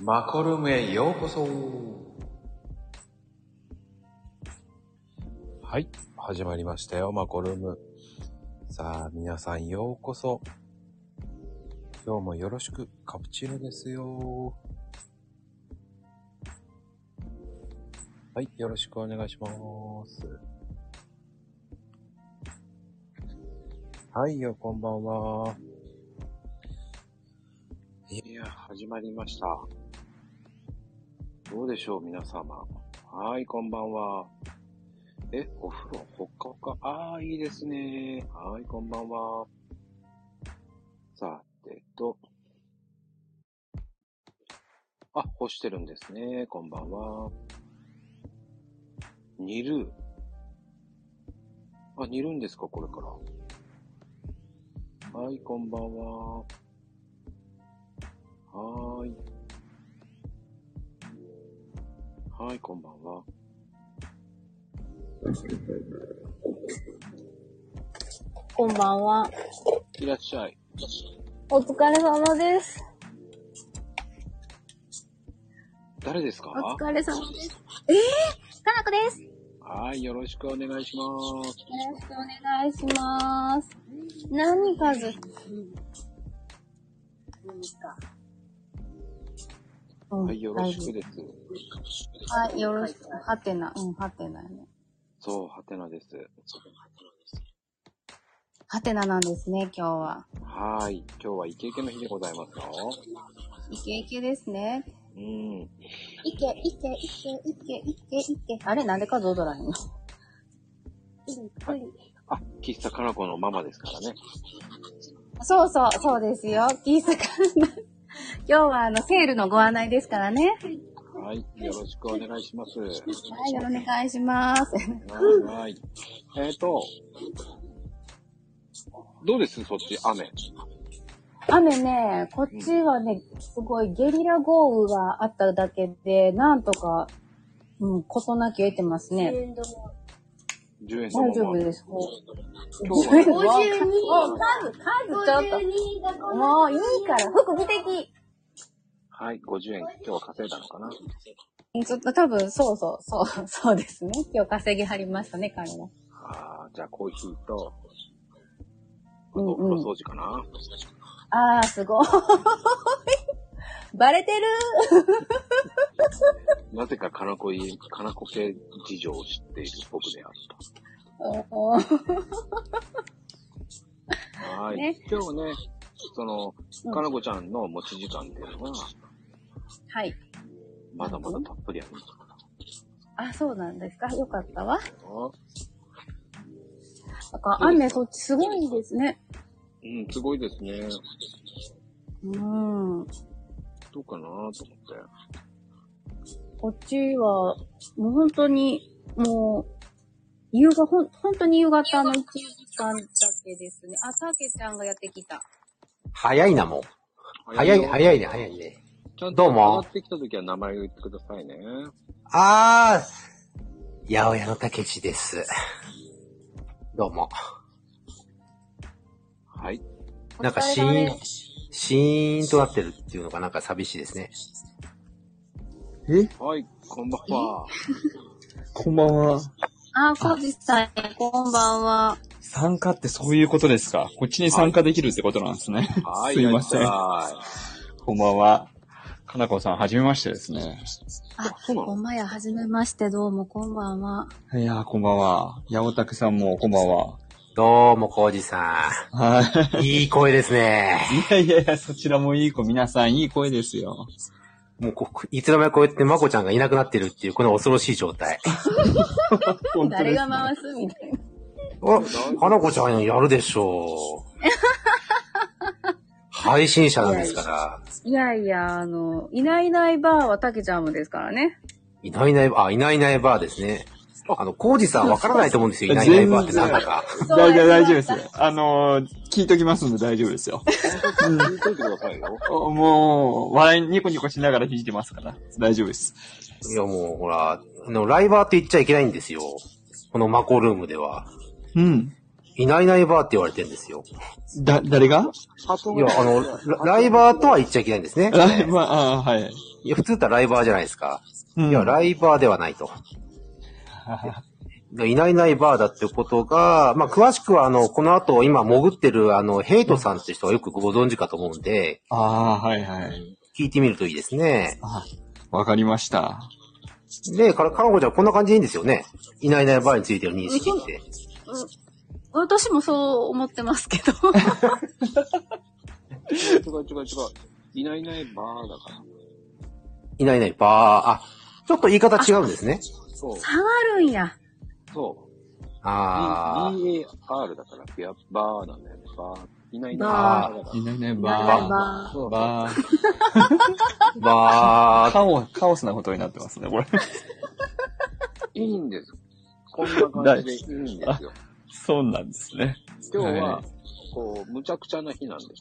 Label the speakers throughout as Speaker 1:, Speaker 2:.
Speaker 1: マコルームへようこそはい、始まりましたよ、マコルーム。さあ、皆さんようこそ。今日もよろしく、カプチーノですよ。はい、よろしくお願いします。はいよ、こんばんは。いや、始まりました。どうでしょう、皆様。はい、こんばんは。え、お風呂、ほっかほか。ああ、いいですね。はい、こんばんは。さてと。あ、干してるんですね。こんばんは。煮る。あ、煮るんですか、これから。はい、こんばんは。はーい。はーい、こんばんは。
Speaker 2: こんばんは。
Speaker 1: いらっしゃい。
Speaker 2: お疲れ様です。
Speaker 1: 誰ですか
Speaker 2: お疲れ様です。えー、かなこです。よ
Speaker 1: はい、よろしくお願いします。
Speaker 2: ろしくお願いします。何数うん
Speaker 1: はい、よろしくです。
Speaker 2: はい、よろしく。はてな。うん、はてなよね。
Speaker 1: そう、はてなです。
Speaker 2: はてななんですね、今日は。
Speaker 1: はーい、今日はイケイケの日でございますよ。
Speaker 2: イケイケですね。
Speaker 1: うん。
Speaker 2: イケ、イケ、イケ、イケ、イケ、イケ。あれ、なんで数踊らへんの
Speaker 1: あ、喫茶かなこのママですからね。
Speaker 2: そうそう、そうですよ。キースカンダ 今日はあの、セールのご案内ですからね。
Speaker 1: はい、よろしくお願いします。
Speaker 2: はい、よろお願いします。
Speaker 1: はい、はい。えーと、どうですそっち、雨。
Speaker 2: 雨ね、こっちはね、すごいゲリラ豪雨があっただけで、なんとか、うん、事なきを得てますね。
Speaker 1: 10円の。
Speaker 2: 大丈夫ですす。
Speaker 1: 今日は
Speaker 2: もう数、数ちょっと。もういいから、服着てき。
Speaker 1: はい、50円、今日は稼いだのかな。
Speaker 2: ちょっと多分、そうそう、そう、そうですね。今日稼ぎ張りましたね、彼は。
Speaker 1: ああ、じゃあコーヒーと、あ
Speaker 2: うんう
Speaker 1: と
Speaker 2: ん
Speaker 1: お風呂掃除かな、
Speaker 2: あー、すごい。バレてる
Speaker 1: なぜか金子い、金子系事情を知っている僕であっ
Speaker 2: おー
Speaker 1: た。はい。
Speaker 2: ね
Speaker 1: 今日ね、その
Speaker 2: う、ん
Speaker 1: 金子ちゃんの持ち時間っていうのは、
Speaker 2: はい。
Speaker 1: まだまだたっぷりありますか
Speaker 2: あ、そうなんですか。よかったわ。
Speaker 1: ら。
Speaker 2: なんか雨、そっちすごいですね。
Speaker 1: うん、すごいですね。
Speaker 2: うん。
Speaker 1: どうかなと思って。
Speaker 2: こっちは、もう本当に、もう、夕方、ほん、本当に夕方の1時間だけですね。あ、たけちゃんがやってきた。
Speaker 3: 早いな、もう。早い、
Speaker 1: い。
Speaker 3: 早いね、早いね。
Speaker 1: ちゃんと
Speaker 3: どうも
Speaker 1: 上がってきた時は名前を言ってくださいね。
Speaker 3: あー、八百屋のたけしです。どうも。
Speaker 1: はい。
Speaker 3: なんかシ
Speaker 2: お疲れ
Speaker 3: ー
Speaker 2: 様
Speaker 3: ン
Speaker 2: で、す
Speaker 3: シーンとなってるっていうのがなんか寂しいですね。え
Speaker 1: はい、こんばんは。
Speaker 4: こんばんは。
Speaker 2: あ、コージさん、こんばんは。
Speaker 4: 参加ってそういうことですかこっちに参加できるってことなんですね。
Speaker 1: はい、
Speaker 4: すいません
Speaker 1: いらっしゃい
Speaker 4: こんばんは。かなこさん、はじめましてですね。
Speaker 2: あ、
Speaker 1: そうなの
Speaker 2: ほんまや、はじめまして、どうも、こんばんは。
Speaker 4: いやー、こんばんは。やおたくさんも、こんばんは。
Speaker 3: どうも、こうじさ
Speaker 4: は
Speaker 3: ん。いい声ですね。
Speaker 4: い。いやいやいや、そちらもいい子、皆さんいい声ですよ。
Speaker 3: もうこ、いつの間にこうやってまこちゃんがいなくなってるっていう、この恐ろしい状 態。
Speaker 4: 本当
Speaker 2: 誰
Speaker 4: です
Speaker 2: が回すみたいな。
Speaker 3: あ、かなこちゃんやるで しょう。配信者なんですから。
Speaker 2: いやいや、あの、いないいないばーはたけちゃんもですからね。
Speaker 3: いないいない、あ、いないいないバーですね。あの、コージさんわからないと思うんですよ。いないいないバーってなんだか。
Speaker 4: 大丈夫、大丈夫です。あのー、聞いときますんで大丈夫ですよ。
Speaker 1: 聞いといてくださいよ。
Speaker 4: おもう、笑い、ニコニコしながら弾いてますから。大丈夫です。
Speaker 3: いやもう、ほら、あの、ライバーって言っちゃいけないんですよ。このマコルームでは。
Speaker 4: うん。
Speaker 3: いないいないバーって言われてるんですよ。
Speaker 4: だ、誰が
Speaker 1: 鳩
Speaker 3: いや、あの、ラライバーとは言っちゃいけないんですね。
Speaker 4: ライブは、ああ、はい。
Speaker 3: いや、普通だったらライバーじゃないですか。
Speaker 4: うん
Speaker 3: いや、ライバーではないと。いないいないバーだってことが、まあ、詳しくは、あの、この後、今、潜ってる、あの、ヘイトさんって人はよくご存知かと思うんで、
Speaker 4: ああ、はいはい。
Speaker 3: 聞いてみるといいですね。
Speaker 4: あわかりました。
Speaker 3: で、から、かのこちゃん、こんな感じでいいんですよね。いないいないバーについての認識って。
Speaker 5: 私もそう思ってますけど。
Speaker 1: 違う違う違う。いないいないバーだから。
Speaker 3: いないいないバー、あ、ちょっと言い方違うんですね。
Speaker 1: そう、
Speaker 5: 下がるんや。
Speaker 1: そう。
Speaker 3: あ
Speaker 1: BAR だから、ビアバーなんだよね。バー。いないいないバ
Speaker 3: バー
Speaker 1: ーだか
Speaker 4: いないいな
Speaker 5: いないいな
Speaker 4: い
Speaker 5: い
Speaker 4: ば
Speaker 5: バ
Speaker 1: ら。そ
Speaker 4: ー。
Speaker 1: うそう。
Speaker 4: ばー。
Speaker 3: ー、バー、
Speaker 4: カオ、カオスなことになってますね、これ。
Speaker 1: いいんです。こんな感じでいいんですよ。
Speaker 4: そうなんですね。
Speaker 1: 今日
Speaker 4: は、
Speaker 1: はいこう、むちゃくちゃな日なんですよ。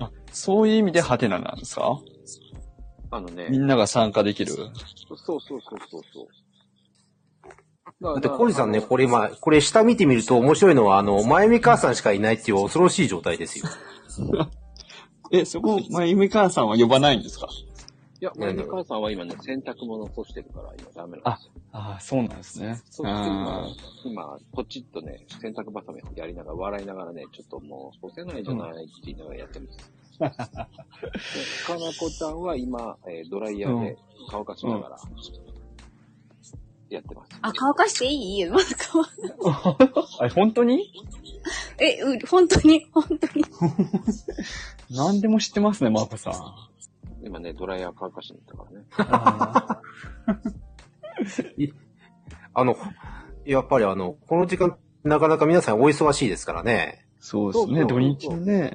Speaker 4: あ、そういう意味でハテナなんですか
Speaker 1: あのね
Speaker 4: み、んなが参加できる。
Speaker 1: そうそうそうそうそう。だ
Speaker 3: だって、コウジさんね、こ
Speaker 1: れ。
Speaker 3: れ今、これ下見てみると面白いのは、あの、前見母さんしかいないっていう恐ろしい状態ですよ。
Speaker 4: え、そこ、まゆみ母さんは呼ばないんですか
Speaker 1: いや、前の母さんは今ね、洗濯物干してるから、今ダメなんですよ。
Speaker 4: ああ、そうなんですね。
Speaker 1: そう今、今、ポチッとね、洗濯ばさみやりながら、笑いながらね、ちょっともう、干せないじゃないって言いながらやってます。でかなこちゃんは今、えードライヤーで乾かしながら、やってます。
Speaker 5: あ、乾かしていいいいまだ乾か
Speaker 4: あれ、本当に
Speaker 5: え、う、本当に、本当に。
Speaker 4: 何でも知ってますね、マープさん。
Speaker 1: 今ね、ドライヤー乾かしに行ったからね。
Speaker 4: あ
Speaker 3: あの、やっぱりあの、この時間、なかなか皆さんお忙しいですからね
Speaker 4: ー。そうです
Speaker 1: そ
Speaker 4: ね、
Speaker 1: うそ
Speaker 4: 土
Speaker 1: う
Speaker 4: 日のね。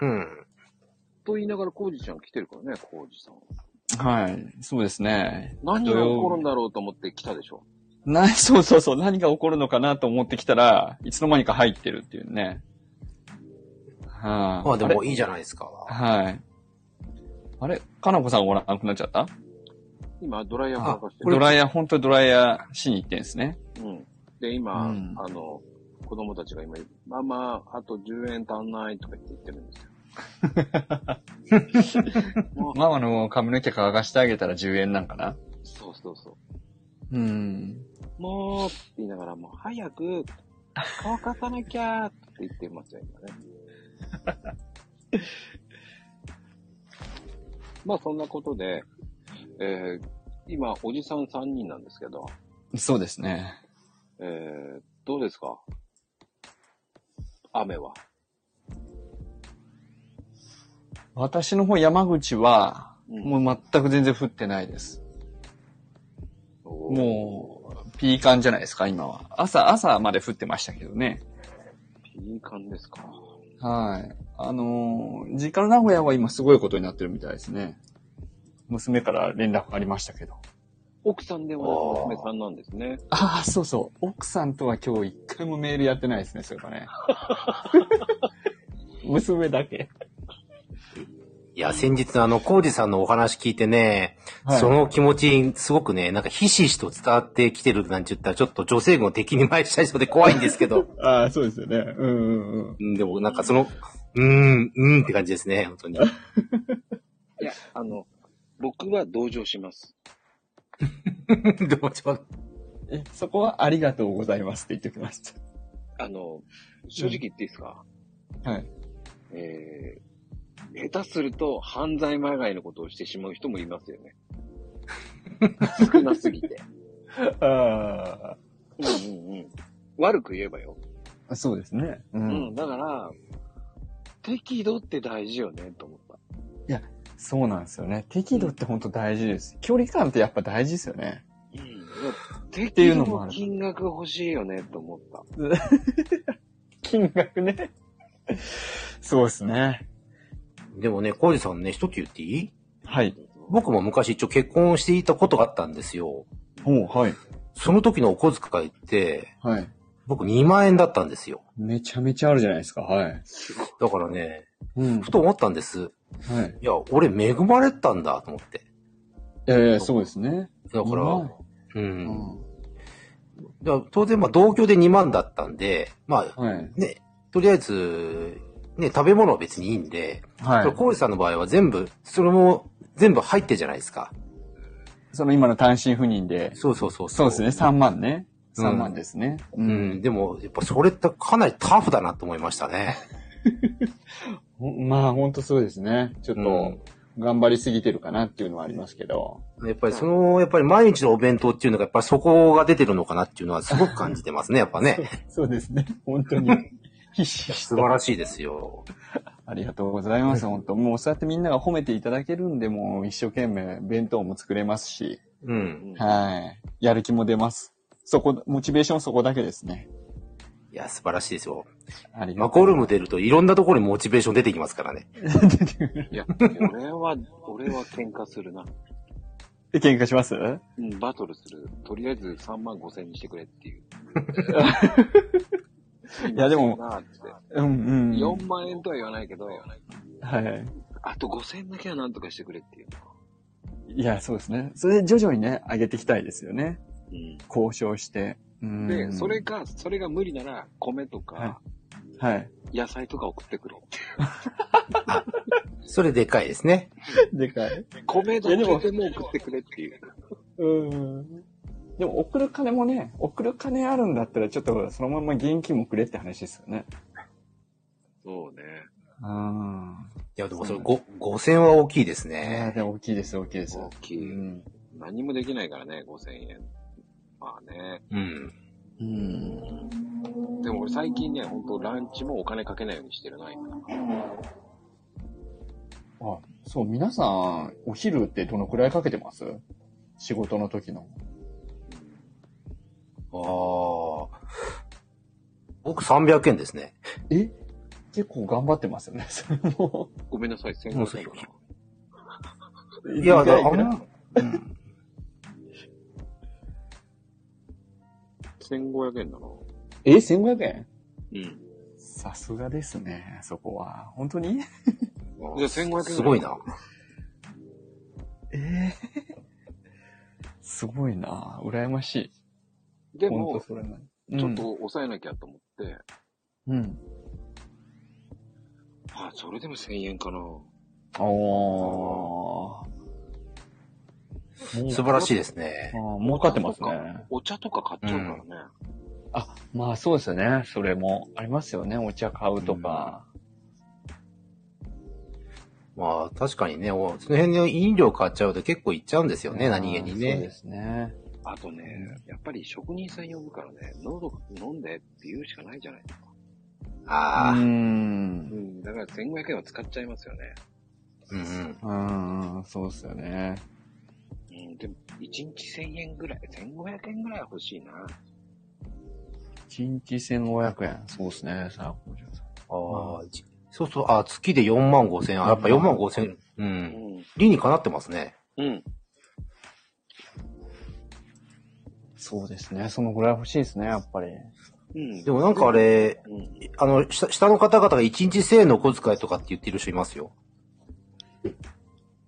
Speaker 3: うん。
Speaker 1: と言いながら、コウジちゃん来てるからね、コウジさんは。
Speaker 4: はい、そうですね。
Speaker 1: 何が起こるんだろうと思って来たでしょ。
Speaker 4: な、 そうそうそう、何が起こるのかなと思ってきたら、いつの間にか入ってるっていうね。は
Speaker 3: まあで
Speaker 4: れ
Speaker 3: もいいじゃないですか。
Speaker 4: はい。あれかなこさんおらなくなっちゃった
Speaker 1: 今、ドライヤー乾かしてる。
Speaker 4: ドライヤー、本当にドライヤーしに行ってんですね。
Speaker 1: うん。で、今、
Speaker 4: うん
Speaker 1: あの、子供たちが今、ママ、あと10円足んないとか言って言ってるんですよ。
Speaker 4: ママの髪の毛乾かしてあげたら10円なんかな
Speaker 1: そうそうそう。
Speaker 4: うん。
Speaker 1: もう、って言いながら、もう早く、乾かさなきゃーって言ってますよ、今ね。 まあ、そんなことで、えー、今、おじさん3人なんですけど、
Speaker 4: そうですね。
Speaker 1: えー、どうですか雨は。
Speaker 4: 私の方山口は、
Speaker 1: うん
Speaker 4: もう全く全然降ってないです。
Speaker 1: おー
Speaker 4: もう、ピーカンじゃないですか、今は。朝、朝まで降ってましたけどね。
Speaker 1: ピーカンですか。
Speaker 4: はい。あのー実家の名古屋は今すごいことになってるみたいですね。娘から連絡ありましたけど。
Speaker 1: 奥さんでは
Speaker 3: あー
Speaker 1: なく娘さんなんですね。
Speaker 4: ああ、そうそう。奥さんとは今日一回もメールやってないですね、それか ね。娘だけ。
Speaker 3: いや、先日のあの、コウジさんのお話聞いてね、
Speaker 4: はい
Speaker 3: その気持ち、すごくね、なんかひしひしと伝わってきてるなんて言ったら、ちょっと女性軍を敵に回しちゃいそうで怖いんですけど、
Speaker 4: ああ、そうですよね。うんうんうん。
Speaker 3: うんでもなんかその、うーん、うんって感じですね、本当に。
Speaker 1: いや、あの、僕は同情します。
Speaker 3: でもちょっと
Speaker 4: え、そこはありがとうございますって言ってきまし
Speaker 1: あの、正直言っていいですか、
Speaker 4: た。はい。
Speaker 1: えー、下手すると犯罪まがいのことをしてしまう人もいますよね。 少なすぎて。
Speaker 4: あ
Speaker 1: うんうんうん。悪く言えばよ。
Speaker 4: あ、そうですね。う。
Speaker 1: うんん、だから、適度って大事よね、と思った。
Speaker 4: そうなんですよね。適度って本当大事です。距離感ってやっぱ大事ですよね。
Speaker 1: うん。適
Speaker 4: ていう
Speaker 1: 度
Speaker 4: のもあ
Speaker 1: の
Speaker 4: る
Speaker 1: 金額欲しいよね、と思った。
Speaker 4: 金額ね。そうですね。
Speaker 3: でもね、コウジさんね、一つ言っていい
Speaker 4: はい。
Speaker 3: 僕も昔一応結婚していたことがあったんですよ。
Speaker 4: おうはい。
Speaker 3: その時のお小遣いって、
Speaker 4: はい。
Speaker 3: 僕2万円だったんですよ。
Speaker 4: めちゃめちゃあるじゃないですか。はい。
Speaker 3: だからね、
Speaker 4: うん。
Speaker 3: ふと思ったんです。
Speaker 4: はい。
Speaker 3: いや、俺恵まれたんだと思って。
Speaker 4: ええそうですね。
Speaker 3: だから、
Speaker 4: うまい
Speaker 3: うん。じゃあ当然、まあ、同居で2万だったんで、まあ、
Speaker 4: はい。
Speaker 3: ね、とりあえず、ね、食べ物は別にいいんで、
Speaker 4: は
Speaker 3: それ
Speaker 4: い。
Speaker 3: コールさんの場合は全部、それも全部入ってじゃないですか。
Speaker 4: その今の単身赴任で、
Speaker 3: そうそうそう
Speaker 4: そうですね、3万ね。
Speaker 3: うん
Speaker 4: 3万ですね。う
Speaker 3: う。ん、でも、やっぱそれってかなりタフだなと思いましたね。
Speaker 4: ほんまあ、ほんとそうですね。ちょっ
Speaker 3: うん
Speaker 4: と、頑張りすぎてるかなっていうのはありますけど。
Speaker 3: やっぱりその、やっぱり毎日のお弁当っていうのが、やっぱりそこが出てるのかなっていうのはすごく感じてますね、やっ ぱね。
Speaker 4: そうですね。本当に。必死でし
Speaker 3: 素晴らしいですよ。
Speaker 4: た。ありがとうございます。本当もうそうやってみんなが褒めていただけるんで、もう一生懸命弁当も作れますし、
Speaker 3: うん。
Speaker 4: はい。やる気も出ます。そこ、モチベーションそこだけですね。
Speaker 3: いや、素晴らしいですよ。
Speaker 4: あり
Speaker 3: ま
Speaker 4: が
Speaker 3: あ、ゴ
Speaker 4: と
Speaker 3: ル
Speaker 4: う。
Speaker 3: ム出るといろんなところにモチベーション出てきますからね。
Speaker 1: いや、俺は、俺は喧嘩するな。
Speaker 4: え喧嘩します
Speaker 1: うん、バトルする。とりあえず3万5千にしてくれっていう。
Speaker 4: いやでも
Speaker 1: なあって
Speaker 4: うんうん。
Speaker 1: 4万円とは言わないけど、
Speaker 4: はい。
Speaker 1: あと5千だけはなんとかしてくれっていう。
Speaker 4: いや、そうですね。それで徐々にね、上げていきたいですよね。
Speaker 1: う
Speaker 4: 交渉して。うん
Speaker 1: ん、で、それ、か、それが無理なら、米とか
Speaker 4: は、はい。
Speaker 1: 野菜とか送ってくれ。
Speaker 3: それでかいですね。
Speaker 4: でかい。
Speaker 1: 米だけでも送ってくれっていう。
Speaker 4: うん。でも、送る金もね、送る金あるんだったら、ちょっとそのまま現金もくれって話ですよね。
Speaker 1: そうね。
Speaker 4: うん。
Speaker 3: いや、でもそれ5、5000は大きいです
Speaker 4: いや、
Speaker 3: ね。
Speaker 4: でも大きいです、大きいです。
Speaker 1: 大き
Speaker 4: う
Speaker 1: い。
Speaker 4: ん。
Speaker 1: 何もできないからね、5000円。まあね。
Speaker 3: うん。
Speaker 4: うん。
Speaker 1: でも俺最近ね、ほんとランチもお金かけないようにしてるな、今。
Speaker 4: あ、そう、皆さん、お昼ってどのくらいかけてます仕事の時の。
Speaker 3: ああ。僕300円ですね。
Speaker 4: え結構頑張ってますよね、それも。
Speaker 1: ごめんなさい、1500円かな。
Speaker 3: いや、だ
Speaker 4: 意外
Speaker 3: あ
Speaker 4: か
Speaker 3: れ
Speaker 4: な
Speaker 1: 1500円だな。
Speaker 4: え、1500円
Speaker 1: うん。
Speaker 4: さすがですね、そこは。本当に
Speaker 1: じゃあ1500円。
Speaker 3: すごいな。。
Speaker 4: ええすごいな羨ましい。
Speaker 1: で
Speaker 4: ほん
Speaker 1: も
Speaker 4: と、それなり
Speaker 1: ちょっと、抑えなきゃと思って、
Speaker 4: うん。うん。
Speaker 1: あ、それでも1000円かな。
Speaker 4: おー。
Speaker 3: 素晴らしいですね。
Speaker 4: あー儲かってますね。
Speaker 1: お茶とか買っちゃうからね。
Speaker 4: あ、まあそうですよね。それもありますよね。お茶買うとか。
Speaker 3: まあ、確かにね、おその辺の飲料買っちゃうと結構いっちゃうんですよね、
Speaker 4: うん
Speaker 3: 何気に
Speaker 4: そうで
Speaker 3: ね。
Speaker 4: すね。
Speaker 1: あとね、やっぱり職人さん呼ぶからね、喉飲んでって言うしかないじゃないですか。
Speaker 4: う
Speaker 3: ああ、
Speaker 1: う
Speaker 4: ー
Speaker 1: ん。だから1500円は使っちゃいますよね。
Speaker 3: うんうん。
Speaker 4: ん。うん、そうですよね。
Speaker 1: うん。でも、1日1000円ぐらい、1500円ぐらいは欲しいな。
Speaker 4: 1日1500円。そうですね。さあ、
Speaker 3: ああ、じそうそう、あ月で4万5千、あやっぱ4万5千、う。
Speaker 1: うんん。
Speaker 3: 理にかなってますね。
Speaker 1: うん。
Speaker 4: そうですね。そのぐらい欲しいですね、やっぱり。
Speaker 1: うん。
Speaker 3: でもなんかあれ、
Speaker 1: うん。
Speaker 3: あの、下下の方々が1日1000円の小遣いとかって言ってる人いますよ。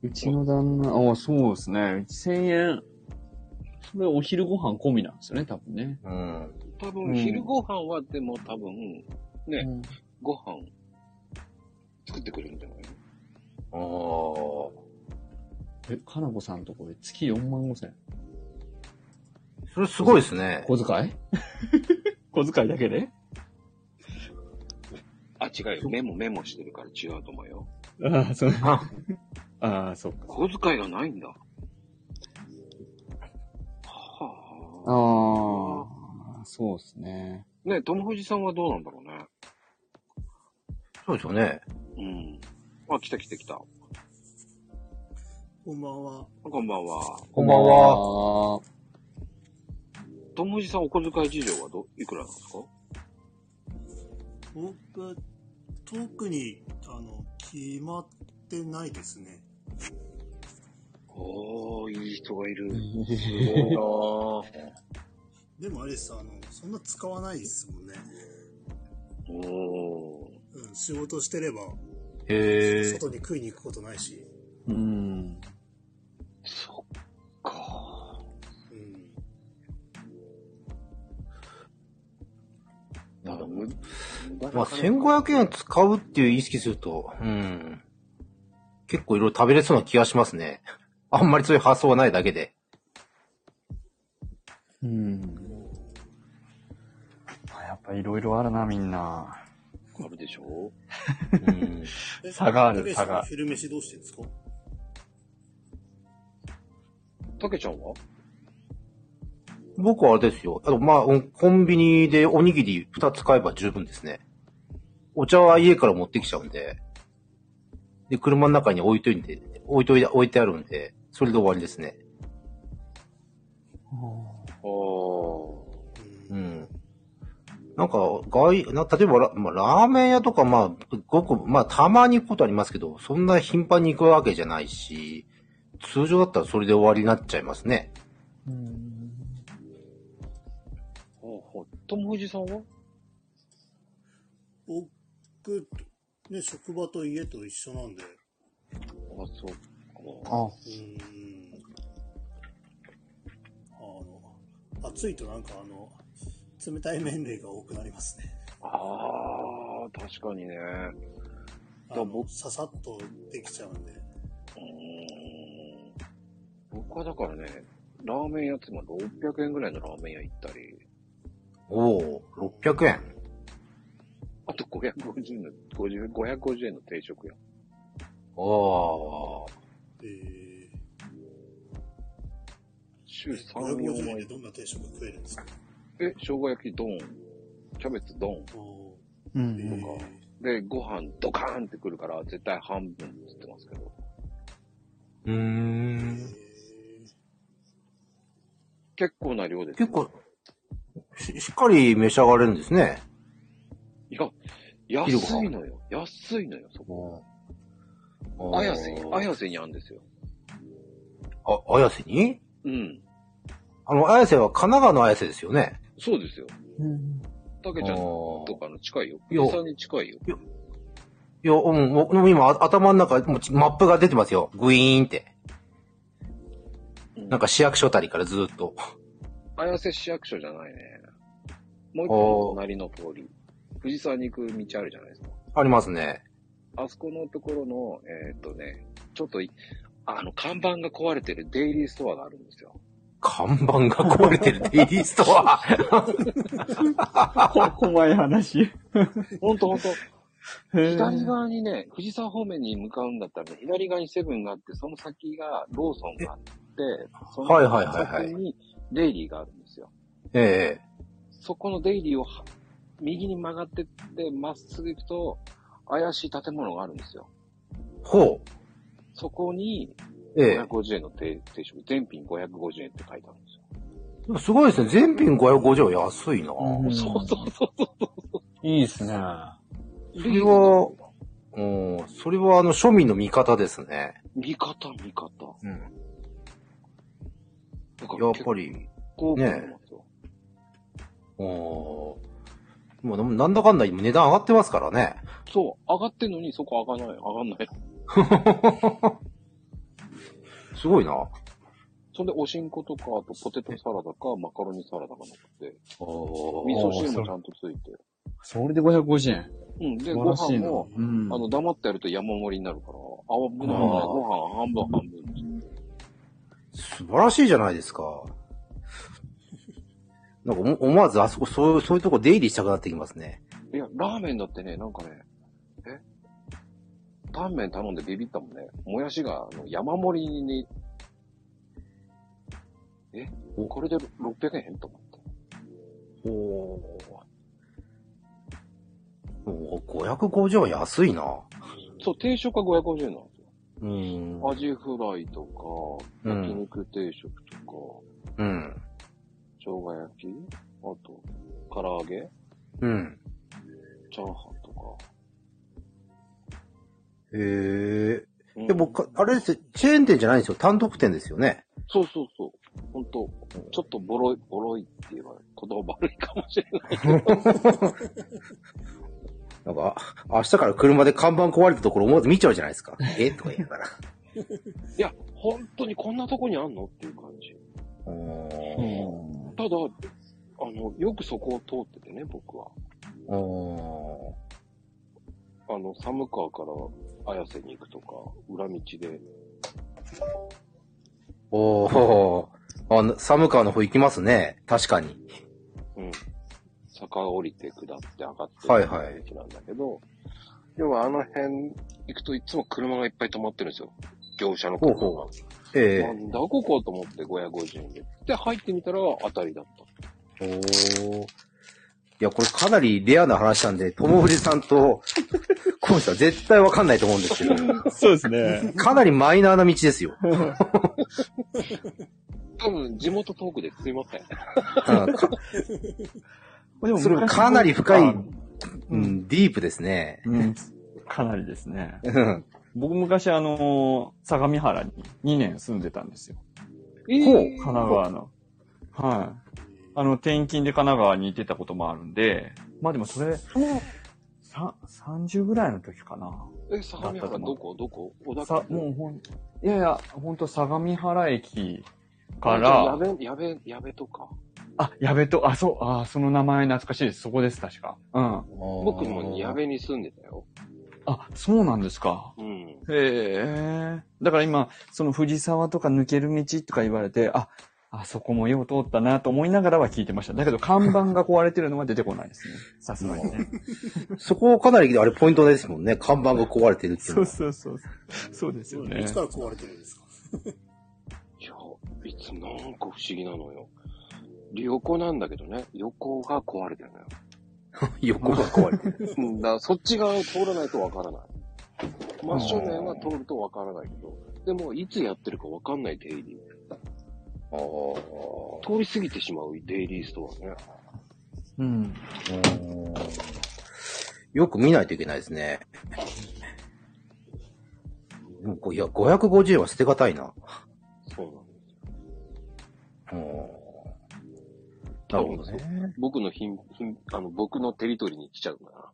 Speaker 4: うちの旦那、ああ、そうですね。1000円。それお昼ご飯込みなんですよね、多分ね。
Speaker 3: うん。
Speaker 1: 多
Speaker 4: う
Speaker 1: 分、
Speaker 4: ん
Speaker 1: 昼ご飯は、でも多分、ね
Speaker 4: うん
Speaker 1: ご飯、作ってくれるんじゃない
Speaker 3: ああ、
Speaker 4: え、かなこさんとこれ月4万5千。
Speaker 3: それすごいですね。
Speaker 4: 小遣い 小遣いだけで
Speaker 1: あ、違うよ。メモメモしてるから違うと思うよ。
Speaker 4: ああ、そう。
Speaker 3: あ
Speaker 4: ああ、そっか。
Speaker 1: 小遣いがないんだ。はあ。
Speaker 4: ああ、そうですね。
Speaker 1: ね、友藤さんはどうなんだろ
Speaker 3: そうですよね。
Speaker 1: うね。うん。あ、来た来た来た。
Speaker 6: こんばんは。
Speaker 1: あこんばんは。
Speaker 3: こんばんは。
Speaker 4: は。
Speaker 1: 友藤さんお小遣い事情はど、いくらなんですか
Speaker 6: 僕は特にあの決まってないですね。
Speaker 1: おー、いい人がいる。 お
Speaker 6: でもあれです、あのそんな使わないですもんね。
Speaker 1: お
Speaker 6: うん、仕事してれば
Speaker 3: へえ。
Speaker 6: 外に食いに行くことないし。
Speaker 4: うん。
Speaker 1: そっか。
Speaker 6: うん。
Speaker 1: 無駄
Speaker 3: まあ、
Speaker 1: 円。
Speaker 3: 1500円を使うっていう意識すると、うん。結構いろいろ食べれそうな気がしますね。あんまりそういう発想はないだけで。
Speaker 4: うん。まあ、やっぱいろいろあるな、みんな。
Speaker 1: あるでしょ
Speaker 3: うん。
Speaker 6: え
Speaker 4: 差がある
Speaker 6: たけし
Speaker 4: 差が
Speaker 6: 昼飯どうしてんですか
Speaker 1: たけちゃんは
Speaker 3: 僕はあれですよ。あの、まあ、おコンビニでおにぎり2つ買えば十分ですね。お茶は家から持ってきちゃうんで。で、車の中に置いといて、置いといて、置いてあるんで、それで終わりですね。
Speaker 1: ああ。
Speaker 3: うん。なんか、外、な、例えばラ、まあ、ラーメン屋とか、まあ、ごく、まあ、たまに行くことありますけど、そんな頻繁に行くわけじゃないし、通常だったらそれで終わりになっちゃいますね。
Speaker 1: ほうほう。友藤さんは
Speaker 6: 僕、ね、職場と家と一緒なんで、
Speaker 1: あ、そうか。
Speaker 4: あ、
Speaker 6: うーん。あの、暑いとなんかあの、冷たい麺類が多くなりますね。
Speaker 1: ああ、確かにね。
Speaker 6: あ
Speaker 1: だ
Speaker 6: の
Speaker 1: 僕
Speaker 6: ささっとできちゃうんで。
Speaker 1: うーん。僕はだからね、ラーメン屋っても600円ぐらいのラーメン屋行ったり、
Speaker 3: おお600円。
Speaker 1: あと550円の、50 550円の定食屋。
Speaker 3: おー。
Speaker 6: え
Speaker 1: 週
Speaker 6: ー、
Speaker 1: 3、4
Speaker 6: 550円で
Speaker 1: 枚。
Speaker 6: どんな定食食えるんですか
Speaker 1: え、生姜焼きドン。キャベツドン。
Speaker 6: お
Speaker 4: う
Speaker 6: ーえ
Speaker 4: ん。
Speaker 6: ー、
Speaker 1: で、ご飯ドカーンってくるから、絶対半分って言ってますけど。
Speaker 3: うーん。
Speaker 1: 結構な量です、
Speaker 3: 結。構、ししっかり召し上がれるんですね。
Speaker 1: いや、
Speaker 3: 昼ご
Speaker 1: 安
Speaker 3: 飯
Speaker 1: いのよ。安いのよ、そこ。
Speaker 3: あ
Speaker 1: 綾瀬に、綾瀬にあるんですよ。
Speaker 3: あ、綾瀬に
Speaker 1: うん。
Speaker 3: あの、綾瀬は神奈川の綾瀬ですよね。
Speaker 1: そうですよ。たけちゃん
Speaker 3: おー
Speaker 1: とかの近いよ。
Speaker 3: いや
Speaker 1: 藤井さんに近いよ。
Speaker 3: いや、うん、僕も今、あ頭の中、もうちマップが出てますよ。グイーンって。
Speaker 1: うん
Speaker 3: なんか市役所あたりからずーっと。
Speaker 1: 綾瀬市役所じゃないね。もう一個隣の通り。藤沢に行く道あるじゃないですか。
Speaker 3: ありますね。
Speaker 1: あそこのところの、えーっとね、ちょっとい、あの、看板が壊れてるデイリーストアがあるんですよ。
Speaker 3: 看板が壊れてるデイリース トア。
Speaker 4: こ、怖い話。
Speaker 1: ほんとほんと。左
Speaker 4: 左。
Speaker 1: 側にね、藤沢方面に向かうんだったらね、左側にセブンがあって、その先がローソンがあって、その
Speaker 3: はいはいはいはい
Speaker 1: 先にデイリーがあるんですよ。
Speaker 3: ええ
Speaker 1: そこのデイリーをは右に曲がってって、まっすぐ行くと、怪しい建物があるんですよ。
Speaker 3: ほ
Speaker 1: そこに、
Speaker 3: う。ええ
Speaker 1: 550円の定定食、全品550円って書いてあるんですよ。
Speaker 3: すごいですね。全品550円は安いな。
Speaker 4: うん
Speaker 1: そうそうそうそう。
Speaker 4: いいっすね。
Speaker 3: それは、うん、それはあの、庶民の味方ですね。
Speaker 1: 見方、見方。
Speaker 3: うん。
Speaker 1: だから
Speaker 3: やっぱり、
Speaker 1: 結構混
Speaker 3: ね
Speaker 1: んでますよ
Speaker 3: うん。もうなんだかんだ今値段上がってますからね。
Speaker 1: そう、上がってんのにそこ上がらない、上がんない。
Speaker 3: すごいな。あ
Speaker 1: そんで、おしんことか、あとポテトサラダか、マカロニサラダがなくて、味
Speaker 3: ー
Speaker 1: 噌汁もちゃんとついて。
Speaker 4: それで550円。
Speaker 1: うん、で、
Speaker 4: 素
Speaker 1: ご
Speaker 4: 晴らし
Speaker 1: 飯
Speaker 4: いな。
Speaker 1: も、
Speaker 4: うん
Speaker 1: あの、黙ってやると山盛りになるから、あ、危ない危ない、
Speaker 4: あー
Speaker 1: ご飯半分半分にして。
Speaker 3: 素晴らしいじゃないですか。なんか思思わずあそこ、そういう、そういうとこ出入りしたくなってきますね。
Speaker 1: いや、ラーメンだってね、なんかね、えタンメン頼んでビビったもんね。もやしがあの山盛りに、えこれで600円と思って。
Speaker 3: おお。550は安いな。
Speaker 1: そう、定食は550円なんですよ。
Speaker 3: うん
Speaker 1: アジフライとか、
Speaker 3: うん
Speaker 1: 焼肉定食とか、
Speaker 3: うん。
Speaker 1: 生姜焼き、あと、唐揚げ、
Speaker 3: うん。
Speaker 1: チャーハンとか。
Speaker 3: へ
Speaker 1: う
Speaker 3: え。
Speaker 1: ん
Speaker 3: でも、かあれですよチェーン店じゃないんですよ。単独店ですよね。
Speaker 1: そうそうそう。ほんと、ちょっとボロい、ボロいって言えば言葉悪いかもしれない。
Speaker 3: なんか、あ明日から車で看板壊れたところ思わず見ちゃうじゃないですか。 えとか言いながら。
Speaker 1: いや、本当にこんなとこにあんのっていう感じ。
Speaker 3: お
Speaker 4: う
Speaker 3: ー
Speaker 4: ん
Speaker 1: ただ、あの、よくそこを通っててね、僕は。
Speaker 3: お
Speaker 1: あの、寒川から綾瀬に行くとか、裏道で、
Speaker 3: ー。おー。あ、寒川の方行きますね。確かに。
Speaker 1: うん。坂降りて下って上がって
Speaker 3: はいはい
Speaker 1: 道なんだけど、要はあの辺行くといつも車がいっぱい止まってるんですよ。業者の車が。
Speaker 3: ほうえ
Speaker 1: な
Speaker 3: え
Speaker 1: んだここと思って550円で。で、入ってみたら当たりだった。
Speaker 3: おー。いや、これかなりレアな話なんで、友藤さんと、コウさん絶対わかんないと思うんですけど、
Speaker 4: そうですね。
Speaker 3: かなりマイナーな道ですよ。
Speaker 1: 多分、地元トークですいません。
Speaker 3: うんか
Speaker 4: で
Speaker 3: それかなり深い、
Speaker 4: あ
Speaker 3: う。ん、ディープですね。
Speaker 4: うん。かなりですね。
Speaker 3: うん
Speaker 4: 僕昔あのー相模原に2年住んでたんですよ。
Speaker 3: ほう
Speaker 1: え
Speaker 4: 神奈川の。はい。あの、転勤で神奈川に行ってたこともあるんで、まあでもそれ、さ30ぐらいの時かな。
Speaker 1: え、相模原どこどこ小田
Speaker 4: さ、もうほん、いやいや、ほんと相模原駅か
Speaker 1: や
Speaker 4: ら、
Speaker 1: べ、やべ、やべとか。
Speaker 4: あ、矢部と、あ、そう、あ、その名前懐かしいです。そこです、確か。うん。
Speaker 1: 僕もやべに住んでたよ。
Speaker 4: あ、そうなんですか。
Speaker 1: うん。
Speaker 4: へえ。だから今、その藤沢とか抜ける道とか言われて、あ、あそこもよう通ったなと思いながらは聞いてました。だけど看板が壊れてるのは出てこないですね。 さすがにね。
Speaker 3: そこかなり、あれ、ポイントですもんね。看板が壊れてるっていうの
Speaker 4: そう
Speaker 3: は。
Speaker 4: そうそう。 そうですよ
Speaker 6: い
Speaker 4: ね
Speaker 6: つ。から壊れてるんですか
Speaker 1: いや、いつなんか不思議なのよ。横なんだけどね、横が壊れて るのよ。
Speaker 3: 横が壊れてる。
Speaker 1: うん、だからそっち側を通らないとわからない。真正面は通るとわからないけど、でもいつやってるかわかんないデイリ
Speaker 3: あ
Speaker 1: ー。通り過ぎてしまうデイリーストアね。
Speaker 4: うん。
Speaker 3: ーうんよく見ないといけないですね。でもこういや、550円は捨てがたいな。
Speaker 1: そうなんです。
Speaker 3: うんなるほどね。
Speaker 1: 僕の品、品、あの、僕のテリトリーに来ちゃうか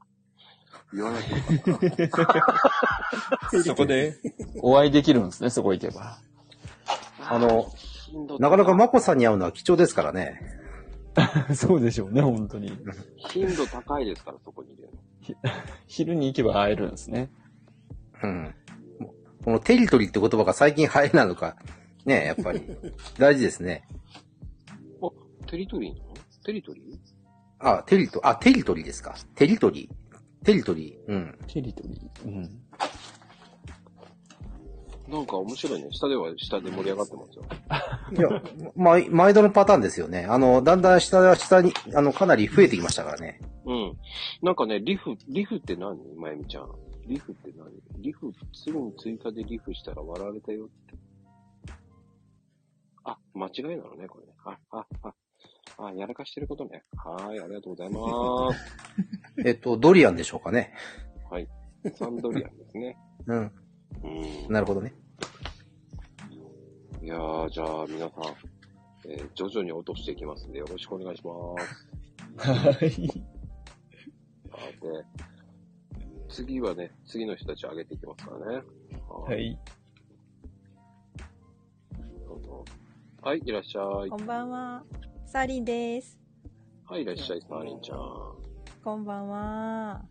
Speaker 1: ら。言わなきゃ
Speaker 4: そこでお会いできるんですね、そこ行けば。
Speaker 3: あの、
Speaker 1: 頻度
Speaker 3: なかなか、マコさんに会うのは貴重ですからね。
Speaker 4: そうでしょうね、本当に。
Speaker 1: 頻度高いですから、そこにいるの。
Speaker 4: 昼に行けば会えるんですね。
Speaker 3: うん。このテリトリーって言葉が最近流行りなのか、ね、やっぱり。 大事ですね。
Speaker 1: テリトリーなのテリトリー
Speaker 3: あ、テリト、あ、テリトリーですか。テリトリー。テリトリー。うん。
Speaker 4: テリトリー。うん。
Speaker 1: なんか面白いね。下では下で盛り上がってますよ。
Speaker 3: いや、ま、毎度のパターンですよね。あの、だんだん下は下に、あの、かなり増えてきましたからね。
Speaker 1: うん。なんかね、リフ、リフって何まゆみちゃん。リフって何リフ、すぐに追加でリフしたら笑われたよって。あ、間違いなのね、これね。あ、あ、あ、あ、やらかしてることね。はーい、ありがとうございます。
Speaker 3: えっと、ドリアンでしょうかね。
Speaker 1: サンドリアンですね。
Speaker 3: うん。
Speaker 1: うん。
Speaker 3: なるほどね。
Speaker 1: いやー、じゃあ皆さん、えー徐々に落としていきますんで、よろしくお願いします。
Speaker 4: はい。
Speaker 1: で、次はね、次の人たちを上げていきますからね。
Speaker 4: は。い。
Speaker 1: どうぞはい、いらっしゃい。
Speaker 2: こんばんは。サリです。
Speaker 1: はい、いらっしゃい、サーリンちゃん。あ
Speaker 2: こんばんは。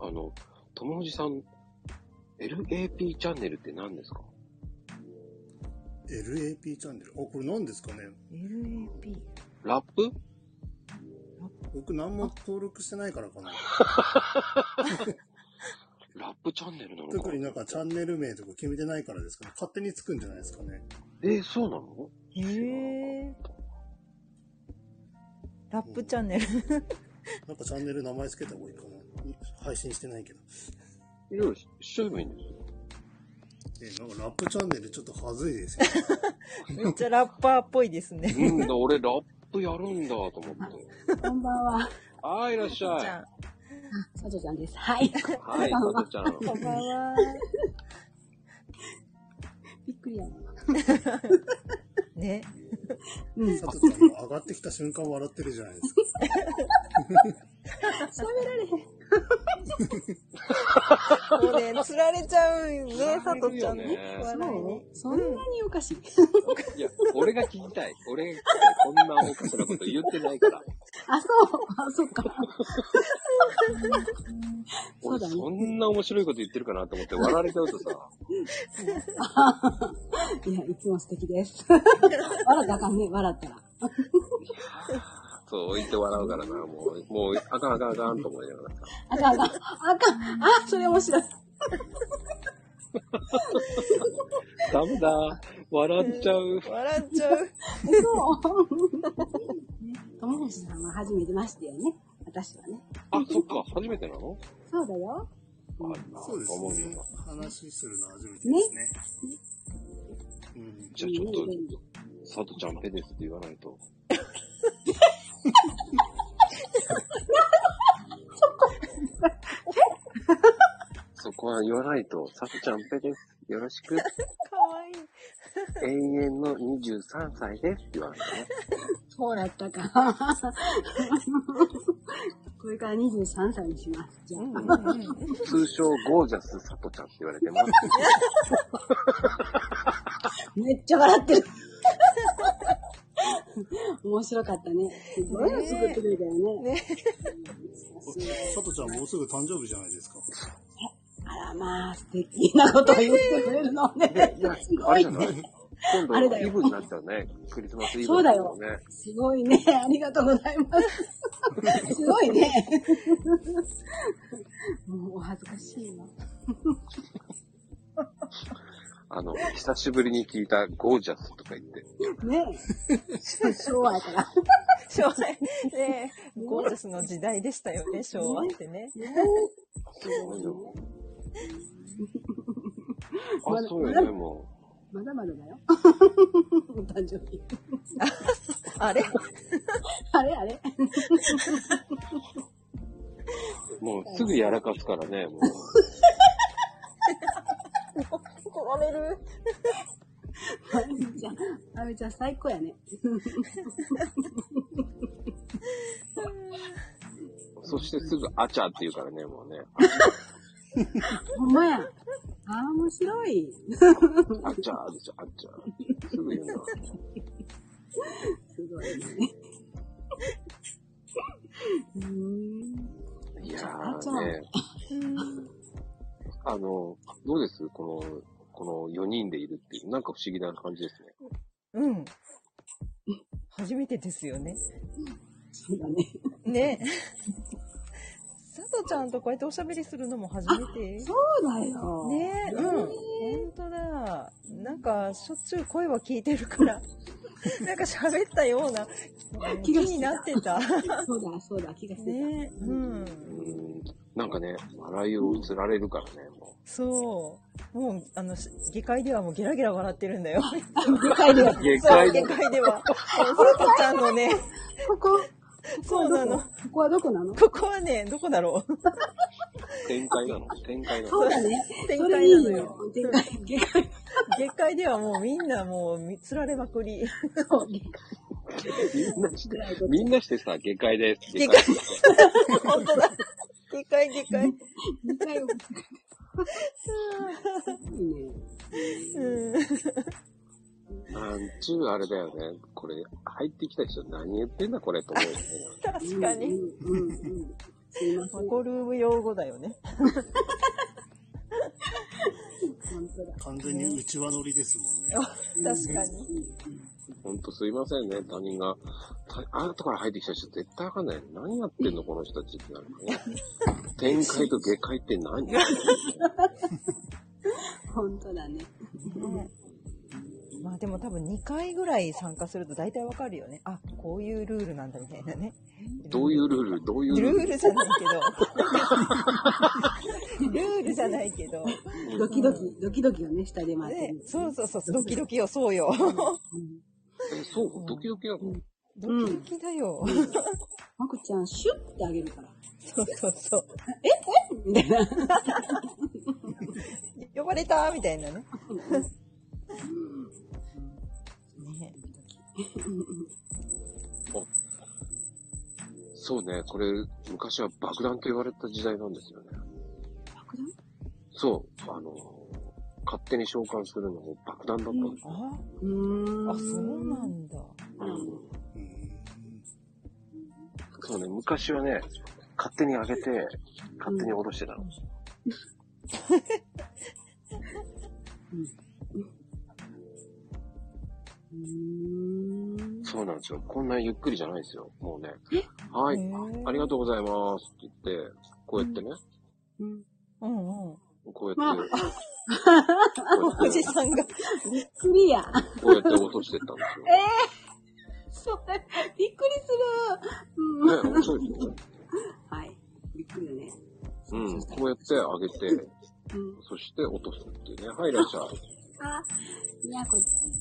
Speaker 1: の、ともふじさん、LAP チャンネルって何ですか
Speaker 6: ?LAP チャンネル。あ、これ何ですかね
Speaker 2: LAP。
Speaker 1: ラップ
Speaker 6: 僕何も登録してないからかな。
Speaker 1: ラップチャンネルなのか
Speaker 6: 特になんかチャンネル名とか決めてないからですかね。勝手につくんじゃないですかね。
Speaker 1: えーそうなの
Speaker 2: へえ。ラップチャンネル。
Speaker 6: なんかチャンネル名前つけた方がいいかな。配信してないけど。
Speaker 1: いろいろししといてもいいんですよ。
Speaker 6: えーなんかラップチャンネルちょっとはずいですよ、ね。
Speaker 2: めっちゃラッパーっぽいですね。
Speaker 1: うんだ、俺ラップやるんだと思って。
Speaker 5: こんばんは。
Speaker 1: はい、いらっ し
Speaker 2: ち
Speaker 1: ゃ
Speaker 2: ゃ
Speaker 5: 佐藤ちゃんです。はい。
Speaker 1: い。はい、さとちゃん。
Speaker 2: んこんばんは。
Speaker 5: びっくりや。
Speaker 2: ね。
Speaker 5: うん。
Speaker 6: 佐藤ちゃんが上がってきた瞬間笑ってるじゃないですか。
Speaker 5: 喋られへん。
Speaker 2: もうね、釣られちゃうね、
Speaker 1: ら
Speaker 2: 佐
Speaker 1: れる
Speaker 2: 藤ちゃ
Speaker 1: よ
Speaker 2: ん
Speaker 1: ね
Speaker 2: ね。笑いに。
Speaker 5: そんなにおかしい。
Speaker 1: いや、俺が聞きたい。俺が聞きたい。こんなおかしなこと言ってないから。
Speaker 5: あ、そう。あ、そっ か。そう
Speaker 1: 俺、
Speaker 5: だね
Speaker 1: そんな面白いこと言ってるかなと思って笑われちゃうとさ、
Speaker 5: いや、いつも素敵です。笑ったらあかんね、笑ったら。
Speaker 1: そう、置いて笑うからな、もう、もう、あかんあかんあかんと思いながらさ。
Speaker 5: あかんあかん。あかん。あ、それ面白い。
Speaker 1: ダメだ。笑っちゃう。
Speaker 2: 笑っちゃう。
Speaker 5: そう。ね、友達さんは初めてましてよね。私はね。
Speaker 1: あ、そっか。初めてなの
Speaker 5: そうだよ。うん
Speaker 6: そうで
Speaker 1: 思う
Speaker 6: すね
Speaker 1: よ。
Speaker 6: 話するの初めてですね。うん
Speaker 1: じゃあちょっ
Speaker 5: いいね
Speaker 1: と、佐藤ちゃんペですって言わないと。そこは言わないと、佐藤ちゃんペです。よろし く。
Speaker 2: かわいい。
Speaker 1: 永遠の23歳ですって言わないとね。
Speaker 5: そうだったか。これから23歳にします。じゃあ。
Speaker 1: 通称ゴージャス佐藤ちゃんって言われてます。
Speaker 5: めっちゃ笑ってる。 面白かったね。すごいの作ってくれたよね。
Speaker 2: ね
Speaker 6: 佐藤ちゃんもうすぐ誕生日じゃないですか。
Speaker 5: あらまあ、素敵なことを言ってくれるのね。 す
Speaker 1: あ
Speaker 5: ご
Speaker 1: れ
Speaker 5: い
Speaker 1: じゃ。ない今
Speaker 5: あれ
Speaker 1: 度
Speaker 5: だよ
Speaker 1: イブになっちゃうね。クリスマスイブ
Speaker 5: そうだ
Speaker 1: になっ
Speaker 5: よ
Speaker 1: ちゃうね。
Speaker 5: すごいね。ありがとうございます。すごい ね。もうお恥ずかしいわ。
Speaker 1: あの、久しぶりに聞いたゴージャスとか言って。
Speaker 5: ねえ。昭和やから。
Speaker 2: 昭和。ねゴージャスの時代でしたよね、昭和ってね。
Speaker 1: すごいよ。
Speaker 5: ま
Speaker 1: あ、
Speaker 5: だ
Speaker 1: そうよね、も
Speaker 5: まだまだだよ。お誕生日。
Speaker 2: あれ
Speaker 5: あれあれ
Speaker 1: う。もうすぐやらかすからね、もう。
Speaker 2: 怒られる。
Speaker 5: あめちゃん、あめちゃん最高やね。
Speaker 1: そしてすぐアチャって言うからね、もうね。
Speaker 5: ほんまや。ああ、面白い。
Speaker 1: アチャーでしょ、アチャー。すぐ言うの。
Speaker 5: すごいね。うーん。
Speaker 1: いや
Speaker 5: アチャ
Speaker 1: ーね。 あの、どうですこの、この4人でいるっていう。なんか不思議な感じですね。
Speaker 2: うん。初めてですよね。
Speaker 5: そうだね。
Speaker 2: ね佐藤ちゃんとこうやっておしゃべりするのも初めて。
Speaker 5: そうだよ。
Speaker 2: ねえ、うん。本当だ。なんか、しょっちゅう声は聞いてる から。なんか喋ったような気
Speaker 5: 気がしてた
Speaker 2: になってた。
Speaker 5: そうだ、そうだ、気がしてた。
Speaker 2: ねえ、うん。
Speaker 1: うん。なんかね、笑いを釣られるからね、も
Speaker 2: そう。もう、あの、し議会ではもうゲラゲラ笑ってるんだよ。
Speaker 5: でかいね。
Speaker 2: そう、
Speaker 1: う。下界
Speaker 2: 議
Speaker 1: で
Speaker 2: 会では。そう佐藤ちゃんのね、
Speaker 5: ここ、
Speaker 2: そうなの。
Speaker 5: ここはどこなの
Speaker 2: ここはね、どこだろう。
Speaker 1: 展開なの展開な
Speaker 5: そう
Speaker 1: の
Speaker 5: だね。
Speaker 2: 展
Speaker 5: それい
Speaker 2: 開ないの
Speaker 5: よ
Speaker 2: よ。。
Speaker 5: でかい、でかい。
Speaker 2: 下界ではもうみんなもう見つられまくり。
Speaker 5: そう、でか
Speaker 1: みんなして
Speaker 5: いこと。
Speaker 1: みんなしてさ、下界です。
Speaker 2: 下界本当だ。下界下 界。
Speaker 5: でかいよ。いいね。
Speaker 2: うん。
Speaker 1: なんちゅうあれだよね。これ、入ってきた人何言ってんだこれと思うよね。
Speaker 2: 確かに。
Speaker 5: うん。うんうん。すいません。
Speaker 2: マコルーム用語だよね。
Speaker 5: 本当だ。
Speaker 6: 完全に内輪乗りですもんね。
Speaker 2: 確かに。
Speaker 1: ほんとすいませんね、他人が。た後から入ってきた人絶対わかんない。何やってんのこの人たちってなるからね。展開と下界って 何
Speaker 5: 本当だね。
Speaker 2: まあでも多分2回ぐらい参加すると大体わかるよね。あ、こういうルールなんだみたいなね。
Speaker 1: どういうルールどういうル
Speaker 2: ル
Speaker 1: ー
Speaker 2: ー
Speaker 1: ル
Speaker 2: ルじゃないけど。ルールじゃないけど。
Speaker 5: ドキドキ、ドキドキをね、下で待って
Speaker 2: ね
Speaker 5: る。
Speaker 2: そうそうそう、ドキドキよ、そうよ。
Speaker 1: え、そうドキドキなの
Speaker 2: ドキドキだよ。
Speaker 5: まこちゃん、シュッてあげるから。
Speaker 2: そうそうそう。
Speaker 5: みたいな。
Speaker 2: 呼ばれたみたいなね。ね
Speaker 1: そうね、これ、昔は爆弾と言われた時代なんですよね。
Speaker 2: 爆弾
Speaker 1: そう、あの、勝手に召喚するのも爆弾だったんですよ。
Speaker 7: あ
Speaker 2: うーん。
Speaker 7: あ、そうなんだ。
Speaker 8: うん
Speaker 1: そうね、昔はね、勝手に上げて、勝手に下ろしてたの。
Speaker 2: うーん。
Speaker 1: そうなんですよ。こんなゆっくりじゃないですよ。もうね。はい、
Speaker 7: い
Speaker 1: ありがとうございますって言って、こうやってね、
Speaker 2: うん
Speaker 7: う。うんうん。
Speaker 1: こうや って、こう
Speaker 7: お
Speaker 1: やっ
Speaker 7: じ
Speaker 1: て、
Speaker 7: さんが。
Speaker 2: クリア。
Speaker 1: こうやって落としてったんですよ。
Speaker 2: それ、びっくりする。
Speaker 1: ね、面白いですよね。
Speaker 2: はい。びっくりだね。
Speaker 1: うん、こうやって上げて、
Speaker 2: うん。
Speaker 1: そして落とすっていうね。はい、いらっしゃい。
Speaker 2: あ、みやこちゃん。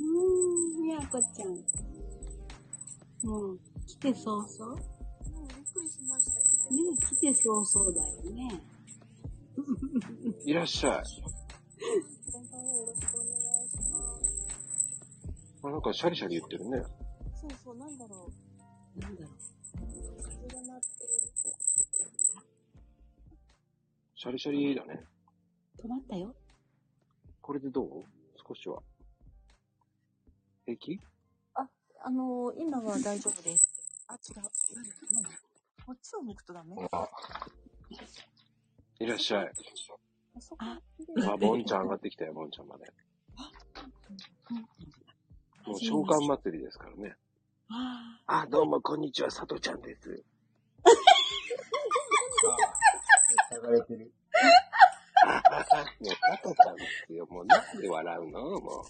Speaker 2: うーん、みやこちゃん。もう、来て早々
Speaker 9: びっくりしました。
Speaker 2: ね来て早々だよね。
Speaker 1: いらっしゃい。
Speaker 9: こんばんはよろしくお願いします。
Speaker 1: あなんかシャリシャリ言ってるね。
Speaker 9: そうそう、なんだろう。
Speaker 2: なんだろ
Speaker 9: 風が鳴ってる。
Speaker 1: シャリシャリだね。
Speaker 2: う。止まったよ。
Speaker 1: これでどう少しは。平気
Speaker 9: あのー、今は大丈夫です。あ、違う。なんだ、なんだ。こっちを向くとダメ。
Speaker 1: いらっしゃい。
Speaker 9: あそこ。
Speaker 1: あ、ボンちゃん上がってきたよ、ボンちゃんまで。もう召喚祭りですからね。
Speaker 2: あ
Speaker 1: あ、どうも、こんにちは、佐藤ちゃんです。もう、佐藤ちゃんですよ。もう、なんで笑うのも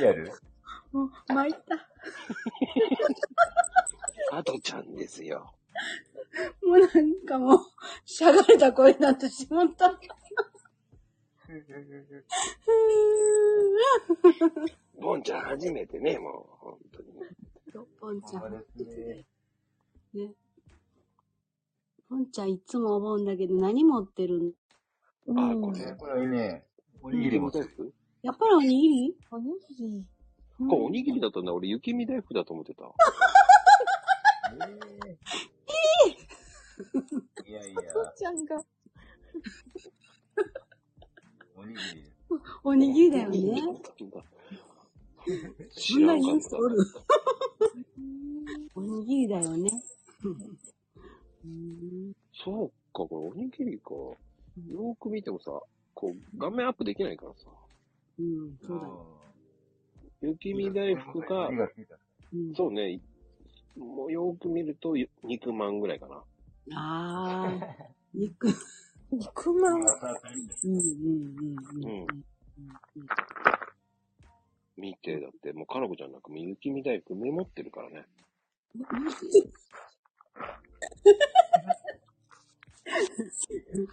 Speaker 10: リアル
Speaker 2: あ、もう、参った。
Speaker 1: う、佐藤ちゃんですよ。
Speaker 2: もうなんかもう、しゃがれた声になってしまった。
Speaker 1: ボンちゃん初めてね、もう、本当に。
Speaker 2: ポンちゃん。ね。ポンちゃんいつも思うんだけど何持ってるの
Speaker 1: あ、
Speaker 2: うん
Speaker 1: これ。
Speaker 10: これね、おにぎりも
Speaker 1: 大
Speaker 10: 作
Speaker 1: 福
Speaker 2: やっぱりおにぎり
Speaker 9: おにぎり。
Speaker 1: これおにぎりだとね、俺雪見大福だと思ってた。
Speaker 10: いやいや、
Speaker 9: ちゃんが。
Speaker 10: おにぎり。
Speaker 2: おにぎりだよね。
Speaker 1: 知らん
Speaker 2: そん
Speaker 1: かっ
Speaker 2: なニュースおにぎりだよね。うん
Speaker 1: た。そうか、これおにぎりか。よーく見てもさ、こう、画面アップできないからさ。
Speaker 2: うん、そうだよ。
Speaker 1: 雪見大福が
Speaker 10: 火、がついた
Speaker 2: うん
Speaker 1: そうね、もうよーく見ると肉まんぐらいかな。
Speaker 2: ああ、肉。
Speaker 7: 肉まん。
Speaker 2: うんうんうんうん。
Speaker 1: うん。見て、だってもうかなこちゃんなんかもう雪見大福メモってるからね。もう、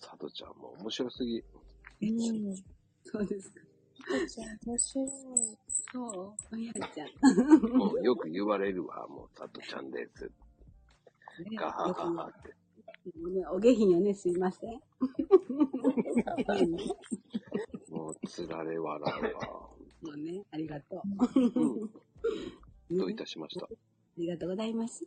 Speaker 1: 佐藤ちゃんもう面白すぎ。
Speaker 9: うん。
Speaker 2: そうですか。
Speaker 9: ちゃん、面白い。
Speaker 2: そうみやちゃん。
Speaker 1: もうよく言われるわ、もう佐藤ちゃんです。
Speaker 2: ね
Speaker 1: ガハガハって。
Speaker 2: ね、お下品よね、すいません。も
Speaker 1: もう、つられ笑うわ。
Speaker 2: うね、ありがと
Speaker 1: うん。
Speaker 2: う。
Speaker 1: どう
Speaker 2: ね
Speaker 1: いたしました。
Speaker 2: ありがとうございます。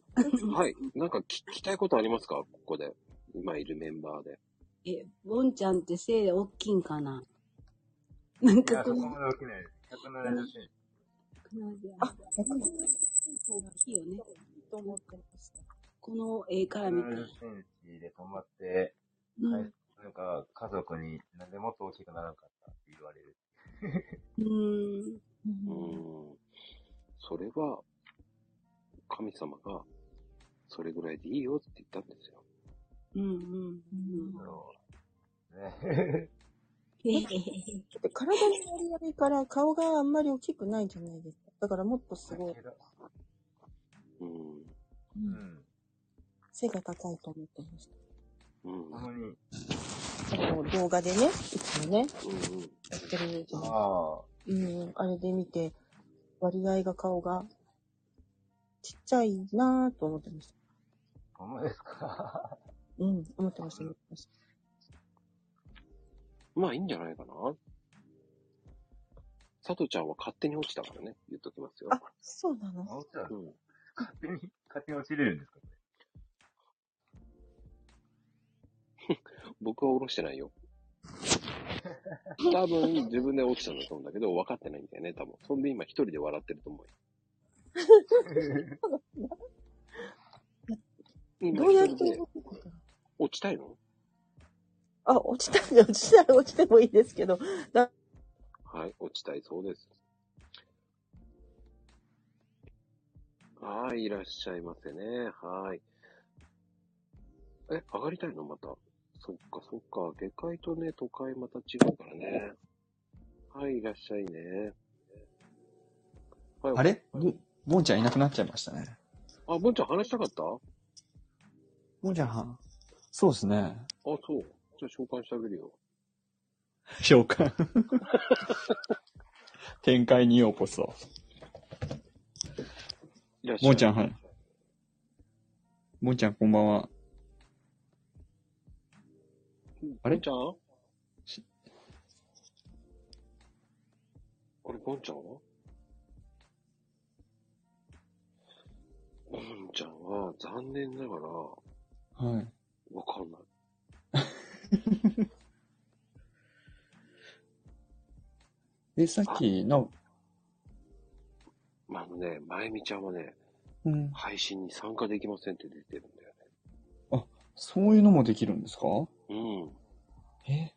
Speaker 1: はい。なんか聞きたいことありますかここで。今いるメンバーで。
Speaker 2: え、ボンちゃんって背大きいんかななん
Speaker 10: いや、
Speaker 2: か
Speaker 10: そ
Speaker 2: こ
Speaker 10: こ
Speaker 2: の、
Speaker 10: まで起きないです。170
Speaker 2: あ
Speaker 9: 大きいよね。と思ってました。
Speaker 2: この絵から見て。
Speaker 10: 170センチで止まって、
Speaker 2: うん。
Speaker 10: はいなんか家族になんでもっと大きくならなかったって言われる。
Speaker 2: うん。
Speaker 1: うーん。それは、神様が、それぐらいでいいよって言ったんですよ。
Speaker 2: うんうん。
Speaker 10: そうね。
Speaker 2: へへへへ
Speaker 9: ちょっと体の割り悪いから顔があんまり大きくないじゃないですか。だからもっとすごい
Speaker 1: う
Speaker 10: う
Speaker 1: ん。
Speaker 10: ん。
Speaker 9: 背が高いと思ってました。
Speaker 1: うん。うん
Speaker 10: たまに、
Speaker 9: あの動画でね、いつもね、
Speaker 1: うん。
Speaker 9: やってるじゃない
Speaker 10: あ
Speaker 9: うん、あれで見て、割合が顔がちっちゃいなぁと思ってました。
Speaker 10: あ、ほんまですか。
Speaker 9: うん、思ってました、思ってまし
Speaker 1: まあいいんじゃないかな。佐藤ちゃんは勝手に落ちたからね、言っときますよ。
Speaker 11: あ、そうなの
Speaker 12: あ、落ちたら
Speaker 1: うん。
Speaker 12: 勝手に、勝手に落ちれるんですかこれ。
Speaker 1: 僕は下ろしてないよ。多分自分で落ちたんだと思うんだけど、分かってないんだよね、多分。そんで今一人で笑ってると思うよ。今
Speaker 11: どうやっ
Speaker 1: 一
Speaker 11: て
Speaker 1: 人で落ちたいの
Speaker 11: あ、落ちたんで、落ちたら落ちてもいいですけど、
Speaker 1: はい、落ちたいそうです。はい、いらっしゃいませね。はい。え、上がりたいのまた。そっか、そっか。下界とね、都会また違うからね。はい、いらっしゃいね。はい、
Speaker 4: あれぼ、ぼんちゃんいなくなっちゃいましたね。
Speaker 1: あ、ぼんちゃん話したかったあ、
Speaker 4: ぼんちゃんは、そうですね。
Speaker 1: そう。じゃあ召喚してあげるよ。
Speaker 4: 召喚。 展開にようこそ。
Speaker 1: いらっしゃい。
Speaker 4: もーちゃんはい。もーちゃんこんばんは。
Speaker 1: あ
Speaker 4: あ
Speaker 1: れ
Speaker 4: れ
Speaker 1: ぼんちゃん
Speaker 4: し
Speaker 1: あれ、ぼんちゃんはぼんちゃんは、残念ながら、わ
Speaker 4: はい。
Speaker 1: かんない。
Speaker 4: え、さっきの、
Speaker 1: まあ、あのね、まゆみちゃんはね、
Speaker 4: うん、
Speaker 1: 配信に参加できませんって出てるんだよ
Speaker 4: そういうのもできるんですか
Speaker 1: ね。うん。
Speaker 4: え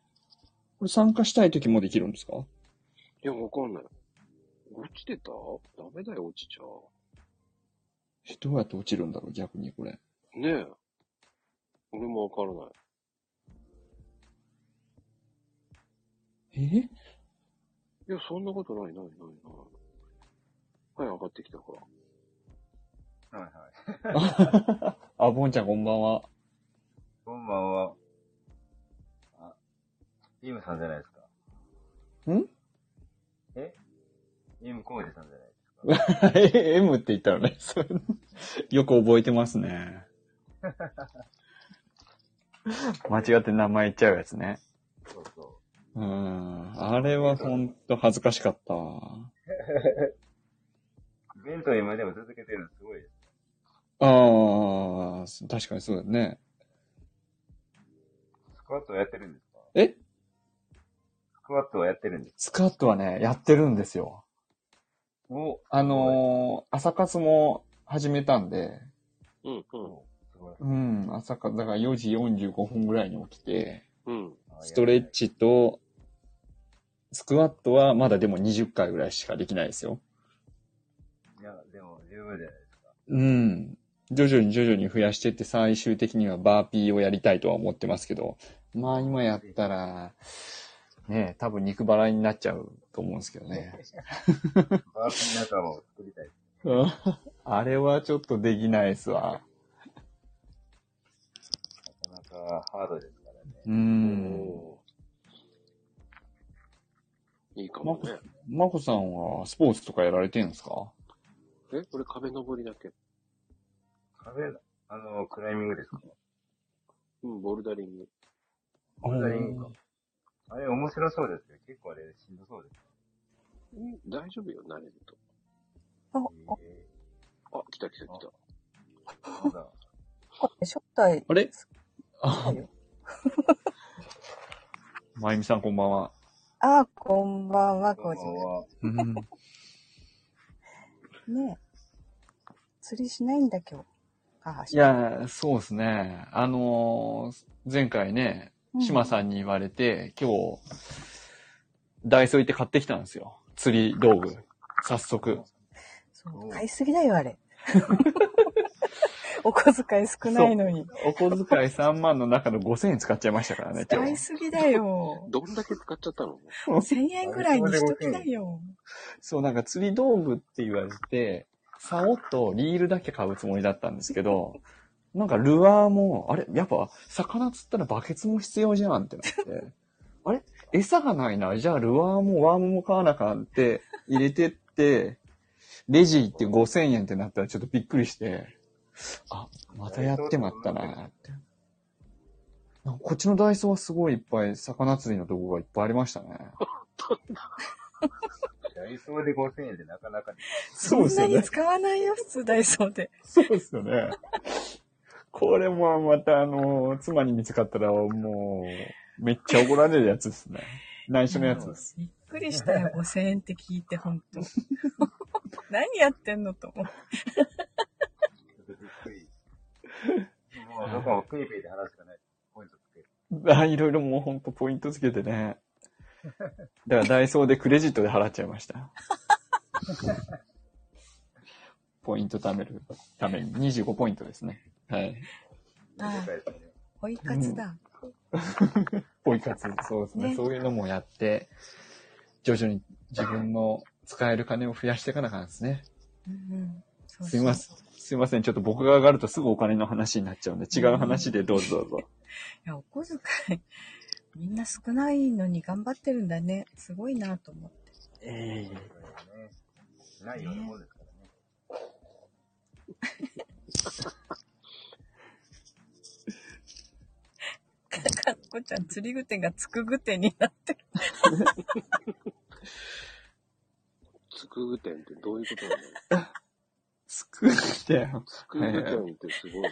Speaker 4: これ参加したい時もできるんですか
Speaker 1: いや、わかんない。落ちてたダメだよ、落ちちゃう。
Speaker 4: えどうやって落ちるんだろう逆にこれ。
Speaker 1: ねえ。俺もわからな
Speaker 4: え
Speaker 1: い。いや、そんなことない、ない、ない、ない。はい、上がってきたから。
Speaker 12: はいはい。
Speaker 4: あ、ぼんちゃんこんばんは。
Speaker 12: こんばんは。あ、イムさんじゃないですか。
Speaker 4: ん
Speaker 12: えイムコウジさんじゃないですか。
Speaker 4: え、M って言ったよね。 それよく覚えてますね。間違って名前言っちゃうやつね。
Speaker 12: そうそう
Speaker 4: ーん。あれはほんと恥ずかしかった。
Speaker 12: う。弁当今でも続けてるのすごいです。
Speaker 4: ああ、確かにそうだね。
Speaker 12: スクワットをやってるんですか
Speaker 4: え
Speaker 12: スクワットをやってるんです
Speaker 4: スカートはね、やってるんです
Speaker 12: か
Speaker 4: よ。
Speaker 12: お
Speaker 4: あのー朝活も始めたんで、
Speaker 1: うん、
Speaker 12: すごい。
Speaker 4: うん、朝活、だから4時45分ぐらいに起きて、
Speaker 1: うん。うん。
Speaker 4: ストレッ。チと、スクワットはまだでも20回ぐらいしかできないですよ。
Speaker 12: いや、でも十分じゃないですか。
Speaker 4: うん。徐々に徐々に増やしてって最終的にはバーピーをやりたいとは思ってますけど、まあ今やったら、ね多分肉払いになっちゃうと思うんですけど ね。
Speaker 12: バースの中も作りたい。
Speaker 4: あれはちょっとできないっすわ。
Speaker 12: なかなかハードですからね。
Speaker 4: う。
Speaker 1: うんいいかもね。
Speaker 4: まこさんはスポーツとかやられてんですか
Speaker 1: え、これ壁登りだっけ
Speaker 12: 壁、あの、クライミングですか
Speaker 1: うん、ボルダリング。
Speaker 12: ボルダリングか。あれ面白そうですよ。結構あれしんどそうです
Speaker 1: うん、大丈夫よ、慣れると。
Speaker 12: よ。え
Speaker 1: あ、来た来た来た。
Speaker 12: ー、なんだ。
Speaker 2: 招待、
Speaker 4: あれあまゆみさんこんばんは。
Speaker 2: あ、こんばんは、コージ
Speaker 12: こんばんは
Speaker 4: うん。
Speaker 2: ねえ。釣りしないんだ、今日。あ、
Speaker 4: いや、そうですね。あのー前回ね、島さんに言われて、今日、ダイソー行って買ってきたんですよ。釣り道具。早速。
Speaker 2: そう買いすぎだよ、あれ。お小遣い少ないのに。
Speaker 4: お小遣い3万の中の5000円使っちゃいましたからね、今
Speaker 2: 買い
Speaker 4: 日。
Speaker 2: すぎだよ。
Speaker 1: どんだけ使っちゃったの
Speaker 2: 1000円ぐらいにしときだよ。
Speaker 4: そう、なんか釣り道具って言われて、竿とリールだけ買うつもりだったんですけど、なんかルアーも、あれやっぱ、魚釣ったらバケツも必要じゃんってなって、あれ餌がないな。じゃあルアーもワームも買わなあかんって入れてって、レジ行って5000円ってなったらちょっとびっくりして、あ、またやってまったなって。なんかこっちのダイソーはすごいいっぱい魚釣りのとこがいっぱいありましたね。
Speaker 3: ダイソーで5000円でなかなかね。
Speaker 4: そうですよ
Speaker 2: そんな
Speaker 4: ね
Speaker 2: に。使わないよ、普通ダイソーで。
Speaker 4: そうですよね。これもまたあの、妻に見つかったらもう、めっちゃ怒られるやつですね。内緒のやつです。
Speaker 2: びっくりしたよ、5000円って聞いて、ほんと。何やってんのと思う。
Speaker 3: びっくり。もう、どこもペイペイで話すかない。ポイントつける。
Speaker 4: あいろいろもうほんとポイントつけてね。だからダイソーでクレジットで払っちゃいま した。ポイント貯めるために25ポイントですね。はい。
Speaker 2: あ
Speaker 3: で
Speaker 2: あ、
Speaker 3: かいですね。
Speaker 2: ポイ活だ。
Speaker 4: ポイ活、そうですね
Speaker 2: ね
Speaker 4: そういうのもやって、徐々に自分の使える金を増やしていかなあかんですね。
Speaker 2: うんうん。そうそう
Speaker 4: すいません。すいません。ちょっと僕が上がるとすぐお金の話になっちゃうんで、違う話でどうぞどうぞ。
Speaker 2: いや、お小遣い、みんな少ないのに頑張ってるんだね。すごいなと思って。
Speaker 4: ええ
Speaker 3: そうだよねないようなもんです からね。
Speaker 2: かっこちゃん、釣り具店がつく具店になってる。
Speaker 1: つくぐ店ってどういうことなの
Speaker 4: 作って、
Speaker 1: つく ぐ店ってすごい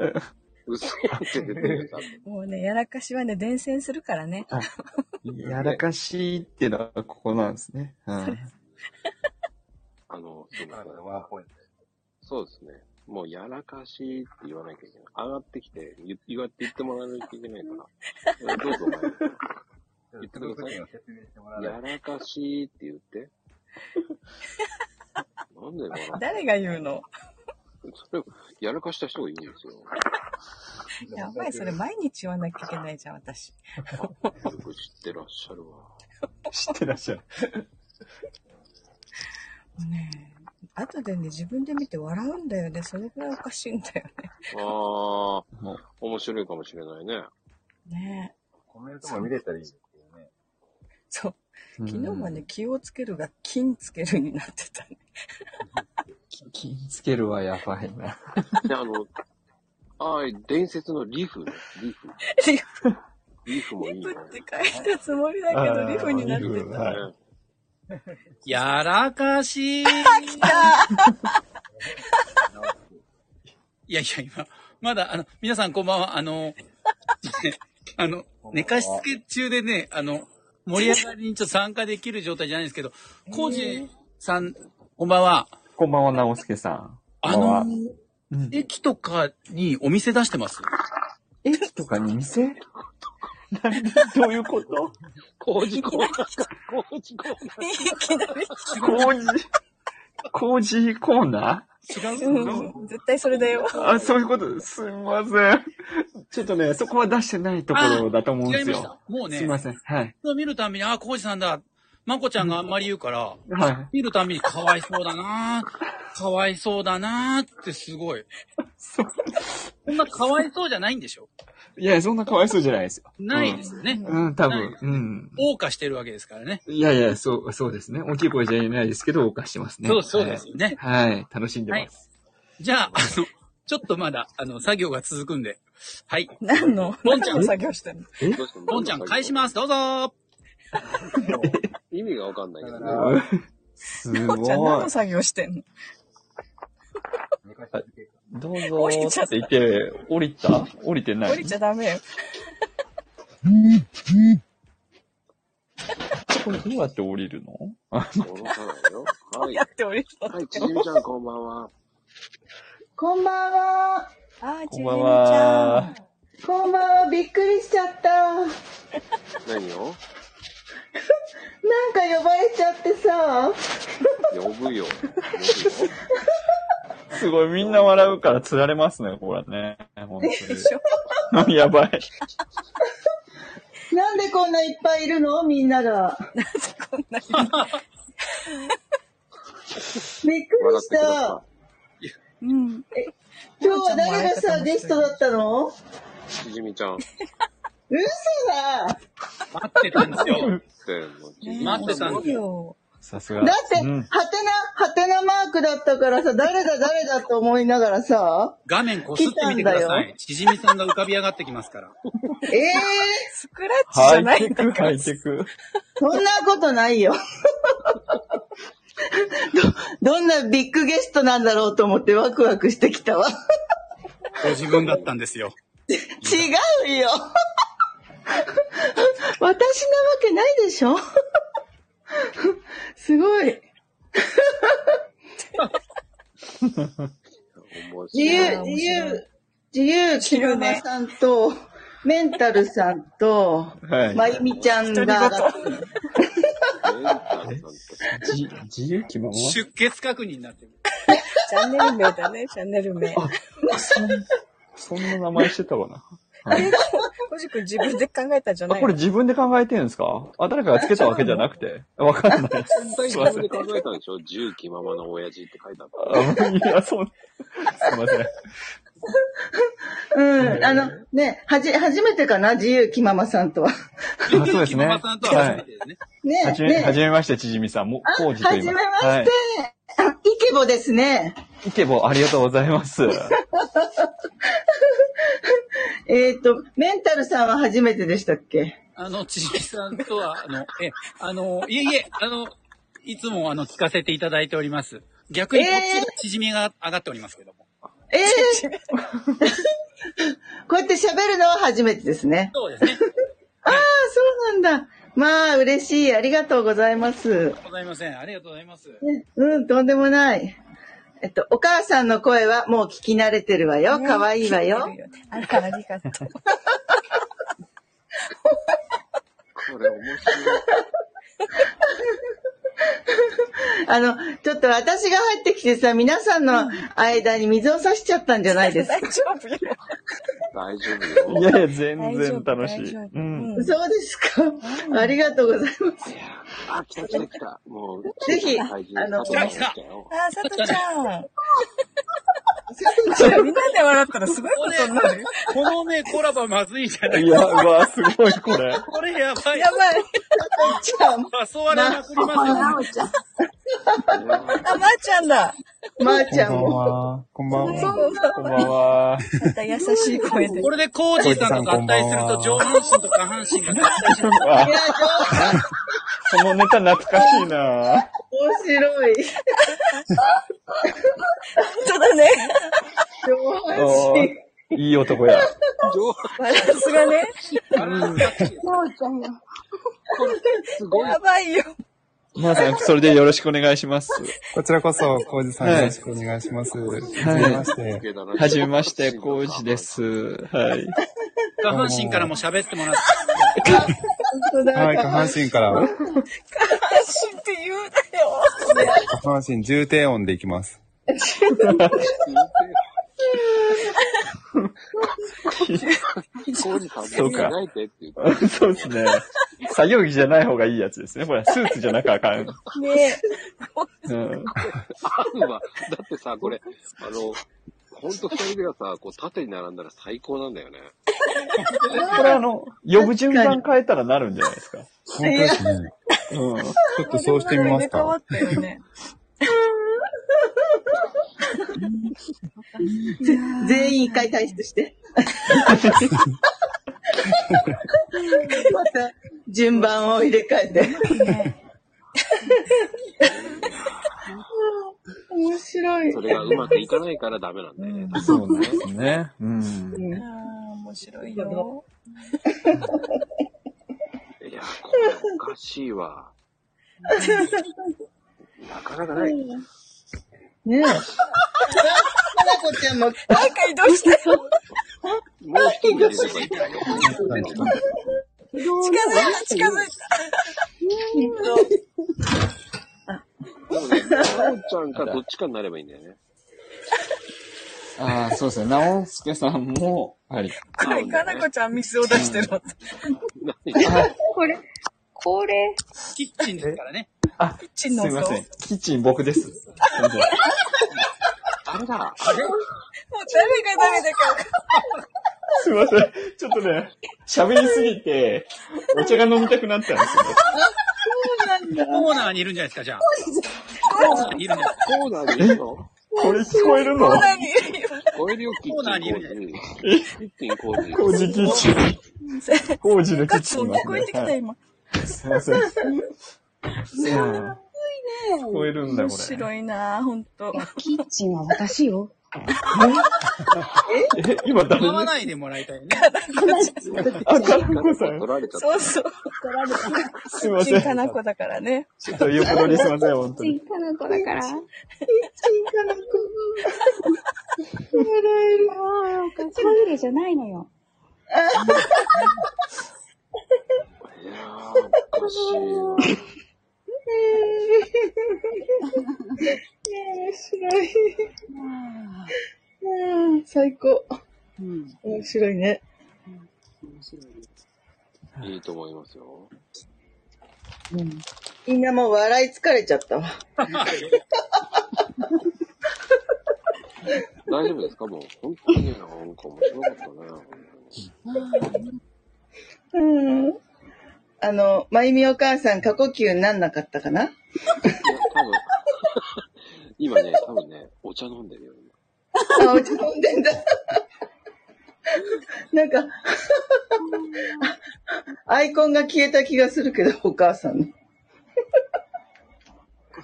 Speaker 4: え
Speaker 1: な。うせえって出てるさ。
Speaker 2: もうね、やらかしはね、伝染するからね。
Speaker 4: やらかしいっていうのはここなんですね。うん、
Speaker 1: あの、そ
Speaker 3: なので、
Speaker 1: の
Speaker 3: ワンポイントで。
Speaker 1: そうですね。もうやらかしいって言わなきゃいけない。上がってきて言言わ言ってもらわないといけない から。どうぞ
Speaker 3: ちょっとその時の説明してもら
Speaker 1: お
Speaker 3: わ
Speaker 1: 前、
Speaker 3: ない
Speaker 1: やらかしいって言って。 なんで笑って
Speaker 2: 誰が言うの
Speaker 1: それをやらかした人が言うんですよ。
Speaker 3: と。
Speaker 2: や ばい、それ毎日言わなきゃいけないじゃん、 私。
Speaker 1: よく知ってらっしゃるわ。
Speaker 4: 知ってらっしゃる。
Speaker 2: もうね、後でね、自分で見て笑うんだよね。それぐらいおかしいんだよ
Speaker 1: ああ、
Speaker 4: もう
Speaker 1: 面白いかもしれないね。
Speaker 2: ね。ね
Speaker 3: コメントも見れたらいいんですけどね。
Speaker 2: えそう。
Speaker 4: 昨
Speaker 2: 昨日はね、、気をつけるが、金つけるになって たね。
Speaker 4: 金つけるはやばいな。
Speaker 1: で、あの、ああ、伝説のリフね。リフ。
Speaker 2: リフ
Speaker 1: リフもいいな。
Speaker 2: って書いたつもりだけど、リ フになっ
Speaker 4: リ
Speaker 2: て
Speaker 4: フ
Speaker 2: た。
Speaker 4: はい
Speaker 1: ね
Speaker 13: やらかしい。 いやいや、今、まだ、あの、皆さんこんばんは。あの、 あの、寝かしつけ中でね、あの、盛り上がりにちょっと参加できる状態じゃないんですけど、コージさん、こんばんは。
Speaker 4: こんばんは、直輔さん。
Speaker 13: あ
Speaker 4: こんば
Speaker 13: の
Speaker 4: んは、うん、
Speaker 13: 駅とかにお店出してます
Speaker 4: 駅とかに店何どういうこと
Speaker 1: 工事コーナーか。工事コーナー。
Speaker 2: いきなり。
Speaker 4: 工事、工事コーナ
Speaker 2: うん、絶対それだよ。
Speaker 4: ーあ、そういうこと、すいません。ちょっとね、そこは出してないところだと思うん
Speaker 13: 違
Speaker 4: です
Speaker 13: いまし
Speaker 4: よ
Speaker 13: た。。もうね、
Speaker 4: すいません。はい。
Speaker 13: 見るたんびに、あ、コージさんだ。まこちゃんがあんまり言うから、
Speaker 4: はい。
Speaker 13: 見るたんびにかわいそうだなかわいそうだなってすごい。
Speaker 4: そう
Speaker 13: こんなかわいそうじゃないんでしょ
Speaker 4: いや、そんなかわいそうじゃないですよ。
Speaker 13: ないですよね。
Speaker 4: うん、多分。うん。
Speaker 13: 謳歌してるわけですからね。
Speaker 4: いやいや、そう、そうですね。大きい声じゃ言えないですけど、犯してますね。
Speaker 13: そうそうですよね。
Speaker 4: はい。はい。楽しんでます。
Speaker 13: じゃあ、あの、ちょっとまだ、あの、作業が続くんで。はい。
Speaker 2: 何の
Speaker 13: ボン
Speaker 2: 何
Speaker 13: ちゃん
Speaker 2: の作業してんの
Speaker 1: どうしたの
Speaker 13: ボンちゃん、返します。どうぞー
Speaker 1: 意味がわかんないけどね。
Speaker 4: うんす
Speaker 2: なおちゃん何
Speaker 4: ごい
Speaker 2: の。作業してんの
Speaker 3: 寝かしつけか。
Speaker 4: どうぞ
Speaker 2: 降りちゃ
Speaker 4: ー
Speaker 2: っ
Speaker 4: って言って、降りた降りてな
Speaker 2: 降り
Speaker 4: い
Speaker 2: ちゃダメよ。
Speaker 4: これどうやって降りるの
Speaker 1: 下ろさないよ。はい
Speaker 2: や。って降りるの
Speaker 1: はい、ちじみちゃんこんばんは。
Speaker 7: こんばんは。
Speaker 2: あー、
Speaker 4: こ
Speaker 2: ち
Speaker 4: ん
Speaker 2: ゅ
Speaker 4: ばんは。
Speaker 7: こんばんは。びっくりしちゃった。なんか
Speaker 1: 何を
Speaker 7: 呼ばれちゃってさ。
Speaker 1: 呼ぶよ。
Speaker 4: すごい、みんな笑うから釣られますね、これね。本当に。やばい。
Speaker 7: なんでこんないっぱいいるのみんなが。
Speaker 2: こんなに
Speaker 7: びっく
Speaker 1: 呼ぶよ。
Speaker 7: りし
Speaker 1: 笑っ
Speaker 7: て
Speaker 1: くだ
Speaker 7: た
Speaker 1: さ。
Speaker 2: うん。
Speaker 7: 今日は誰がさ、ゲストだったの
Speaker 1: い。ちじみちゃん。
Speaker 7: 嘘だだっ
Speaker 13: 待ってたんですよ。
Speaker 1: せーの。ちじみ
Speaker 13: 待ってたん
Speaker 2: そう
Speaker 13: ですよ。
Speaker 2: よ。
Speaker 4: さすが。
Speaker 7: て、
Speaker 4: うん
Speaker 7: ハテナ、ハテナマークだったからさ、誰だ誰だと思いながらさ、
Speaker 14: 画面こすってみてくだ
Speaker 7: 来た
Speaker 14: さ
Speaker 7: んだ
Speaker 14: い。しじみさんが浮かび上がってきますから。
Speaker 7: えぇ、
Speaker 2: スクラッチ じゃないんだから。
Speaker 4: ハイテク。
Speaker 7: そんなことないよ。 ど、どんなビッグゲストなんだろうと思ってワクワクしてきたわ。
Speaker 14: ご自分だったんですよ。
Speaker 7: 違うよ。私なわけないでしょ。すごい。自由、自
Speaker 1: 面白い。
Speaker 7: 由、自由、木山さんと、メンタルさんと、
Speaker 4: はい
Speaker 7: まゆみちゃんが上がってる、
Speaker 1: メンタルなんて
Speaker 4: じ、自由気まま
Speaker 14: 出血確認になってる。
Speaker 2: チャンネル名だね、チャンネル名。
Speaker 4: そんな名前してたかな。
Speaker 2: コジ君自分で考えたんじゃ
Speaker 4: あ、
Speaker 2: ない
Speaker 4: これ自分で考えてるんですかあ、誰かがつけたわけじゃなくて。わかんないです。
Speaker 1: 絶対
Speaker 4: す
Speaker 1: 自
Speaker 4: いませ
Speaker 1: 分
Speaker 4: ん
Speaker 1: で考えたんでしょ重機ママの親父って書いてあった。
Speaker 4: あいや、そう。すいません。
Speaker 7: うん、あの、ね、はじ、初めてかな、自由気ままさんとは。
Speaker 4: あそうですね
Speaker 14: ママさんとは初めてですね。
Speaker 7: ね、
Speaker 4: はじめ、
Speaker 7: ね、
Speaker 4: はじめまして、ちじみさん。も、こうじと
Speaker 7: は
Speaker 4: 言い
Speaker 7: じめ
Speaker 4: ま。
Speaker 7: ますして、
Speaker 4: はい。
Speaker 7: あイケボですね。
Speaker 4: イケボ、ありがとうございます。
Speaker 7: えっ、と、メンタルさんは初めてでしたっけ
Speaker 14: あの、ちじみさんとは、あの、え、あの、いえいえ、あの、いつもあの、聞かせていただいております。逆にこっちが縮みが上がっておりますけども。
Speaker 7: ええこうやって喋るのは初めてですね。
Speaker 14: そう ですね。ありがと
Speaker 7: ああ、そうなんだ。まあ、嬉しい。ありがとうございます。
Speaker 14: うございません。ありがとうございます。
Speaker 7: うん、とんでもない。えっと、お母さんの声はもう聞き慣れてるわよ。可愛いわよ。
Speaker 2: あら、ありがとう。
Speaker 1: これ面 白い。
Speaker 7: あの、ちょっと私が入ってきてさ、皆さんの間に水を差しちゃったんじゃないですか。
Speaker 2: 大丈夫よ。
Speaker 1: 大丈夫
Speaker 4: い
Speaker 1: よ。
Speaker 4: やいや、全
Speaker 2: 大丈
Speaker 4: 然
Speaker 2: 夫
Speaker 4: 楽しい。
Speaker 2: 大丈夫
Speaker 4: うん。
Speaker 2: うん
Speaker 7: そうですか。ありがとうございます。
Speaker 1: あ、来た来た来た。もう、
Speaker 7: ぜひ
Speaker 1: 小さな怪人
Speaker 7: あの
Speaker 1: 佐藤さん来たよ
Speaker 2: あー、さとちゃん。みんなで笑ったらすごいことになるよ。
Speaker 14: このね、コラボまずいじゃない
Speaker 4: いや、うわ、すごい、これ。
Speaker 14: これやばい。
Speaker 2: やばい。
Speaker 7: じゃあ、
Speaker 14: 誘われまくりますよ。
Speaker 11: なおちゃん。
Speaker 2: あ、まー、ちゃんだ。
Speaker 7: まー、ちゃん
Speaker 4: こんばん
Speaker 7: も。
Speaker 4: は。こんばん
Speaker 2: そう
Speaker 4: は。
Speaker 2: こんばんは
Speaker 4: こんばんは。
Speaker 2: また優しい声で。
Speaker 14: これでコージーさんと合体すると上半身と下半身が合体します。
Speaker 4: あ
Speaker 7: いや、
Speaker 4: このネタ懐かしいな
Speaker 7: 面白い。
Speaker 2: 本当だね。
Speaker 7: 上
Speaker 4: お
Speaker 7: 半
Speaker 4: ーいい男や。
Speaker 2: バランスがね。
Speaker 11: なおちゃんよ。
Speaker 2: やばいよ。
Speaker 4: 皆さん、それでよろしくお願いします。
Speaker 15: こちらこそ、コウジさん
Speaker 4: はい
Speaker 15: よろしくお願いします。はじめまして。
Speaker 4: はじめまして、コウジで。す。はい。
Speaker 14: 下半身からも喋ってもらって。
Speaker 7: 身だ。
Speaker 15: はい、下半身から、
Speaker 2: 安心って言うなよ。
Speaker 15: 下半身重低音でいきます。
Speaker 1: コージさん
Speaker 4: そう
Speaker 1: も
Speaker 4: か
Speaker 1: 描いてって言って。
Speaker 4: そうですね。作業着じゃない方がいいやつですね。これ、スーツじゃなきゃあかん。
Speaker 2: ね
Speaker 4: うん。
Speaker 1: 合うわ。だってさ、これ、あの、ほんと二人がさ、こう縦に並んだら最高なんだよね。
Speaker 4: これあの、呼ぶ順番変えたらなるんじゃないですか。
Speaker 15: 本当ですね。
Speaker 4: うん。
Speaker 15: ちょっとそうしてみま
Speaker 2: 入れ
Speaker 15: す
Speaker 2: 替わ
Speaker 15: か
Speaker 2: っ。たよね。
Speaker 7: 全員一回退出して。また順番を入れ替えて。面白い
Speaker 1: そ。れがうまくいかないからダメなんだよね。
Speaker 4: そうなんですね。う
Speaker 2: あ
Speaker 4: ん。
Speaker 2: ー、面白いよ。
Speaker 1: いや、これおかしいわ。なかなかない。
Speaker 7: ね え。花子ちゃんも、
Speaker 2: なんか移動して、近
Speaker 1: もう一人で出ればいいんだよ。
Speaker 2: づいた、近づい
Speaker 1: でもね、なおちゃんかどっちかになればいいんだよね。
Speaker 4: ああ、そうですね。直輔さんも、はい。
Speaker 2: た。これ、かなこちゃん水を出してる。
Speaker 5: これ、これ、
Speaker 14: キッチンですからね。
Speaker 2: チ
Speaker 4: す
Speaker 2: ンの
Speaker 4: い
Speaker 2: 音。
Speaker 4: ま
Speaker 2: もう
Speaker 4: せん。キッチン僕です。すいません
Speaker 1: あれだ。あれ
Speaker 2: 誰が誰だか分かんない。
Speaker 4: すいません。ちょっとね、喋りすぎて、お茶が飲みたくなったんですよね。
Speaker 14: コーナーにいるんじゃないですか、じゃあ。
Speaker 13: コーナーにいるの。
Speaker 1: コーナーにいるの
Speaker 4: これ聞こえるの
Speaker 1: 超えるよ、キッチン
Speaker 13: コーナーにいる
Speaker 1: キッチン工事。
Speaker 4: 工事キッチン。工事のキッチン
Speaker 16: 聞こえてきた、今。
Speaker 4: はいすいません。うん聞こえるんだこれ
Speaker 16: 面白いなほんと。
Speaker 17: キッチンは私よ。
Speaker 4: え今誰
Speaker 13: 買わないでもらいたいね。
Speaker 4: あ、かなこさん。
Speaker 16: そう そう。取られた。
Speaker 4: すいません
Speaker 16: ちんかなこだからね。
Speaker 4: ちょっと横取りすいません、本当に。
Speaker 16: かなこだから。
Speaker 17: かなこ。笑える。トイレじゃないのよ。
Speaker 1: おか しいな。
Speaker 7: 面白い。うん最高。面白いね。
Speaker 1: いいと思いますよ。
Speaker 7: みんなもう笑い疲れちゃったわ。
Speaker 1: 大丈夫ですかもう、本当になんか面白かったね。
Speaker 7: うん。あの、まゆみお母さん過呼吸になんなかったかない
Speaker 1: や、多分、今ね、多分ね、お茶飲んでるよ。
Speaker 7: あ、お茶飲んでんだ。なんか、アイコンが消えた気がするけど、お母さんの。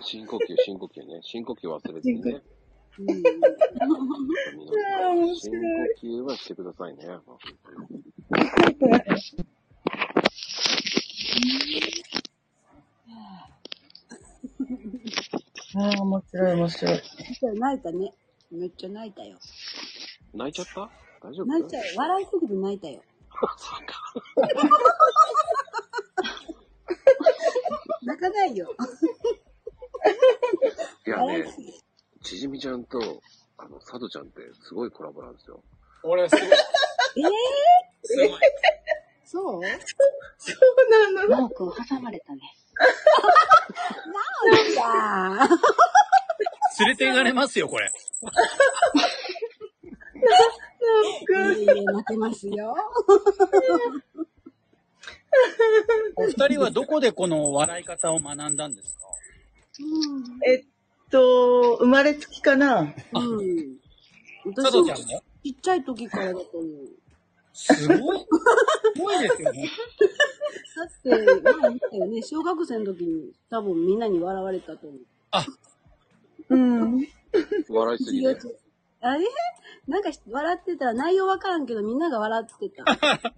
Speaker 1: 深呼吸、深呼吸ね。深呼吸忘れてね。
Speaker 7: あー面
Speaker 1: 深
Speaker 7: 白
Speaker 1: 呼吸はしてくださいね。
Speaker 7: ああ、面白い、面白い。
Speaker 2: それ泣いたね。めっちゃ泣いたよ。
Speaker 1: 泣いちゃった大丈夫
Speaker 2: 泣いちゃう。笑いすぎて泣いたよ。泣かないよ。
Speaker 1: いや
Speaker 2: 笑い
Speaker 1: ね
Speaker 2: すぎ、
Speaker 1: ちじみちゃんと、あの、佐渡ちゃんってすごいコラボなんですよ。
Speaker 13: 俺すごい。
Speaker 2: えー、そう
Speaker 7: そうなの
Speaker 17: マオくん挟まれ たね。
Speaker 2: マオちゃん
Speaker 13: 連れていかれますよ、これ。
Speaker 2: いえいえ泣けますよ。
Speaker 13: お二人はどこでこの笑い方を学んだんですか
Speaker 7: えっと、生まれつきかな
Speaker 2: うん。
Speaker 13: 佐藤ちゃんも
Speaker 2: ちっちゃい時からだと思う。
Speaker 13: すご い。すごいですよね。
Speaker 2: だって、前言ったよね、小学生の時に多分みんなに笑われたと思う。
Speaker 7: うん。
Speaker 1: 笑いすぎて。
Speaker 2: あれなんか笑ってたら内容わからんけどみんなが笑ってた。
Speaker 7: あー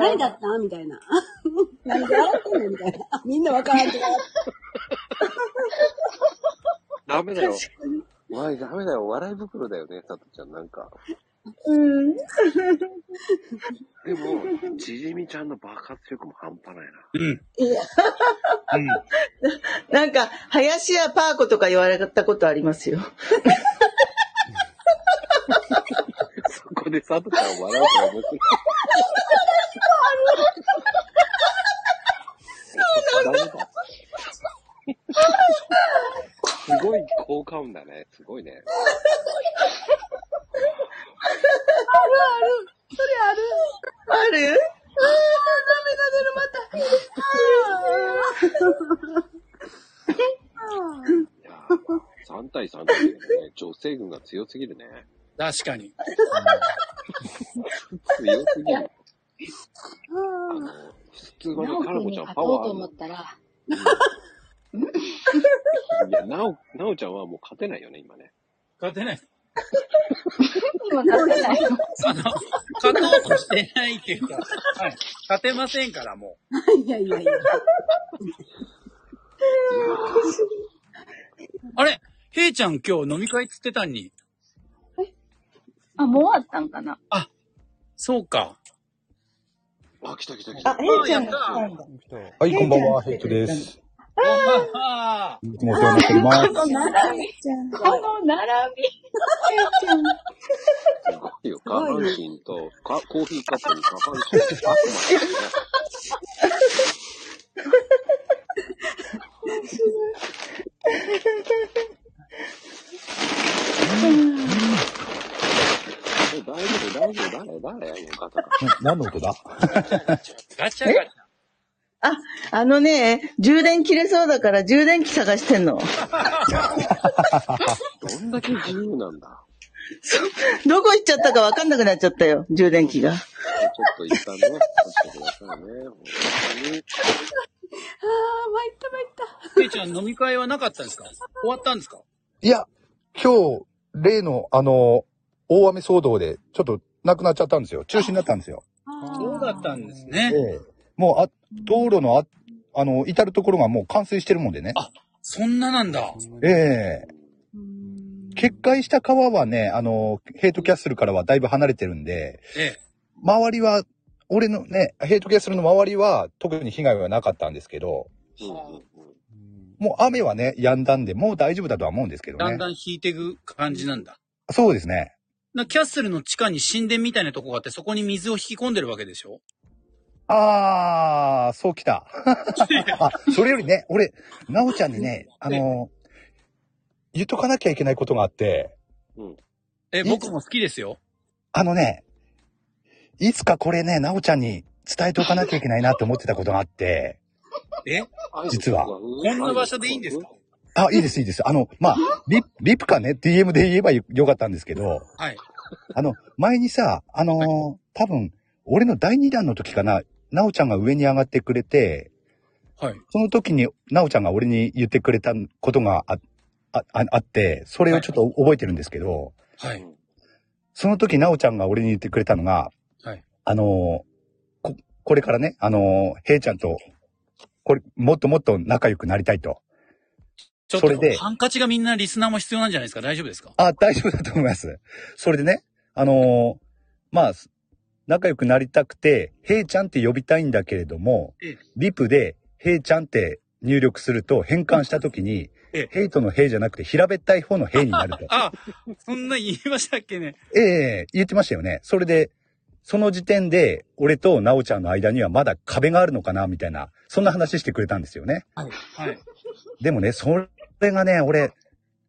Speaker 2: 何だったみたいな。何笑ってんのみたいな。みんなわからんけど。
Speaker 1: ダメだよ。わい、ダメだよ。笑い袋だよね、佐藤ちゃん。なんか。
Speaker 7: うん。
Speaker 1: でも、ちじみちゃんの爆発力も半端ないな。
Speaker 7: いや。なんか、林家パーコとか言われたことありますよ。
Speaker 1: そこで佐藤ちゃんを笑うから面白い。そうなんだ。すごい効果音だね。すごいね。
Speaker 7: それあるあるあー、ダメだ出る、また。
Speaker 1: 3対3だけどね、 女性軍が強すぎるね。
Speaker 13: 確かに。
Speaker 1: 強すぎる。普通はね
Speaker 17: マオ、
Speaker 1: か
Speaker 17: く
Speaker 1: なこ
Speaker 17: んに
Speaker 1: ちゃん
Speaker 17: 勝
Speaker 1: パ
Speaker 17: とうと
Speaker 1: ワーある
Speaker 17: 思
Speaker 1: の
Speaker 17: ったら、
Speaker 1: いや、なお、なおちゃんはもう勝てないよね、今ね。
Speaker 13: 勝てない。
Speaker 17: 今勝てない。
Speaker 13: あの、勝とうとしてないっていうか、はい。勝てませんから、も
Speaker 2: いやいやいや。
Speaker 13: う。あれヘイちゃん今日飲み会っつってたんに。
Speaker 17: あ、もう終わったんかな。
Speaker 13: そうか。
Speaker 1: あ、来た来た来
Speaker 7: あ、ヘイちゃんが来たんだ。
Speaker 15: はい、こんばんは、ヘイトです。
Speaker 13: ああ。
Speaker 15: いつもお世話になっております。
Speaker 17: 並び。この並び。
Speaker 1: すごいよ。下半身と、かコーヒーカップに下半身と悪魔だよね。え大丈夫、大丈夫、誰、誰もうガタガタ。
Speaker 15: な何の音だ
Speaker 13: ガチャガチャ。
Speaker 7: あ、ああのね、充電切れそうだから充電器探してんの。
Speaker 1: どんだけ自由なんだ。
Speaker 7: どこ行っちゃったかわかんなくなっちゃったよ、充電器が。
Speaker 1: ちょっと一旦ね、待ってくださいね。本当に
Speaker 14: ペイちゃん飲み会はなかったんですか終わったんですか
Speaker 15: いや、今日、例の、あの、大雨騒動で、ちょっとなくなっちゃったんですよ。中止になったんですよ。
Speaker 14: そうだったんですね。
Speaker 15: ええもう、あ、道路のあ、あの、至るところがもう冠水してるもんでね。
Speaker 14: そんななんだ。
Speaker 15: ええ決壊した川はね、あの、ヘイトキャッスルからはだいぶ離れてるんで、
Speaker 14: え
Speaker 15: 周りは、俺のね、ヘイトキャッスルの周りは特に被害はなかったんですけど、もう雨はね、止んだんで、もう大丈夫だとは思うんですけど
Speaker 14: だん
Speaker 15: ね。
Speaker 14: だん引いていく感じなんだ。
Speaker 15: そうですね。
Speaker 14: なキャッスルの地下に神殿みたいなとこがあって、そこに水を引き込んでるわけでしょ
Speaker 15: あー、そうきた。あ、それよりね、俺、なおちゃんにね、あの、言っとかなきゃいけないことがあって、
Speaker 14: え、僕も好きですよ。
Speaker 15: あのね、いつかこれね、なおちゃんに伝えておかなきゃいけないなって思ってたことがあって、
Speaker 14: え
Speaker 15: 実は
Speaker 14: こんな場所でいいんですか
Speaker 15: あ、いいです、いいです。あの、まあ、リリプかね、DM で言えばよよかったんですけど、
Speaker 14: はい。
Speaker 15: あの、前にさ、あのー多分、俺の第2弾の時かな、なおちゃんが上に上がってくれて、
Speaker 14: はい。
Speaker 15: その時に、なおちゃんが俺に言ってくれたことがあ、あ、ああって、それをちょっと覚えてるんですけど、
Speaker 14: はい。
Speaker 15: その時、なおちゃんが俺に言ってくれたのが、
Speaker 14: はい。
Speaker 15: あのーこ、これからね、あのー、へいちゃんと、これ、もっともっと仲良くなりたいと。
Speaker 14: ちょっ
Speaker 15: それで
Speaker 14: と、ハンカチがみんなリスナーも必要なんじゃないですか大丈夫ですか
Speaker 15: あ、大丈夫だと思います。それでね、あのーまあ、仲良くなりたくて、へいちゃんって呼びたいんだけれども、リプで、へいちゃんって入力すると変換した時に、ヘイトのへいじゃなくて平べったい方のへいになると。
Speaker 14: あ、そんな言いましたっけね。
Speaker 15: ええ言ってましたよね。それで、その時点で、俺となおちゃんの間にはまだ壁があるのかな、みたいな、そんな話してくれたんですよね。
Speaker 14: はい。はい。
Speaker 15: でもね、それがね、俺、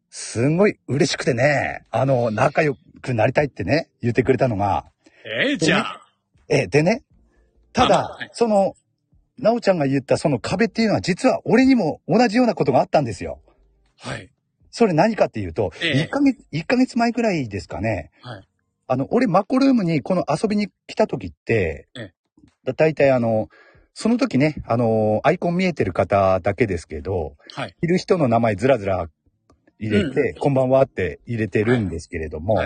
Speaker 15: すんごい嬉しくてね、あの、仲良くなりたいってね、言ってくれたのが、
Speaker 14: えー、じゃあ。
Speaker 15: え、でね、ただ、その、なおちゃんが言ったその壁っていうのは実は俺にも同じようなことがあったんですよ。
Speaker 14: はい。
Speaker 15: それ何かっていうと、
Speaker 14: ええ
Speaker 15: 1ヶ月、一ヶ月前くらいですかね、
Speaker 14: はい。
Speaker 15: あの、俺マコルームにこの遊びに来た時って、
Speaker 14: え
Speaker 15: だ大体あの、その時ね、あの、アイコン見えてる方だけですけど、
Speaker 14: はい。
Speaker 15: いる人の名前ずらずら入れて、
Speaker 14: う
Speaker 15: こんばんはって入れてるんですけれども、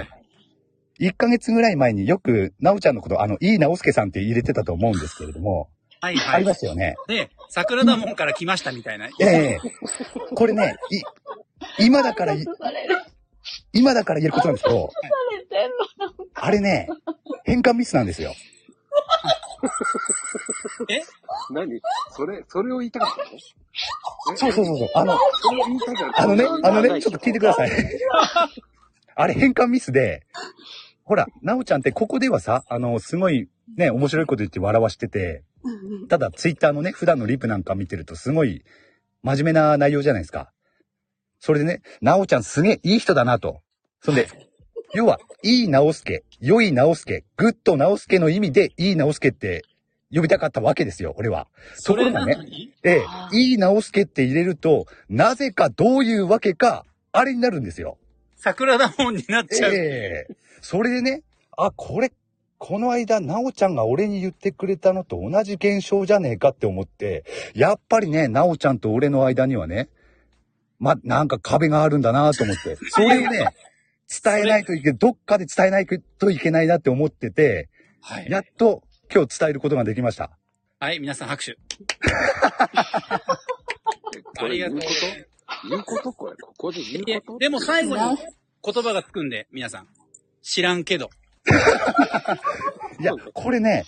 Speaker 15: 1ヶ月ぐらい前によく、なおちゃんのこと、あの、いいなおすけさんって入れてたと思うんですけれども、
Speaker 14: はい、はい。
Speaker 15: ありましたよね。
Speaker 14: で、桜田門から来ましたみたいな。
Speaker 15: ええこれね、い、今だからい、今だから言えることなんですけど、あれね、変換ミスなんですよ。
Speaker 14: え
Speaker 1: 何それ、それを言いたかったの
Speaker 15: そうそうそうそうあの
Speaker 1: それを言いたかった
Speaker 15: あのね、あのね、ちょっと聞いてくだ さい。あれ変換ミスで、ほら、なおちゃんってここではさ、あの、すごいね、面白いこと言って笑わしてて、ただツイッターのね、普段のリプなんか見てるとすごい真面目な内容じゃないですか。それでね、なおちゃんすげえいい人だなと。そんで、要は、いいなおすけ、良いなおすけ、グッドなおすけの意味で、いいなおすけって呼びたかったわけですよ、俺は。ところがね、ええ、いいなおすけって入れると、なぜかどういうわけか、あれになるんですよ。
Speaker 14: 桜田門になっちゃう。
Speaker 15: ええそれでね、あ、これ、この間、なおちゃんが俺に言ってくれたのと同じ現象じゃねえかって思って、やっぱりね、なおちゃんと俺の間にはね、ま、なんか壁があるんだなと思って、そ れをね、伝えないといけ、どっかで伝えないといけないなって思ってて、やっと今日伝えることができました。
Speaker 14: はい、皆さん拍手。
Speaker 1: これ言う
Speaker 14: ありがとう
Speaker 1: こ
Speaker 14: ござい
Speaker 1: と言うことこれ、ここで言うこと
Speaker 14: でも最後に言葉がつくんで、皆さん。知らんけど。
Speaker 15: いや、これね、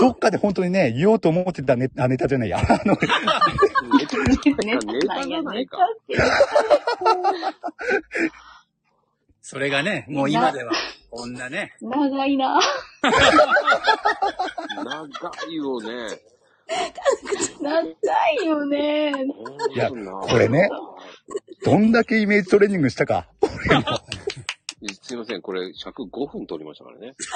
Speaker 15: どっかで本当にね、言おうと思ってたネあネタじゃないや。あの、
Speaker 1: ネタじゃないか。
Speaker 14: それがね、もう今では、こんなね。
Speaker 18: 長いな。
Speaker 1: 長 いよね。
Speaker 18: 長いよね。
Speaker 15: いや、これね、どんだけイメージトレーニングしたか。
Speaker 1: すいません、これ尺5分取りましたからね。
Speaker 14: 素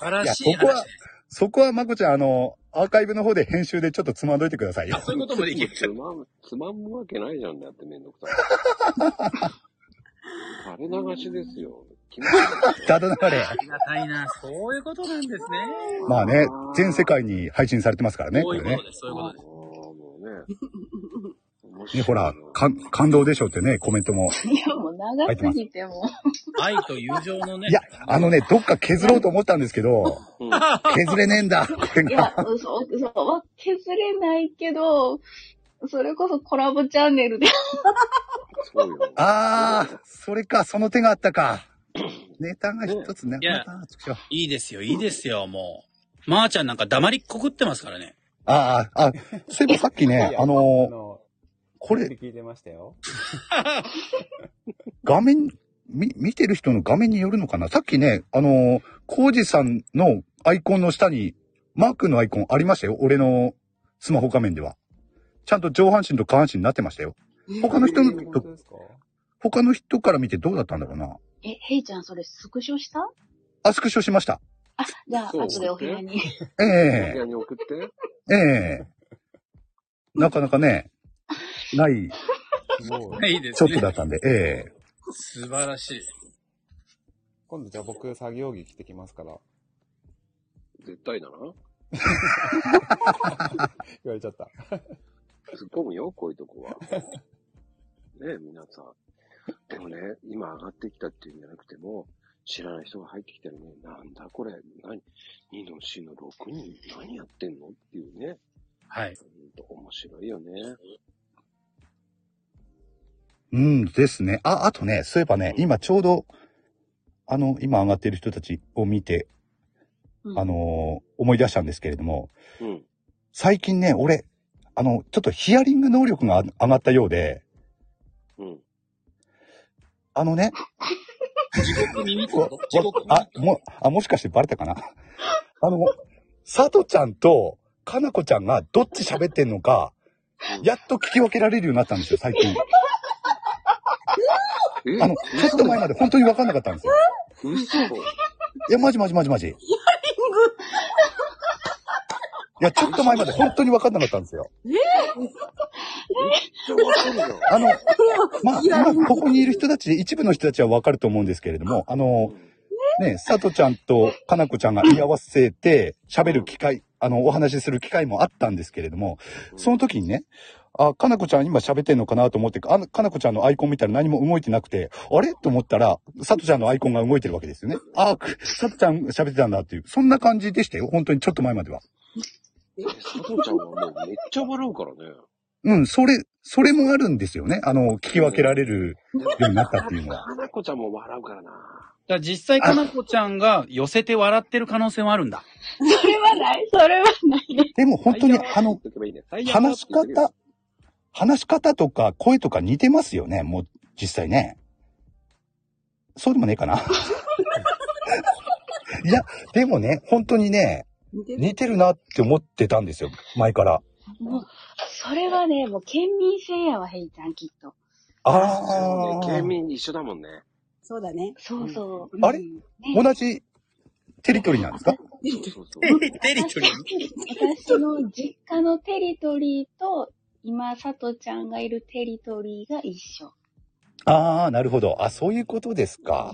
Speaker 14: 晴ら
Speaker 15: いや、そこは、そこはまこちゃん、あの、アーカイブの方で編集でちょっとつまんどいてくださいよ。
Speaker 1: そういうこともできる。 つまん、つまむわけないじゃんだってめんどくさい。垂れ流しですよ。
Speaker 15: ただ流れ。
Speaker 13: ありがたいな。そういうことなんですね。
Speaker 15: まあね、全世界に配信されてますからね、こ
Speaker 13: そうい
Speaker 15: れ
Speaker 13: うこ
Speaker 15: ね
Speaker 13: と。です。そういうことです。
Speaker 15: ね、ほら、かん感動でしょうってね、コメントも。
Speaker 2: いや、もう長すぎても。
Speaker 13: 愛と友情のね。
Speaker 15: いや、あのね、どっか削ろうと思ったんですけど、削れねえんだ、これ
Speaker 2: いや、
Speaker 15: が。
Speaker 2: そう、そう、わ削れないけど、それこそコラボチャンネルで。
Speaker 15: あー、それか、その手があったか。ネタが一つね
Speaker 13: い。や、いいですよ、いいですよ、もう。まー、ちゃんなんか黙りっこくってますからね。
Speaker 15: ああ、あ、そういえばさっきね、あのこれ。
Speaker 19: 聞いてましたよ。
Speaker 15: 画面、み、見てる人の画面によるのかなさっきね、あのー、コウジさんのアイコンの下に、マークのアイコンありましたよ。俺のスマホ画面では。ちゃんと上半身と下半身になってましたよ。 他の人の、他の人から見てどうだったんだろうな。
Speaker 2: え、ヘイちゃんそれスクショした
Speaker 15: あ、スクショしました。
Speaker 2: あ、じゃあ、
Speaker 15: そう
Speaker 2: 後でお部屋に。
Speaker 15: ええ
Speaker 1: お部屋に送って。
Speaker 15: ええなかなかね、 ない、
Speaker 13: いいで
Speaker 15: ち
Speaker 13: す
Speaker 15: ょ
Speaker 13: ね。
Speaker 15: っとだったんで、ええ
Speaker 13: 素晴らしい。
Speaker 19: 今度じゃあ僕作業着着てきますから。
Speaker 1: 絶対だな。
Speaker 19: 言われちゃった。
Speaker 1: 突っ込むよ、こういう とこは。ねえ、皆さん。でもね、今上がってきたっていうんじゃなくても、知らない人が入ってきたらね、なんだこれ、何、2の4の6人、何やってんのっていうね。
Speaker 13: はい。
Speaker 1: 面白いよね。
Speaker 15: うんですね。あ、あとね、そういえばね、今ちょうど、あの、今上がっている人たちを見て、あのー思い出したんですけれども、
Speaker 1: うん。
Speaker 15: 最近ね、俺、あの、ちょっとヒアリング能力が上上がったようで、
Speaker 1: うん。
Speaker 15: あの ね、あ、も、あ、もしかしてバレたかな あの、佐藤ちゃんと、かなこちゃんがどっち喋ってんのか、やっと聞き分けられるようになったんですよ、最近。あの、ちょっと前まで本当に分かんなかったんですよ。
Speaker 1: 嘘い
Speaker 15: や、まじまじまじまじ。いや、ちょっと前まで本当に分かんなかったんですよ。
Speaker 2: えめっ
Speaker 1: ちゃわかるよ。
Speaker 15: あの、まあ、今ここにいる人たち、一部の人たちは分かると思うんですけれども、あの、ね、佐藤ちゃんとかなこちゃんが居合わせて喋る機会、あの、お話しする機会もあったんですけれども、その時にね、あ、かなこちゃん今喋ってんのかなと思って、あの、かなこちゃんのアイコン見たら何も動いてなくて、あれと思ったら、佐藤ちゃんのアイコンが動いてるわけですよね。あ、く佐藤ちゃん喋ってたんだっていう、そんな感じでしたよ。本当にちょっと前までは。
Speaker 1: 佐藤ちゃんはもうめっちゃ笑うからね。
Speaker 15: うん、それ、それもあるんですよね。あの、聞き分けられるようになったって いうのは。
Speaker 1: 花子ちゃんも笑うからな。
Speaker 13: じゃあ実際、かなこちゃんが寄せて笑ってる可能性もあるんだ。
Speaker 2: それはない、それはない。
Speaker 15: でも本当に、あの、話し方、話し方とか声とか似てますよね。もう、実際ね。そうでもねえかな。いや、でもね、本当にね、似てるなって思ってたんですよ。前から。
Speaker 2: もう、それはね、もう県民性やわ、ヘイちゃん、きっと。
Speaker 15: ああ。
Speaker 1: 県民一緒だもんね。
Speaker 2: そうだね。そうそう。
Speaker 15: あれ同じテリトリーなんですか
Speaker 13: テリトリー
Speaker 2: 私の実家のテリトリーと、今、さとちゃんがいるテリトリーが一緒。
Speaker 15: ああ、なるほど。あ、そういうことですか。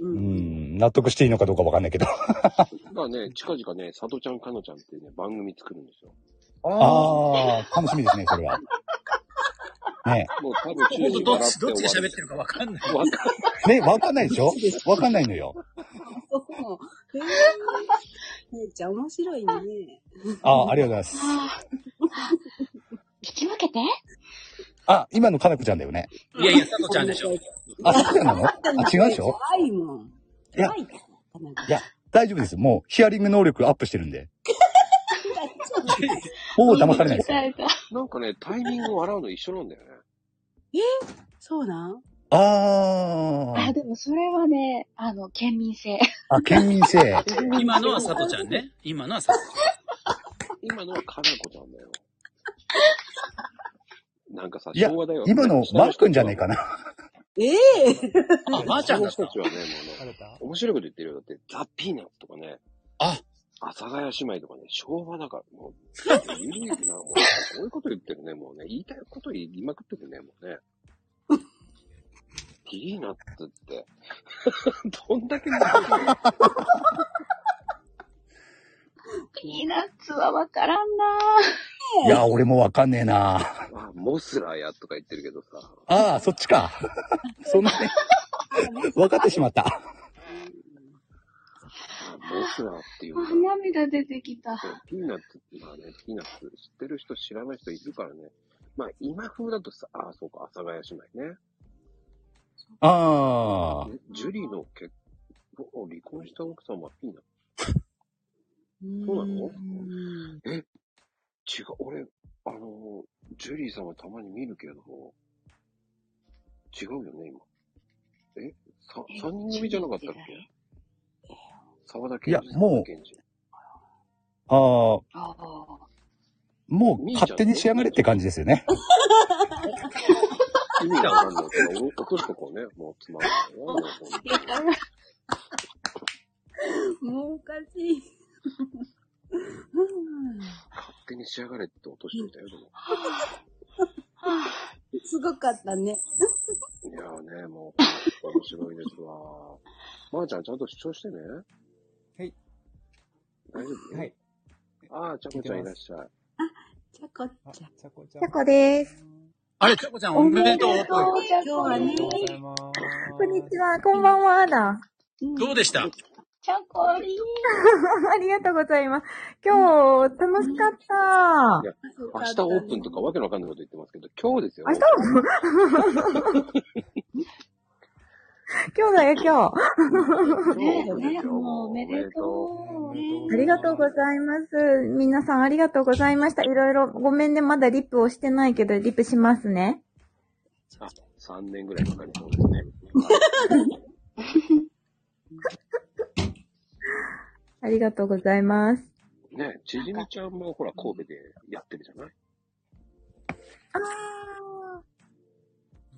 Speaker 15: うん、納得していいのかどうかわかんないけど。
Speaker 1: だからね、近々ね、佐藤ちゃん、かのちゃんっていうね、番組作るんですよ。
Speaker 15: ああ、楽しみですね、それは。ね
Speaker 1: もう多分
Speaker 13: ほ
Speaker 1: 中
Speaker 13: ぼ
Speaker 1: に
Speaker 13: どっ
Speaker 1: 笑っ
Speaker 13: ち、
Speaker 1: て
Speaker 13: どっち
Speaker 1: 終
Speaker 13: で
Speaker 1: わる。
Speaker 13: 喋ってるかわかんない。
Speaker 1: わか
Speaker 15: え。 ねえ、わかんないでしょわかんないのよ。
Speaker 20: へえ。めっちゃん面白いね。
Speaker 15: ああ、ありがとうございます。
Speaker 2: 聞き分けて
Speaker 15: あ、今のかなこちゃんだよね。
Speaker 13: いやいや、さとちゃんでしょ。
Speaker 15: あ、そうなのあ、違うでしょ
Speaker 20: 可愛いもん。
Speaker 15: いや、いや、大丈夫です。もう、ヒアリング能力アップしてるんで。もう騙されないですよ。
Speaker 1: なんかね、タイミングを笑うの一緒なんだよね。
Speaker 2: えそうなん
Speaker 15: あ
Speaker 2: あ、でもそれはね、あの、県民性。
Speaker 15: あ。あ、県民性。
Speaker 13: 今のはさとちゃんね。今のはさとち
Speaker 1: 今のはかなこちゃんだよ。なんかさ、
Speaker 15: いや
Speaker 1: 昭和だよ。、
Speaker 15: 今のマー君じゃねえかな。
Speaker 20: ええ
Speaker 1: あ、ばあちゃんの人たちはね、もうね、面白いこと言ってるよ。だって、ザ・ピーナッツとかね。
Speaker 13: あ
Speaker 1: 阿佐ヶ谷姉妹とかね、昭和だから、もう、ゆるいな、もう、そういうこと言ってるね、もうね、言いたいこと言いまくってるね、もうね。いいなっつって。 どんだけ長いの
Speaker 7: ピーナッツはわからんなぁ
Speaker 15: いや、俺もわかんねえな
Speaker 1: あモスラーやとか言ってるけどさ。
Speaker 15: ああ、そっちか。 そんなね、分かってしまった。
Speaker 1: モスラーっていう
Speaker 7: あ涙出てきた。
Speaker 1: ピーナッツって、まあね、ピーナッツ知ってる人知らない人いるからね。まあ今風だとさ、ああ、そうか、阿佐ヶ谷姉妹ね。
Speaker 15: ああ。
Speaker 1: ねジュリーの結婚、離婚した奥さんはピーナッツ。そうなのえ、違う、俺、あの、ジュリーさんはたまに見るけども、違うよね、今。え、さ、三人組じゃなかったっけ沢田
Speaker 15: い
Speaker 1: 健
Speaker 15: や
Speaker 1: 二、さん
Speaker 15: もう
Speaker 1: 健二、
Speaker 15: ああ、
Speaker 7: あ
Speaker 15: もう勝手に仕上がれって感じですよね。
Speaker 1: 意味がわかんないから、お落としとこうね。もうつまんないよ。もうほんと
Speaker 21: もうおかしい。
Speaker 1: 勝手に仕上がれって落としてみたよ、でも。
Speaker 21: すごかった ね。
Speaker 1: いやーね、もう、面白いですわ。 まー、ちゃん、ちゃんと主張してね。
Speaker 22: はい。
Speaker 1: 大丈夫はい。あー、ちゃこちゃんいらっしゃい。
Speaker 21: ちゃこ
Speaker 22: ちゃん。ちゃこちゃん。
Speaker 2: タコです。
Speaker 13: あれ、ちゃこちゃんおめでとう。
Speaker 2: 今日はね。こんにちは、こんばんは、だ。
Speaker 13: どうでした
Speaker 2: チョコリ ありがとうございます。今日、楽しかった。
Speaker 1: いや、明日オープンとかわけのわかんないこと言ってますけど、今日ですよ。
Speaker 2: 明日も 今日だよ、今日。
Speaker 7: ねね、もうおめでとう。
Speaker 2: ありがとうございます。皆さんありがとうございました。いろいろ、ごめんね、まだリップをしてないけど、リップしますね。
Speaker 1: あ、3年ぐらいかかりそうですね。
Speaker 2: ありがとうございます。
Speaker 1: ね、ちじみちゃんもほら、神戸でやってるじゃない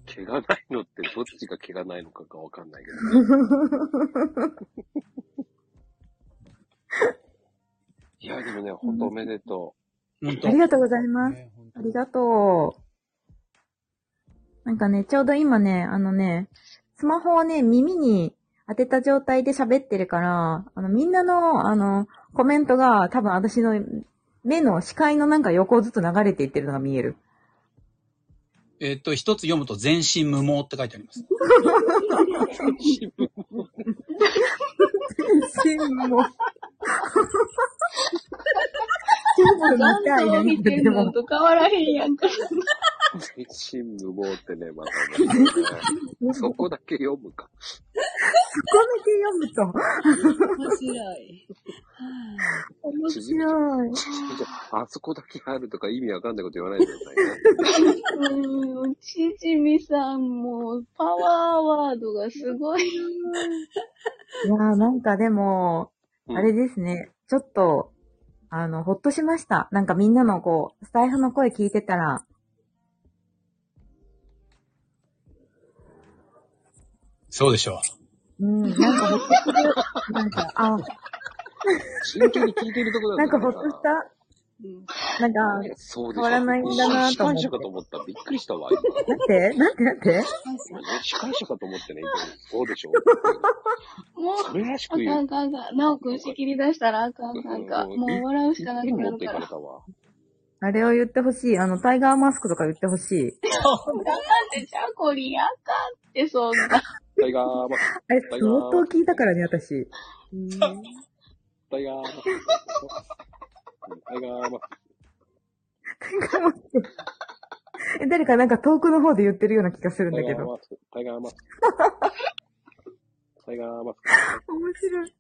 Speaker 1: 毛がないのって、どっちが毛がないのかがわかんないけど、ね。いや、でもね、ほんとおめでとう。
Speaker 2: ありがとうございます。ありがとう。なんかね、ちょうど今ね、あのね、スマホをね、耳に当てた状態で喋ってるから、あの、みんなの、あの、コメントが多分私の目の視界のなんか横をずっと流れていってるのが見える。
Speaker 13: えっと、一つ読むと全身無毛って書いてあります。
Speaker 2: 全身も。ちょっと見 たいな、
Speaker 7: 見てるのと変わらへんやんか。
Speaker 1: 全身無謀ってね、またね。そこだけ読むか。
Speaker 2: そこだけ読むと。
Speaker 21: 面白い。
Speaker 2: 面白い。
Speaker 1: あそこだけあるとか意味わかんないこと言わないでくださいね。
Speaker 7: うーん、ちじみさんもパワーワードがすごい。
Speaker 2: いやーなんかでも、あれですね、ちょっと、あの、ほっとしました。なんかみんなのこう、スタイフの声聞いてたら、
Speaker 13: そうでしょ
Speaker 2: うん、なんかほっとする。なんか、あ、
Speaker 1: 真剣に聞いてるとこ
Speaker 2: な
Speaker 1: だっ
Speaker 2: ん
Speaker 1: た
Speaker 2: か
Speaker 1: ね
Speaker 2: ほっとした。なんか、
Speaker 1: そうでし
Speaker 2: 変
Speaker 1: ょ。
Speaker 2: わらないんだな
Speaker 1: 司
Speaker 2: と思っ
Speaker 1: 会
Speaker 2: て
Speaker 1: 者。かと思った。びっくりしたわ、今。
Speaker 2: なんてなんてなんて
Speaker 1: 今ね、司会者かと思ってね、今そうでしょ。
Speaker 7: もう、
Speaker 1: それらし
Speaker 7: あ
Speaker 1: く
Speaker 7: かん
Speaker 1: 言う。
Speaker 7: あかんあかん。なおくん仕切り出したらあかんあかんあかん。もう笑うしかなくな
Speaker 1: 持っ
Speaker 7: る
Speaker 1: てい
Speaker 7: か
Speaker 1: かられ。たわ。
Speaker 2: あれを言ってほしい。あの、タイガーマスクとか言ってほしい。
Speaker 7: そうだって、チャコリンあかんって、そんな。
Speaker 1: タイガーマスク。
Speaker 2: あれ、
Speaker 1: タ
Speaker 2: 相
Speaker 1: イガー
Speaker 2: 当
Speaker 1: マスク。
Speaker 2: 聞いたからね、私。
Speaker 1: タイガーマスク。タイガーマスク。
Speaker 2: え誰かなんか遠くの方で言ってるような気がするん
Speaker 1: タ
Speaker 2: だ
Speaker 1: イ
Speaker 2: け
Speaker 1: ガー
Speaker 2: ど。
Speaker 1: マスク。タイガーマスク。タイガー
Speaker 2: 面
Speaker 1: マス
Speaker 2: 白い。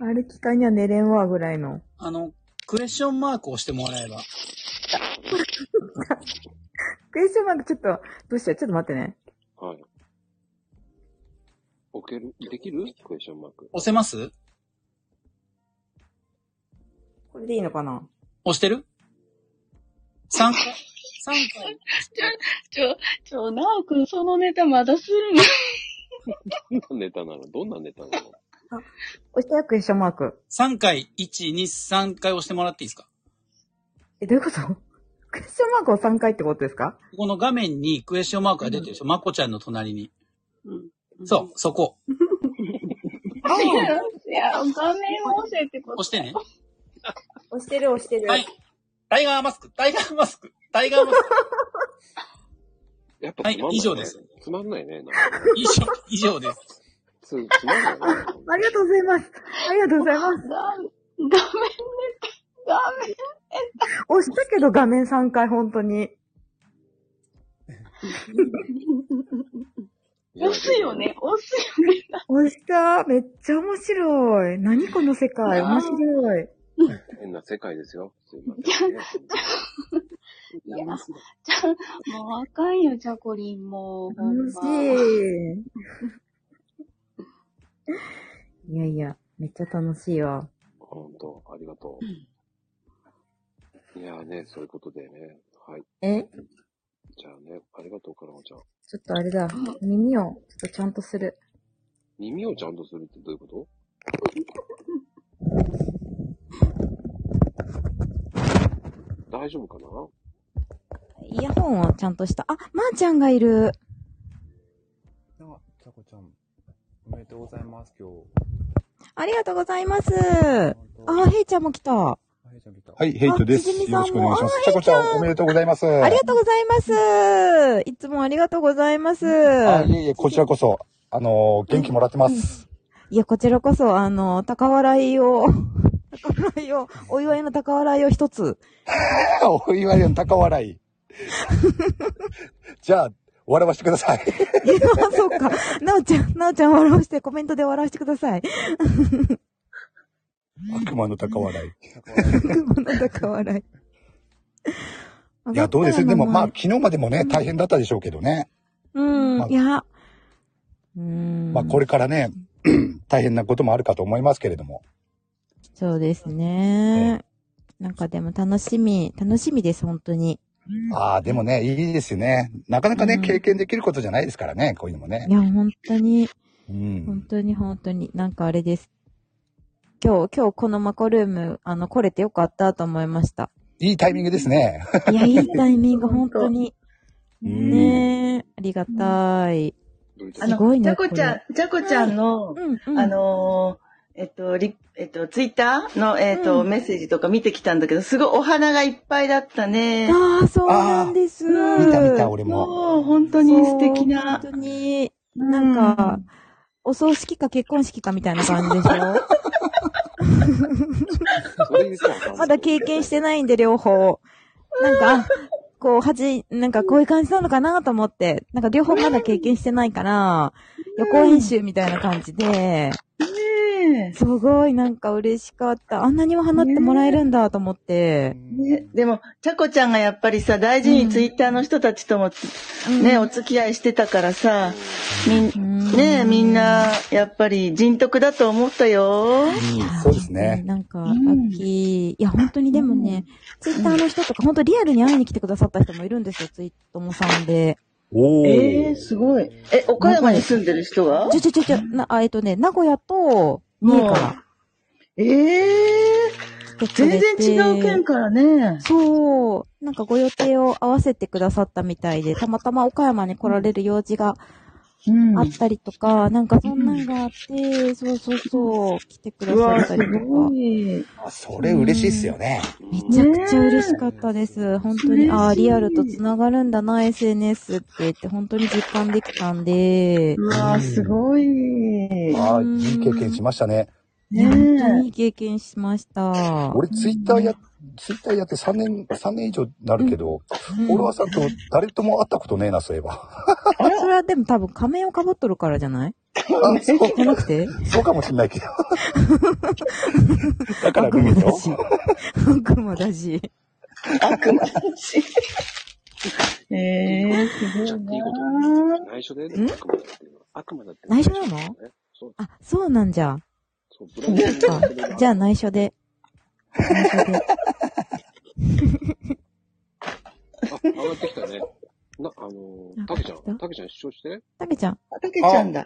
Speaker 2: あれ機械には寝れんわ、ぐらいの。
Speaker 13: あの、クエスチョンマークを押してもらえば。
Speaker 2: クエスチョンマークちょっと、どうしよう。ちょっと待ってね。
Speaker 1: ク。はい。置けるできるクエスチョンマーク。
Speaker 13: 押せます
Speaker 2: これでいいのかな
Speaker 13: 押してる ?3 回。三
Speaker 7: 回。ちょ、ちょ、なおくんそのネタまだするの
Speaker 1: どんなネタなのどんなネタなの
Speaker 2: 押してやクエスチョンマーク。
Speaker 13: 3回、1、2、3回押してもらっていいですか
Speaker 2: え、どういうことクエスチョンマークを3回ってことですか
Speaker 13: この画面にクエスチョンマークが出てるでしょ、まこちゃんの隣に。そう、そこ。
Speaker 23: いや、画面音声ってこと
Speaker 13: 押してね。
Speaker 2: 押してる押してる。
Speaker 13: はい。タイガーマスク、タイガーマスク、タイガーマスク。
Speaker 1: やっぱ
Speaker 13: はい、以上です。
Speaker 1: つまんないね。
Speaker 13: 以上、 以上です。
Speaker 1: つ、つまんないね。
Speaker 2: ありがとうございます。ありがとうございます。
Speaker 23: 画面で、画面。
Speaker 2: 押したけど画面3回、本当に。
Speaker 23: 押すよね、押すよね。
Speaker 2: 押した。めっちゃ面白い。何この世界。面白い。
Speaker 1: 変な世界ですよ。すいま
Speaker 23: じゃ、 じゃ、いや、じゃ、もうあかんよ、ジャコリンもう。ほんま
Speaker 2: 楽しい。いやいや、めっちゃ楽しいわ。
Speaker 1: ほんと、ありがとう。いやーね、そういうことでね。はい。
Speaker 2: え
Speaker 1: じゃあね、ありがとう、カラマちゃん。
Speaker 2: ちょっとあれだ。耳を、ちょっとちゃんとする。
Speaker 1: 耳をちゃんとするってどういうこと大丈夫かな
Speaker 2: イヤホンをちゃんとした。あ、まー、ちゃんがいる。
Speaker 24: あ、ちゃこちゃん、おめでとうございます、今日。
Speaker 2: ありがとうございます。あ、ヘイちゃんも来た。
Speaker 15: はい、ヘイトです。
Speaker 2: あち
Speaker 15: よ
Speaker 2: じみさん
Speaker 15: ろしくお願いしま
Speaker 2: も
Speaker 15: す。ちゃこちゃん、おめでとうございます。
Speaker 2: ありがとうございます。いつもありがとうございます。
Speaker 15: あ、いえいえ、こちらこそ、あのー、元気もらってます。
Speaker 2: いや、こちらこそ、あの、高笑いを、 高笑いを、お祝いの高笑いを一つ。
Speaker 15: お祝いの高笑い。じゃあ、笑わしてください。
Speaker 2: あ、そっか。なおちゃん、なおちゃん笑わして、コメントで笑わしてください。
Speaker 15: 悪魔の高笑い。
Speaker 2: なんだか笑い。
Speaker 15: いや、どうですでも、まあ、
Speaker 2: あ、
Speaker 15: 昨日までもね、大変だったでしょうけどね。
Speaker 2: うん、いや、
Speaker 15: まあ、これからね、大変なこともあるかと思いますけれども。
Speaker 2: そうですね。なんかでも楽しみ、楽しみです、本当に。
Speaker 15: ああ、でもね、いいですよね。なかなかね、経験できることじゃないですからね、こういうのもね
Speaker 2: い。や、本当に、
Speaker 15: うん。
Speaker 2: 本当に本当に、なんかあれです。今日、今日このマコルーム、あの、来れてよかったと思いました。
Speaker 15: いいタイミングですね。
Speaker 2: いや、いいタイミング、 本当に。ねえ、ありがたい。
Speaker 7: あ
Speaker 2: すご
Speaker 7: の、
Speaker 2: い
Speaker 7: ジ
Speaker 2: ね。
Speaker 7: ャコちゃ
Speaker 2: こ
Speaker 7: ん、ジャコちゃんの、あのー、えっと、リえっと、ツイッターの、えっと、
Speaker 2: うん
Speaker 7: メッセージとか見てきたんだけど、すごいお花がいっぱいだったね。
Speaker 2: ああ、そうなんです。見
Speaker 15: た見た、俺も。
Speaker 7: そう、本当に素敵な。
Speaker 2: 本当に、なんか、お葬式か結婚式かみたいな感じでし ょまだ経験してないんで、両方。なんか、こう、はじ、なんかこういう感じなのかなと思って、なんか両方まだ経験してないから、予行演習みたいな感じで、すごいなんか嬉しかった。あんなにお花ってもらえるんだと思って。
Speaker 7: ね、でも、ちゃこちゃんがやっぱりさ、大事にツイッターの人たちとも、ね、お付き合いしてたからさ、みん、ね、みんな、やっぱり人徳だと思ったよ。
Speaker 15: そうですね。
Speaker 2: なんか、ラッキー。いや、本当にでもね、ツイッターの人とか、本当リアルに会いに来てくださった人もいるんですよ、ツイートもさんで。
Speaker 15: お
Speaker 7: ええすごい。え、岡山に住んでる人が
Speaker 2: ちょちょちょちょ、な、あえっとね、名古屋と、三重から。
Speaker 7: ええ全然違う県からね。
Speaker 2: そう。なんかご予定を合わせてくださったみたいで、たまたま岡山に来られる用事があったりとか、なんかそんなんがあって、そうそうそう、来てくださったりとか。
Speaker 15: あ、それ嬉しいっすよね。
Speaker 2: めちゃくちゃ嬉しかったです。本当に、ああ、
Speaker 7: 嬉しい
Speaker 2: リアルと繋がるんだな、SNS って言って、本当に実感できたんで。
Speaker 7: うわあ、すごい。
Speaker 15: ああ、いい経験しましたね。
Speaker 2: ね本当にいい経験しました。
Speaker 15: 俺、ツイッターや、ツイッターやって3年、三年以上になるけど、フォロワーさんと誰とも会ったことねえな、そういえば。
Speaker 2: あれそれはでも多分仮面をかぶっとるからじゃない
Speaker 15: そう
Speaker 2: じゃなくて
Speaker 15: そうかもしんないけど。だから見ると。
Speaker 2: 悪魔だし。
Speaker 7: 悪魔だし。ええすごい
Speaker 1: ちゃんといいこと
Speaker 7: な
Speaker 1: 言う内緒でね、
Speaker 2: ん
Speaker 1: 悪魔だっていうのは。悪魔だっていう
Speaker 2: 内緒な
Speaker 1: は
Speaker 2: の
Speaker 1: ねそう、
Speaker 2: あ、そうなんじゃ。
Speaker 1: そう、ブラ
Speaker 2: そっか
Speaker 1: ック。
Speaker 2: じゃあ内緒で。内緒 で。
Speaker 1: あ、上がってきたね。 な、あのー、たけちゃん、たけちゃん主張して。
Speaker 2: たけちゃん。
Speaker 7: たけ
Speaker 1: ちゃんだ。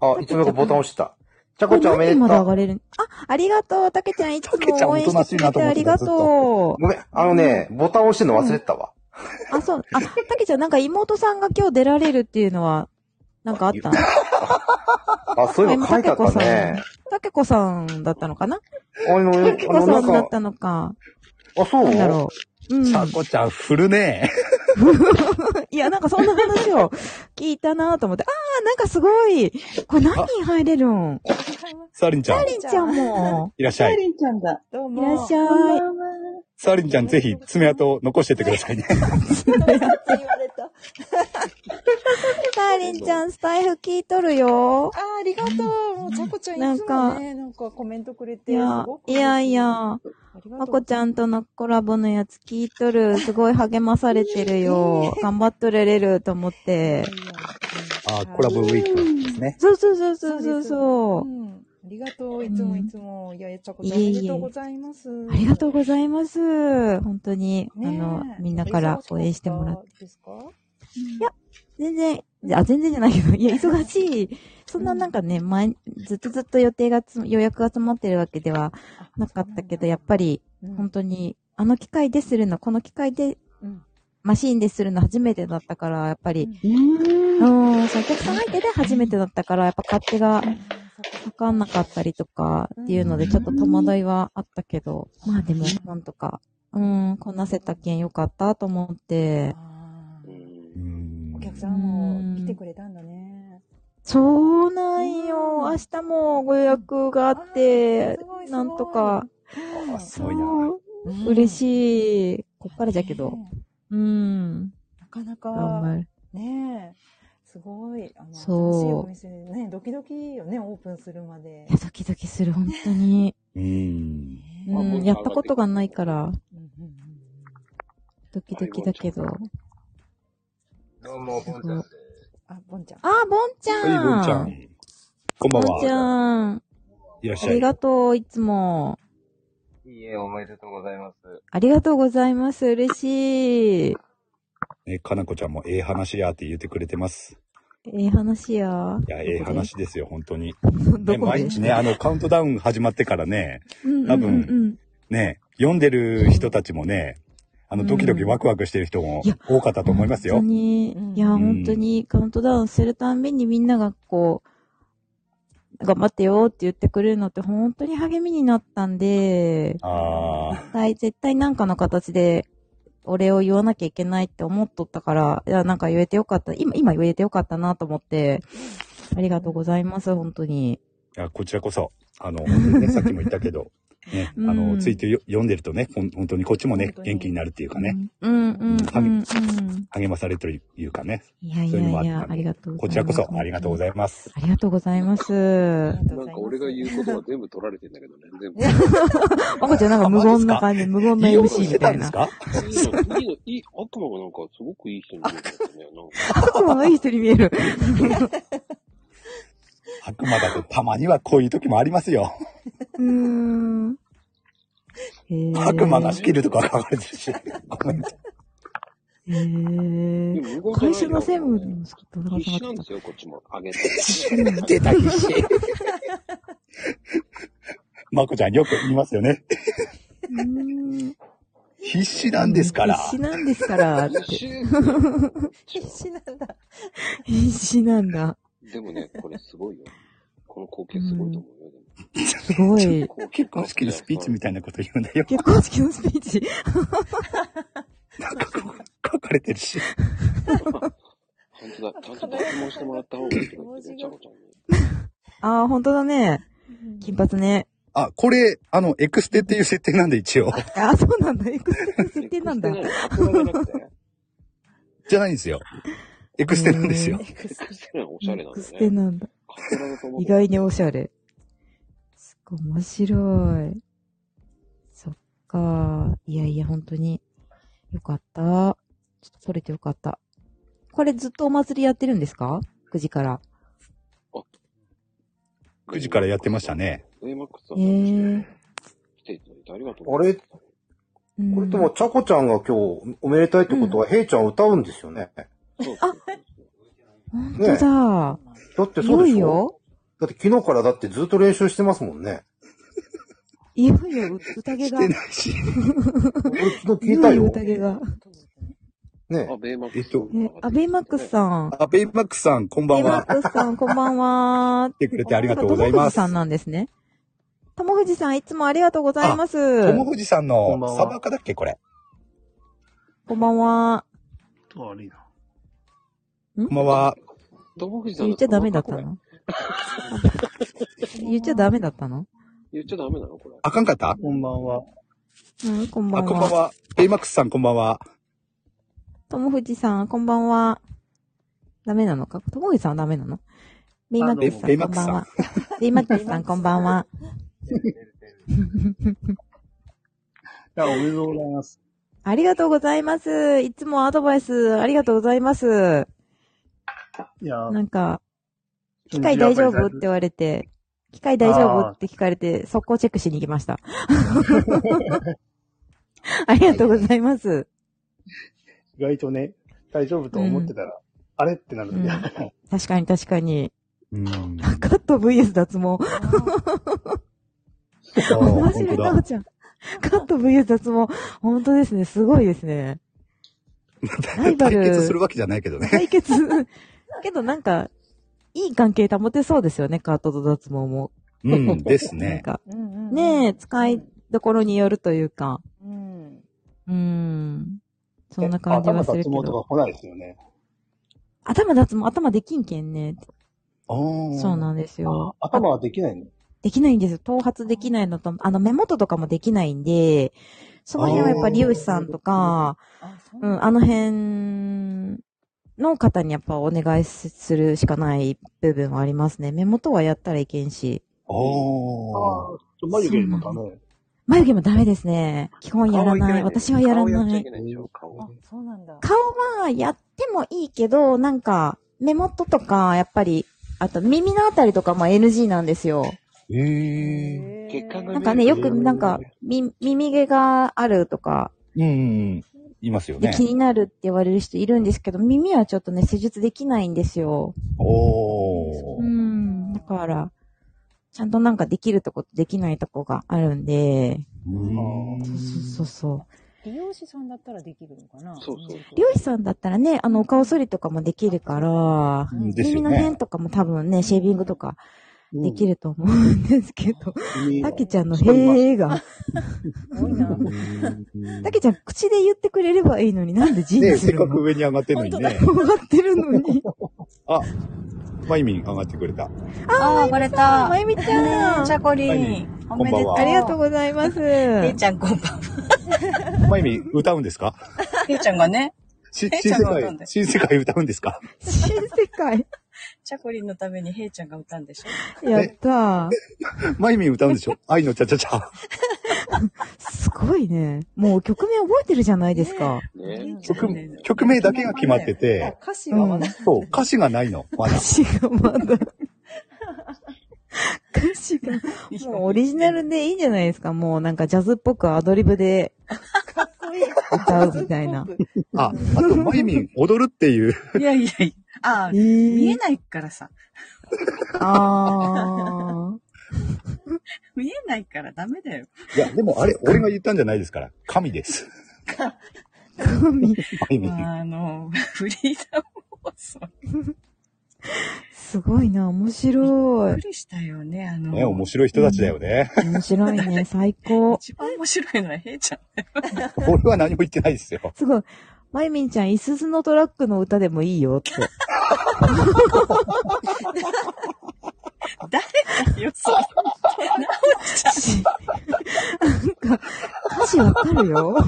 Speaker 3: あ、いつもボタン押してた。ちゃこちゃんおめでとう
Speaker 2: これ何まで上がれるあ、ありがとう、たけちゃんいつも応援してくれてありがとう。
Speaker 3: ごめん、あのね、ボタン押してるの忘れてたわ。
Speaker 2: あ、そう、あ、たけちゃんなんか妹さんが今日出られるっていうのは、なんかあった
Speaker 3: あ、そういうの書いてあったね。
Speaker 2: たけこさんだったのかな
Speaker 3: あの、
Speaker 2: たけこ
Speaker 3: あ
Speaker 2: さ
Speaker 3: の
Speaker 2: んだ
Speaker 3: なん
Speaker 2: っ
Speaker 3: か、
Speaker 2: たのか。
Speaker 3: あ、そう
Speaker 2: なんだろう。うん。
Speaker 15: さこちゃん、振るね。
Speaker 2: いや、なんかそんな話 を聞いたなと思って、あー、なんかすごい。これ何人入れるん
Speaker 15: サーリンちゃん。
Speaker 2: サーリンちゃんも。
Speaker 15: いらっしゃい
Speaker 2: サーリンちゃんだ。どうも。いらっしゃい。
Speaker 15: サーリンちゃん、ぜひ爪痕を残してってくださいね。
Speaker 2: サーリンちゃん、スタイフ聞いとるよ。
Speaker 7: あー、ありがとう。もう、ちゃこちゃんい
Speaker 2: なん
Speaker 7: つ
Speaker 2: か
Speaker 7: もね、なんかコメントくれ
Speaker 2: い
Speaker 7: て、す
Speaker 2: や
Speaker 7: ご、く
Speaker 2: いやいや、まこちゃんとのコラボのやつ聞いとる。すごい励まされてる よ。頑張っとれれると思って。
Speaker 15: あコラボウィークですね。
Speaker 2: そうそうそうそうそうそう。
Speaker 7: うん。ありがとう。いつもいつも。いや、ちゃこちゃん、
Speaker 2: いえ
Speaker 7: お
Speaker 2: いえ
Speaker 7: めでとうございます。
Speaker 2: ありがとうございます。本当に、あの、みんなから応援してもらって。
Speaker 7: ですか
Speaker 2: いや、全然、あ、全然じゃないけど、いや、忙し い。そんななんかね、前、ずっとずっと予定がつ、予約が詰まってるわけではなかったけど、やっぱり、本当に、あの機械でするの、この機械で、マシーンでするの初めてだったから、やっぱり、うん、そうお客さん相手で初めてだったから、やっぱ勝手がわかんなかったりとかっていうので、ちょっと戸惑いはあったけど、まあでも、なんとか、うん、こなせたけんよかったと思って、
Speaker 7: お客さんも来てくれたんだね。
Speaker 2: そうなんよ。明日もご予約があって、なんとか。そう。嬉しい。こっからじゃけど。うん。
Speaker 7: なかな
Speaker 2: 頑張
Speaker 7: か
Speaker 2: る、
Speaker 7: ねえ、すごい。あの、
Speaker 2: そう
Speaker 7: 新しいお店でね、ドキドキよね、オープンするまで。
Speaker 2: ドキドキする、本当に。うん。やったことがないから。ドキドキだけど。
Speaker 25: どうも、ぼんちゃんです。
Speaker 7: あ、ぼんちゃん。
Speaker 2: あ、ぼんちゃん。
Speaker 15: はい、ぼんちゃん。こんばん
Speaker 2: ぼんち
Speaker 15: は。
Speaker 2: ゃん。
Speaker 15: いらっし
Speaker 2: あ
Speaker 15: ゃ
Speaker 2: り
Speaker 15: い。
Speaker 2: がとう、いつも。
Speaker 25: いいえ、おめでとうございます。
Speaker 2: ありがとうございます。嬉しい。
Speaker 15: ね、かなこちゃんもええ話やって言ってくれてます。
Speaker 2: ええ話や。
Speaker 15: いや、ええ話ですよ、本当に。
Speaker 2: ど
Speaker 15: ね、
Speaker 2: こで
Speaker 15: 毎日ね、あの、カウントダウン始まってからね、
Speaker 2: うん
Speaker 15: 多
Speaker 2: うんう
Speaker 15: 分、
Speaker 2: ん
Speaker 15: ね、読んでる人たちもね、あの、ドキドキワクワクしてる人も多かったと思います
Speaker 2: 本
Speaker 15: よ
Speaker 2: 当。に、いや、本当にカウントダウンするたんびにみんながこう、頑張ってよって言ってくれるのって本当に励みになったんで、絶対、絶対なんかの形で、お礼を言わなきゃいけないって思っとったから、いや、なんか言えてよかった。今、今言えてよかったなと思って、ありがとうございます、本当に。
Speaker 15: いや、こちらこそ、あの、本 当にね、さっきも言ったけど、ね、
Speaker 2: うん
Speaker 15: あの、ついてよ読んでるとね、ほん本当にこっちもね、元気になるっていうかね、
Speaker 2: うん、うん、うん。
Speaker 15: 励まされてるというかね、
Speaker 2: いやい
Speaker 15: そういうの
Speaker 2: や
Speaker 15: もあ
Speaker 2: いや
Speaker 15: ったん、で
Speaker 2: ありがとうご
Speaker 15: こ
Speaker 2: ざ
Speaker 15: ち
Speaker 2: い
Speaker 15: ら
Speaker 2: ま
Speaker 15: こ
Speaker 2: す。
Speaker 15: そありがとうございます。
Speaker 2: ありがとうございます。
Speaker 1: なんか俺が言うことは全部取られてんだけ どね、全部。
Speaker 2: まこちゃんなんか無言な感じ、無言の MC みたいな。
Speaker 1: いいの、いいの、いい、悪魔がなんかすごくいい人に見えたんだよね。なんか
Speaker 2: 悪魔のいい人に見える。
Speaker 15: 悪魔だとたまにはこういう時もありますよ。
Speaker 2: うーん。
Speaker 15: 悪魔が仕切るとか書かれてるし。
Speaker 2: へえ会社の専務でも作 った
Speaker 1: 必死なんですよ、こっちも。あ げて。
Speaker 15: 出た必死。まこちゃんよく言いますよね。必死なんですから。
Speaker 2: 必死なんですからって。
Speaker 1: 必死
Speaker 2: 必死なんだ。必死なんだ。
Speaker 1: でもね、これすごいよ。この光景すごいと思うよ。
Speaker 2: すごい。
Speaker 15: 結婚式のスピーチみたいなこと言うんだよ。
Speaker 2: 結婚式のスピーチ。
Speaker 15: 書かれてるし。
Speaker 1: 本当だ。ちゃんと脱毛してもらった方がいいとか言ってね、ちゃこちゃんに。
Speaker 2: ああ、本当だね。金髪ね。
Speaker 15: あ、これ、あの、エクステっていう設定なんで一応。
Speaker 2: ああ、そうなんだ。エクステの設定なんだ。
Speaker 15: じゃないんですよ。エクステなんですよ。
Speaker 1: エクステなんおしゃれなんだね。エク
Speaker 2: ステなんだ。意外におしゃれ。すごい面白い。そっか。いやいや、本当に。よかった。ちょっと取れてよかった。これずっとお祭りやってるんですか ?9 時から。
Speaker 15: 9時からやってましたね。
Speaker 1: A マックスさ
Speaker 2: ええー。
Speaker 1: 来ていただいてありがとう。
Speaker 3: あれ、これでも、ちゃこちゃんが今日おめでたいってことは、ヘイちゃん歌うんですよね。
Speaker 2: 本当だ。
Speaker 3: だってそうで
Speaker 2: いよい
Speaker 3: しょ
Speaker 2: よ
Speaker 3: だって昨日からだってずっと練習してますもんね。
Speaker 2: いよいよ宴が。
Speaker 3: 俺昨日聞いた
Speaker 2: よ
Speaker 3: よ。
Speaker 2: 宴が。
Speaker 3: ね
Speaker 1: え。ベイマッ
Speaker 15: クス。えっと、
Speaker 2: ね、アベマックスさん。
Speaker 15: あ、ベイマックスさん、こんばんは。
Speaker 2: アベマックスさん、こんばんは。
Speaker 15: 来てくれてありがとうございま
Speaker 2: 友藤
Speaker 15: す
Speaker 2: さんなんですね。友藤さん、いつもありがとうございます。
Speaker 15: 友藤さん
Speaker 2: こんばん
Speaker 15: の
Speaker 2: は
Speaker 15: サバカだっけ、これ。
Speaker 2: こんばんは。
Speaker 6: と悪いな。
Speaker 15: こんばんは。
Speaker 1: 友藤さん
Speaker 2: 言っちゃダメだったの言っちゃダメだったの
Speaker 1: 言っちゃダメなのこれ。
Speaker 15: あかんかった
Speaker 4: こんばんは。
Speaker 2: うん、こんば
Speaker 15: あ、
Speaker 2: ん
Speaker 15: こんばん
Speaker 2: は。
Speaker 15: は。ベイマックスさん、こんばんは。
Speaker 2: 友藤さん、こんばんは。ダメなのか友藤さんはダメなのベイマックスさ
Speaker 15: あベイ
Speaker 2: ん、
Speaker 15: マ
Speaker 2: こんば
Speaker 15: ックス
Speaker 2: ん
Speaker 15: さん
Speaker 2: は。ベイマックスさん、こんばんは。
Speaker 4: や、おめでとうございます。
Speaker 2: ありがとうございます。いつもアドバイスありがとうございます。
Speaker 6: いや
Speaker 2: なんか、機械大丈夫って言われて、機械大丈夫って聞かれて、速攻チェックしに行きま した。ありがとうございます。
Speaker 4: 意外とね、大丈夫と思ってたら、あれってなるんだよね。
Speaker 2: 確かに確かに。
Speaker 15: うん。
Speaker 2: カット VS 脱毛。面白い、なおちゃん。カット VS 脱毛。本当ですね。すごいですね。ライバル
Speaker 15: 対決するわけじゃないけどね。
Speaker 2: 対決。けどなんか、いい関係保てそうですよね、カットと脱毛も。
Speaker 15: うんですね
Speaker 2: なんか、ねえ、使いどころによるというか。うん。そんな感じはするけ
Speaker 4: 頭脱毛と
Speaker 2: ど。
Speaker 4: か来ないですよね。
Speaker 2: 頭脱毛、頭できんけんね。そうなんですよ。
Speaker 4: 頭はできないの
Speaker 2: できないんですよ。頭髪できないのと、あの、目元とかもできないんで、その辺はやっぱり理容師さんとか、うん、あの辺の方にやっぱお願いするしかない部分はありますね。目元はやったらいけんし。
Speaker 4: ああ、ちょ眉毛もダメ。
Speaker 2: 眉毛もダメですね。基本やらない。私はやらない。
Speaker 1: 顔
Speaker 2: そうなんだ。顔はやってもいいけど、なんか、目元とか、やっぱり、あと耳のあたりとかも NG なんですよ。
Speaker 15: え
Speaker 1: 血管が
Speaker 2: なんかね、よくなんか、み、耳毛があるとか、
Speaker 15: うんうん。いますよ
Speaker 2: で
Speaker 15: ね。
Speaker 2: 気になるって言われる人いるんですけど、耳はちょっとね、施術できないんですよ。
Speaker 15: お
Speaker 2: う
Speaker 15: ー。
Speaker 2: ん。だから、ちゃんとなんかできるとことできないとこがあるんで、そうそうそうそう。
Speaker 26: 美容師さんだったらできるのかなそうそう。
Speaker 2: 漁師さんだったらね、あの、お顔剃りとかもできるから、
Speaker 26: うんですよね
Speaker 2: 耳の辺とかも多分ね、シェービングとかできると思うんですけど、たけちゃんのへーが、たけちゃん口で言ってくれればいいのになんで字
Speaker 15: ね
Speaker 2: に
Speaker 15: え
Speaker 2: す
Speaker 15: せっ
Speaker 2: るの
Speaker 15: かく上に上がってるのにね。
Speaker 2: 上がってるのに。
Speaker 15: あ、マイミン上がってくれた。
Speaker 26: ああ、割れた。ま
Speaker 2: ゆみちゃん。
Speaker 26: チャコリ
Speaker 15: まゆ
Speaker 26: ン。おめで
Speaker 15: ことんばん
Speaker 26: う。
Speaker 15: はありが
Speaker 2: とうござ います。て
Speaker 26: いちゃんこんばんは。
Speaker 15: マイミン歌うんですか
Speaker 26: ていちゃんがね。
Speaker 15: し
Speaker 26: てい
Speaker 15: 新
Speaker 26: ちゃん
Speaker 15: 世
Speaker 26: が歌うん
Speaker 15: 界
Speaker 26: だ、よ。
Speaker 15: 新世界歌うんですか
Speaker 2: 新世界。
Speaker 26: チャコリンのためにヘイちゃんが歌うんでしょ
Speaker 2: やったー。
Speaker 15: マイミン歌うんでしょ愛のチャチャチャ。
Speaker 2: すごいね。もう曲名覚えてるじゃないですか。
Speaker 15: 曲、曲名だけが決まってて。
Speaker 26: 歌詞
Speaker 2: はまだ
Speaker 15: うんそう、歌詞がないの。まだ。
Speaker 2: 歌詞がまだ。歌詞が、もうオリジナルでいいんじゃないですか。もうなんかジャズっぽくアドリブで
Speaker 26: かっこいい。
Speaker 2: 歌うみたいな。
Speaker 15: あ、あと、マイミン踊るっていう。
Speaker 26: いやいやいや。ああ、見えないからさ。
Speaker 2: ああ。
Speaker 26: 見えないからダメだよ。
Speaker 15: いや、でもあれ、俺が言ったんじゃないですから。神です。
Speaker 2: 神。
Speaker 15: マイミン。
Speaker 26: あの、フリーダム放送。
Speaker 2: すごいな、面白
Speaker 26: びっ
Speaker 2: い。
Speaker 26: くりしたよね、あの。
Speaker 15: ね、面白い人たちだよね。
Speaker 2: 面白いね、最高。
Speaker 26: 一番面白いのはヘイちゃんだよ。
Speaker 15: 俺は何も言ってないですよ。
Speaker 2: すごい。まゆみんちゃん、いすずのトラックの歌でもいいよって。
Speaker 26: 誰かよ、それ。なおちゃん。
Speaker 2: 歌詞わかるよ。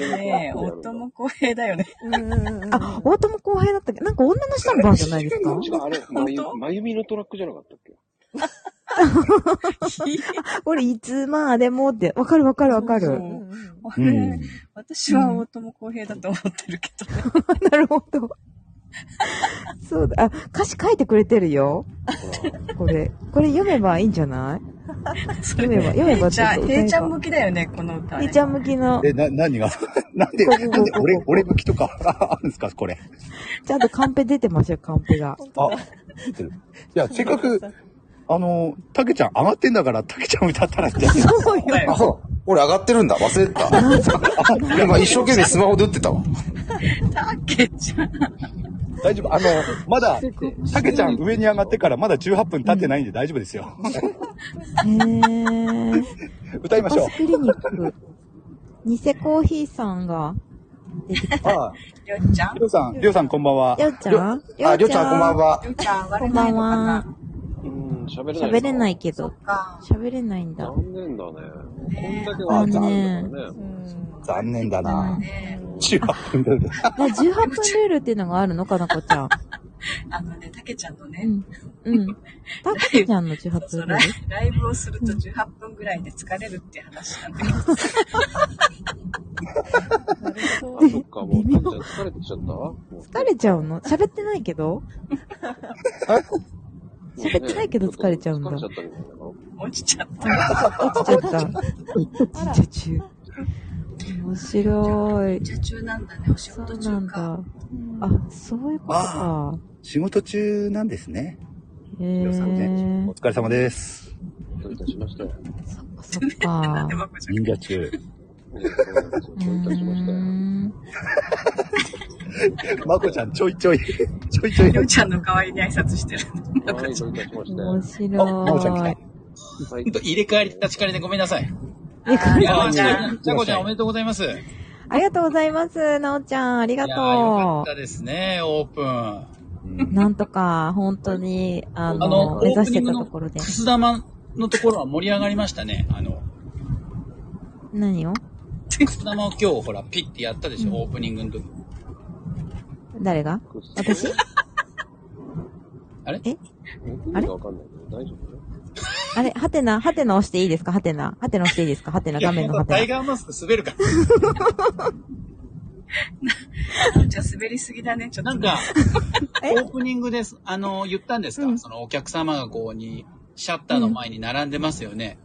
Speaker 26: ねえ、夫も公平だよね。
Speaker 2: あ、大友公平だったっけなんか女の人のバージョンないですか
Speaker 1: 違う、あれ、まゆまゆみのトラックじゃなかったっけ
Speaker 2: 俺、いつまでもって。わかるわかるわかる。
Speaker 26: 私は大友公平だと思ってるけど、ね。
Speaker 2: なるほど。そうだ、あ、歌詞書いてくれてるよ。 これ、これ読めばいいんじゃない
Speaker 7: そ
Speaker 2: 読めば、読めば
Speaker 7: じゃあ、
Speaker 2: ちょっと歌えば
Speaker 7: 平ちゃん向きだよね、この歌、ね。
Speaker 2: 平ちゃん向きの、
Speaker 15: え、な、何が なんで、なんで俺、俺向きとかあるんですかこれ。
Speaker 2: ちゃんとカンペ出てますよ、カンペ が。
Speaker 15: あ、出てる。いや、せっかく、あの、たけちゃん上がってんだから、たけちゃん歌ったらって。
Speaker 2: そうよ。
Speaker 3: あ、そう。俺上がってるんだ。忘れ てた。今一生懸命スマホで打ってたわ。
Speaker 7: たけちゃん。
Speaker 15: 大丈夫。あの、まだ、たけちゃん上に上がってからまだ18分経ってないんで大丈夫ですよ。
Speaker 2: へー。
Speaker 15: 歌いましょう
Speaker 2: パスクリニック。ニセコーヒーさんが。
Speaker 15: あ
Speaker 7: りょうちゃん。
Speaker 15: りょうさん、りょうさんこんばんは。
Speaker 2: りょうちゃん
Speaker 15: りょありょうちゃんこんばんは
Speaker 7: りょうちゃん、
Speaker 2: こ
Speaker 7: 割
Speaker 2: ん
Speaker 7: れ
Speaker 2: ば
Speaker 7: ない
Speaker 2: ん
Speaker 7: のか
Speaker 2: は
Speaker 7: な。。
Speaker 1: 喋れない。
Speaker 2: 喋れないけど。喋れないんだ。
Speaker 1: 残念だね。こんだけ
Speaker 2: あ
Speaker 1: 笑って
Speaker 2: の
Speaker 1: たん
Speaker 2: ね。
Speaker 1: だからね。
Speaker 15: 残念だな。18分だ。
Speaker 2: な18分ルールっていうのがあるのかなこちゃん。
Speaker 7: あのね、たけちゃんのね、
Speaker 2: うん。たけちゃんの18分ルー
Speaker 7: ラ
Speaker 2: ル
Speaker 7: イライブをすると18分ぐらいで疲れるって話なんだ けど。
Speaker 1: あ、そっか、もう、たけちゃん疲れてきちゃったもう
Speaker 2: 疲れちゃうの喋ってないけど喋ってないけど疲れちゃうんだ。
Speaker 1: 疲れちゃったみたいなの
Speaker 7: 落ちちゃっ
Speaker 2: 落ちちゃった。神社中。面白い。
Speaker 7: 社中なんだね、お仕
Speaker 2: 事中か。あ、そういうことか。
Speaker 15: 仕事中なんですね。
Speaker 2: へえ
Speaker 15: お疲れ様です。
Speaker 1: どういたしまして。
Speaker 2: そっか。
Speaker 15: 忍者中。まこちゃん、ちょいちょい、ちょいちょい。
Speaker 7: りょうちゃんの代わりに挨拶してる。
Speaker 1: はい、どういたし まして。
Speaker 2: 面白い。
Speaker 15: まこちゃん来た。
Speaker 1: はい。
Speaker 13: 入れ替わり立ち替わりでごめんなさい。
Speaker 2: 入れ替わり
Speaker 13: ちゃん、
Speaker 2: 立ち替わり
Speaker 13: ちゃこちゃんおめでとうございます。い
Speaker 2: ありがとうございます。なおちゃん、ありが
Speaker 13: やー、よか
Speaker 2: と
Speaker 13: ったですね、オープン。
Speaker 2: う。なんとか、本当に、あ
Speaker 13: あの
Speaker 2: の、目指してたところで
Speaker 13: く。す玉のところは盛り上がりましたね。あの、
Speaker 2: 何を
Speaker 13: くす玉を今日ほら、ピッてやったでしょ、オープニングの時。
Speaker 2: 誰が私
Speaker 13: あれ
Speaker 2: え
Speaker 1: あれわかんないけど、大丈夫
Speaker 2: あれハテナ、ハテナ押していいですかハテナ。ハテナ押していいですかハテナ、
Speaker 13: いや
Speaker 2: 画面の
Speaker 13: ほ
Speaker 2: ハ
Speaker 13: んとタイ
Speaker 2: テ
Speaker 13: ガーマスク滑るから。
Speaker 7: じゃあ滑りすぎだね、ちょっと。
Speaker 13: なんか、オープニングです。あの、言ったんですか、そのお客様がこうに、シャッターの前に並んでますよね。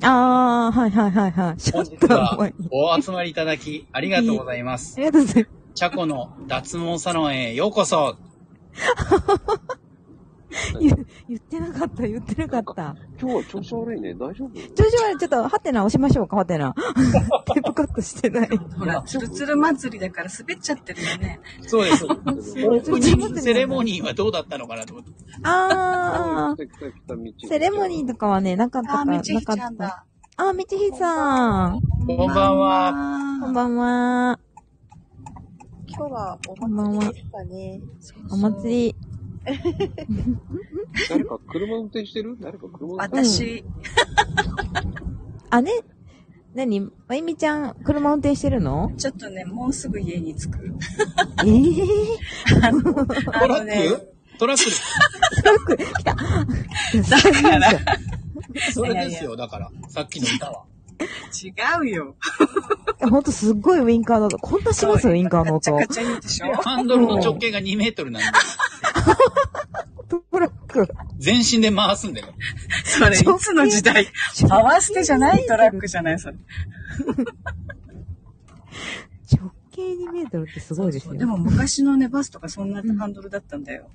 Speaker 2: ナ。あー、はいはいはい はい。シャ
Speaker 13: 本
Speaker 2: ッ
Speaker 13: 日
Speaker 2: ターの前
Speaker 13: はお集まりいただき、ありがとうございます。
Speaker 2: ありがとうございま
Speaker 13: チャコの脱毛サロンへようこそ。
Speaker 2: す。言 言ってなかった、言ってなかった。
Speaker 1: 今日は調子悪いね、大丈夫
Speaker 2: 調子はちょっと、ハテナ押しましょうか、ハテ ナ。テープカットしてない。
Speaker 7: ほら、つるつる祭りだから滑っちゃってるよね。
Speaker 13: そうです。オ
Speaker 2: ごい
Speaker 13: ープニングセレモニーはどうだったのかなと思って。
Speaker 2: あ
Speaker 1: ー。来た来た道。
Speaker 2: セレモニーとかはね、なかったか、なかった。あー、みちひさん。
Speaker 13: こんばんは。
Speaker 2: こんばんは。
Speaker 16: 今日はお
Speaker 2: こんばん
Speaker 16: 祭
Speaker 2: は
Speaker 16: りで。したね。
Speaker 2: お 祭り。
Speaker 1: 誰か車運転してる誰か車運転
Speaker 2: 私あ、ね、なに、まゆみちゃん、車運転してるの
Speaker 7: ちょっとね、もうすぐ家に着く。
Speaker 2: えぇ、
Speaker 7: あのね、
Speaker 13: トラックです。
Speaker 2: だから。
Speaker 13: それですよ、だから。さっきの歌は。
Speaker 7: 違うよ。
Speaker 2: ほんとすっごいウィンカーの音。こんなしますウィンカーの音。
Speaker 7: ガチャ言うでしょ
Speaker 13: ハンドルの直径が2メートルなんで。
Speaker 2: トラック。
Speaker 13: 全身で回すんだよ。
Speaker 7: それ、いつの時代合わせてじゃないトラックじゃない、それ。
Speaker 2: 直径2メートルってすごいですよ。
Speaker 7: でも昔のね、バスとかそんなハンドルだったんだよ。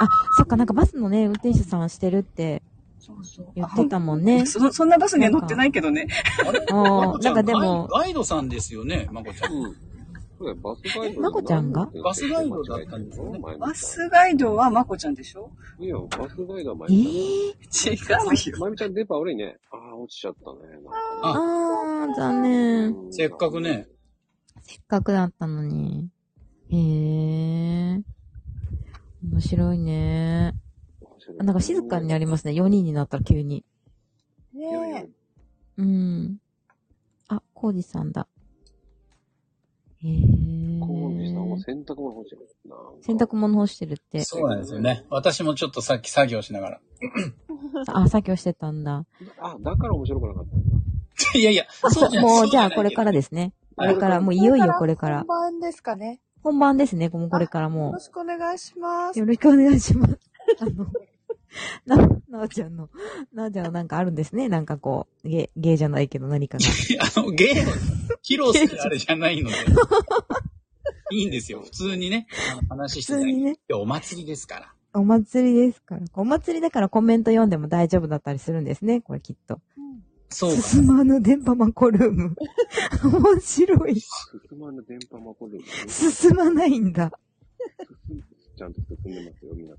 Speaker 2: あ、そっか、なんかバスのね、運転手さんしてるって
Speaker 7: そうそう。
Speaker 2: 言ってたもんね。
Speaker 7: そ、そんなバスには乗ってないけどね。
Speaker 13: ま
Speaker 2: あ
Speaker 13: こ
Speaker 2: ー
Speaker 13: ちゃ
Speaker 2: なんかでも、
Speaker 13: ガイガイドさんですよね、まこちゃん。
Speaker 1: そうだよバスガイド
Speaker 2: まこちゃんが
Speaker 13: バスガイドだったんですよね。
Speaker 7: バスガイドはまこちゃんでしょ
Speaker 1: いいよ、バスガイドはまゆみ
Speaker 7: ちゃん。違
Speaker 1: まゆみちゃん、電波悪いね。ああ、落ちちゃったね。
Speaker 2: あー、残念。
Speaker 13: せっかくね。
Speaker 2: せっかくだったのに。へー。面白いね。あなんか静かになりますね。4人になったら急に。
Speaker 16: ね
Speaker 2: うん。あ、コウジさんだ。へえ。
Speaker 1: コウジさんは洗濯物欲しいな。
Speaker 2: 洗濯物干してるって。
Speaker 13: そうなんですよね。私もちょっとさっき作業しながら。
Speaker 2: あ、作業してたんだ。
Speaker 1: あ、だから面白くなかっ た。
Speaker 13: いやいや、
Speaker 2: あ
Speaker 13: そうじゃない
Speaker 2: もう、
Speaker 13: そうじ
Speaker 2: じ
Speaker 13: ゃ
Speaker 2: ゃ
Speaker 13: な
Speaker 2: あ
Speaker 13: い
Speaker 2: これからですね。こ
Speaker 13: あれ
Speaker 2: れから、もういよいよこれから
Speaker 16: 本。番ですかね。
Speaker 2: 本番ですね、もうこれからも
Speaker 7: よろしくお願いします。
Speaker 2: う。よろしくお願いします。あの、な、なおちゃんの、なおちゃんのなんかあるんですね。なんかこう、ゲ、ゲーじゃないけど何かが。
Speaker 13: あの、ゲーム、披露するあれじゃないので。いいんですよ。普通にね、あの話してない。
Speaker 2: 普通にね
Speaker 13: いやお祭りですから。
Speaker 2: お祭りですから。お祭りだからコメント読んでも大丈夫だったりするんですね、これきっと。
Speaker 13: そう
Speaker 2: か。進まぬ電波マコルーム。面白い。
Speaker 1: 進まぬ電波マコルーム。
Speaker 2: 進まないんだ。
Speaker 1: ちゃんと進んでますよ、皆様。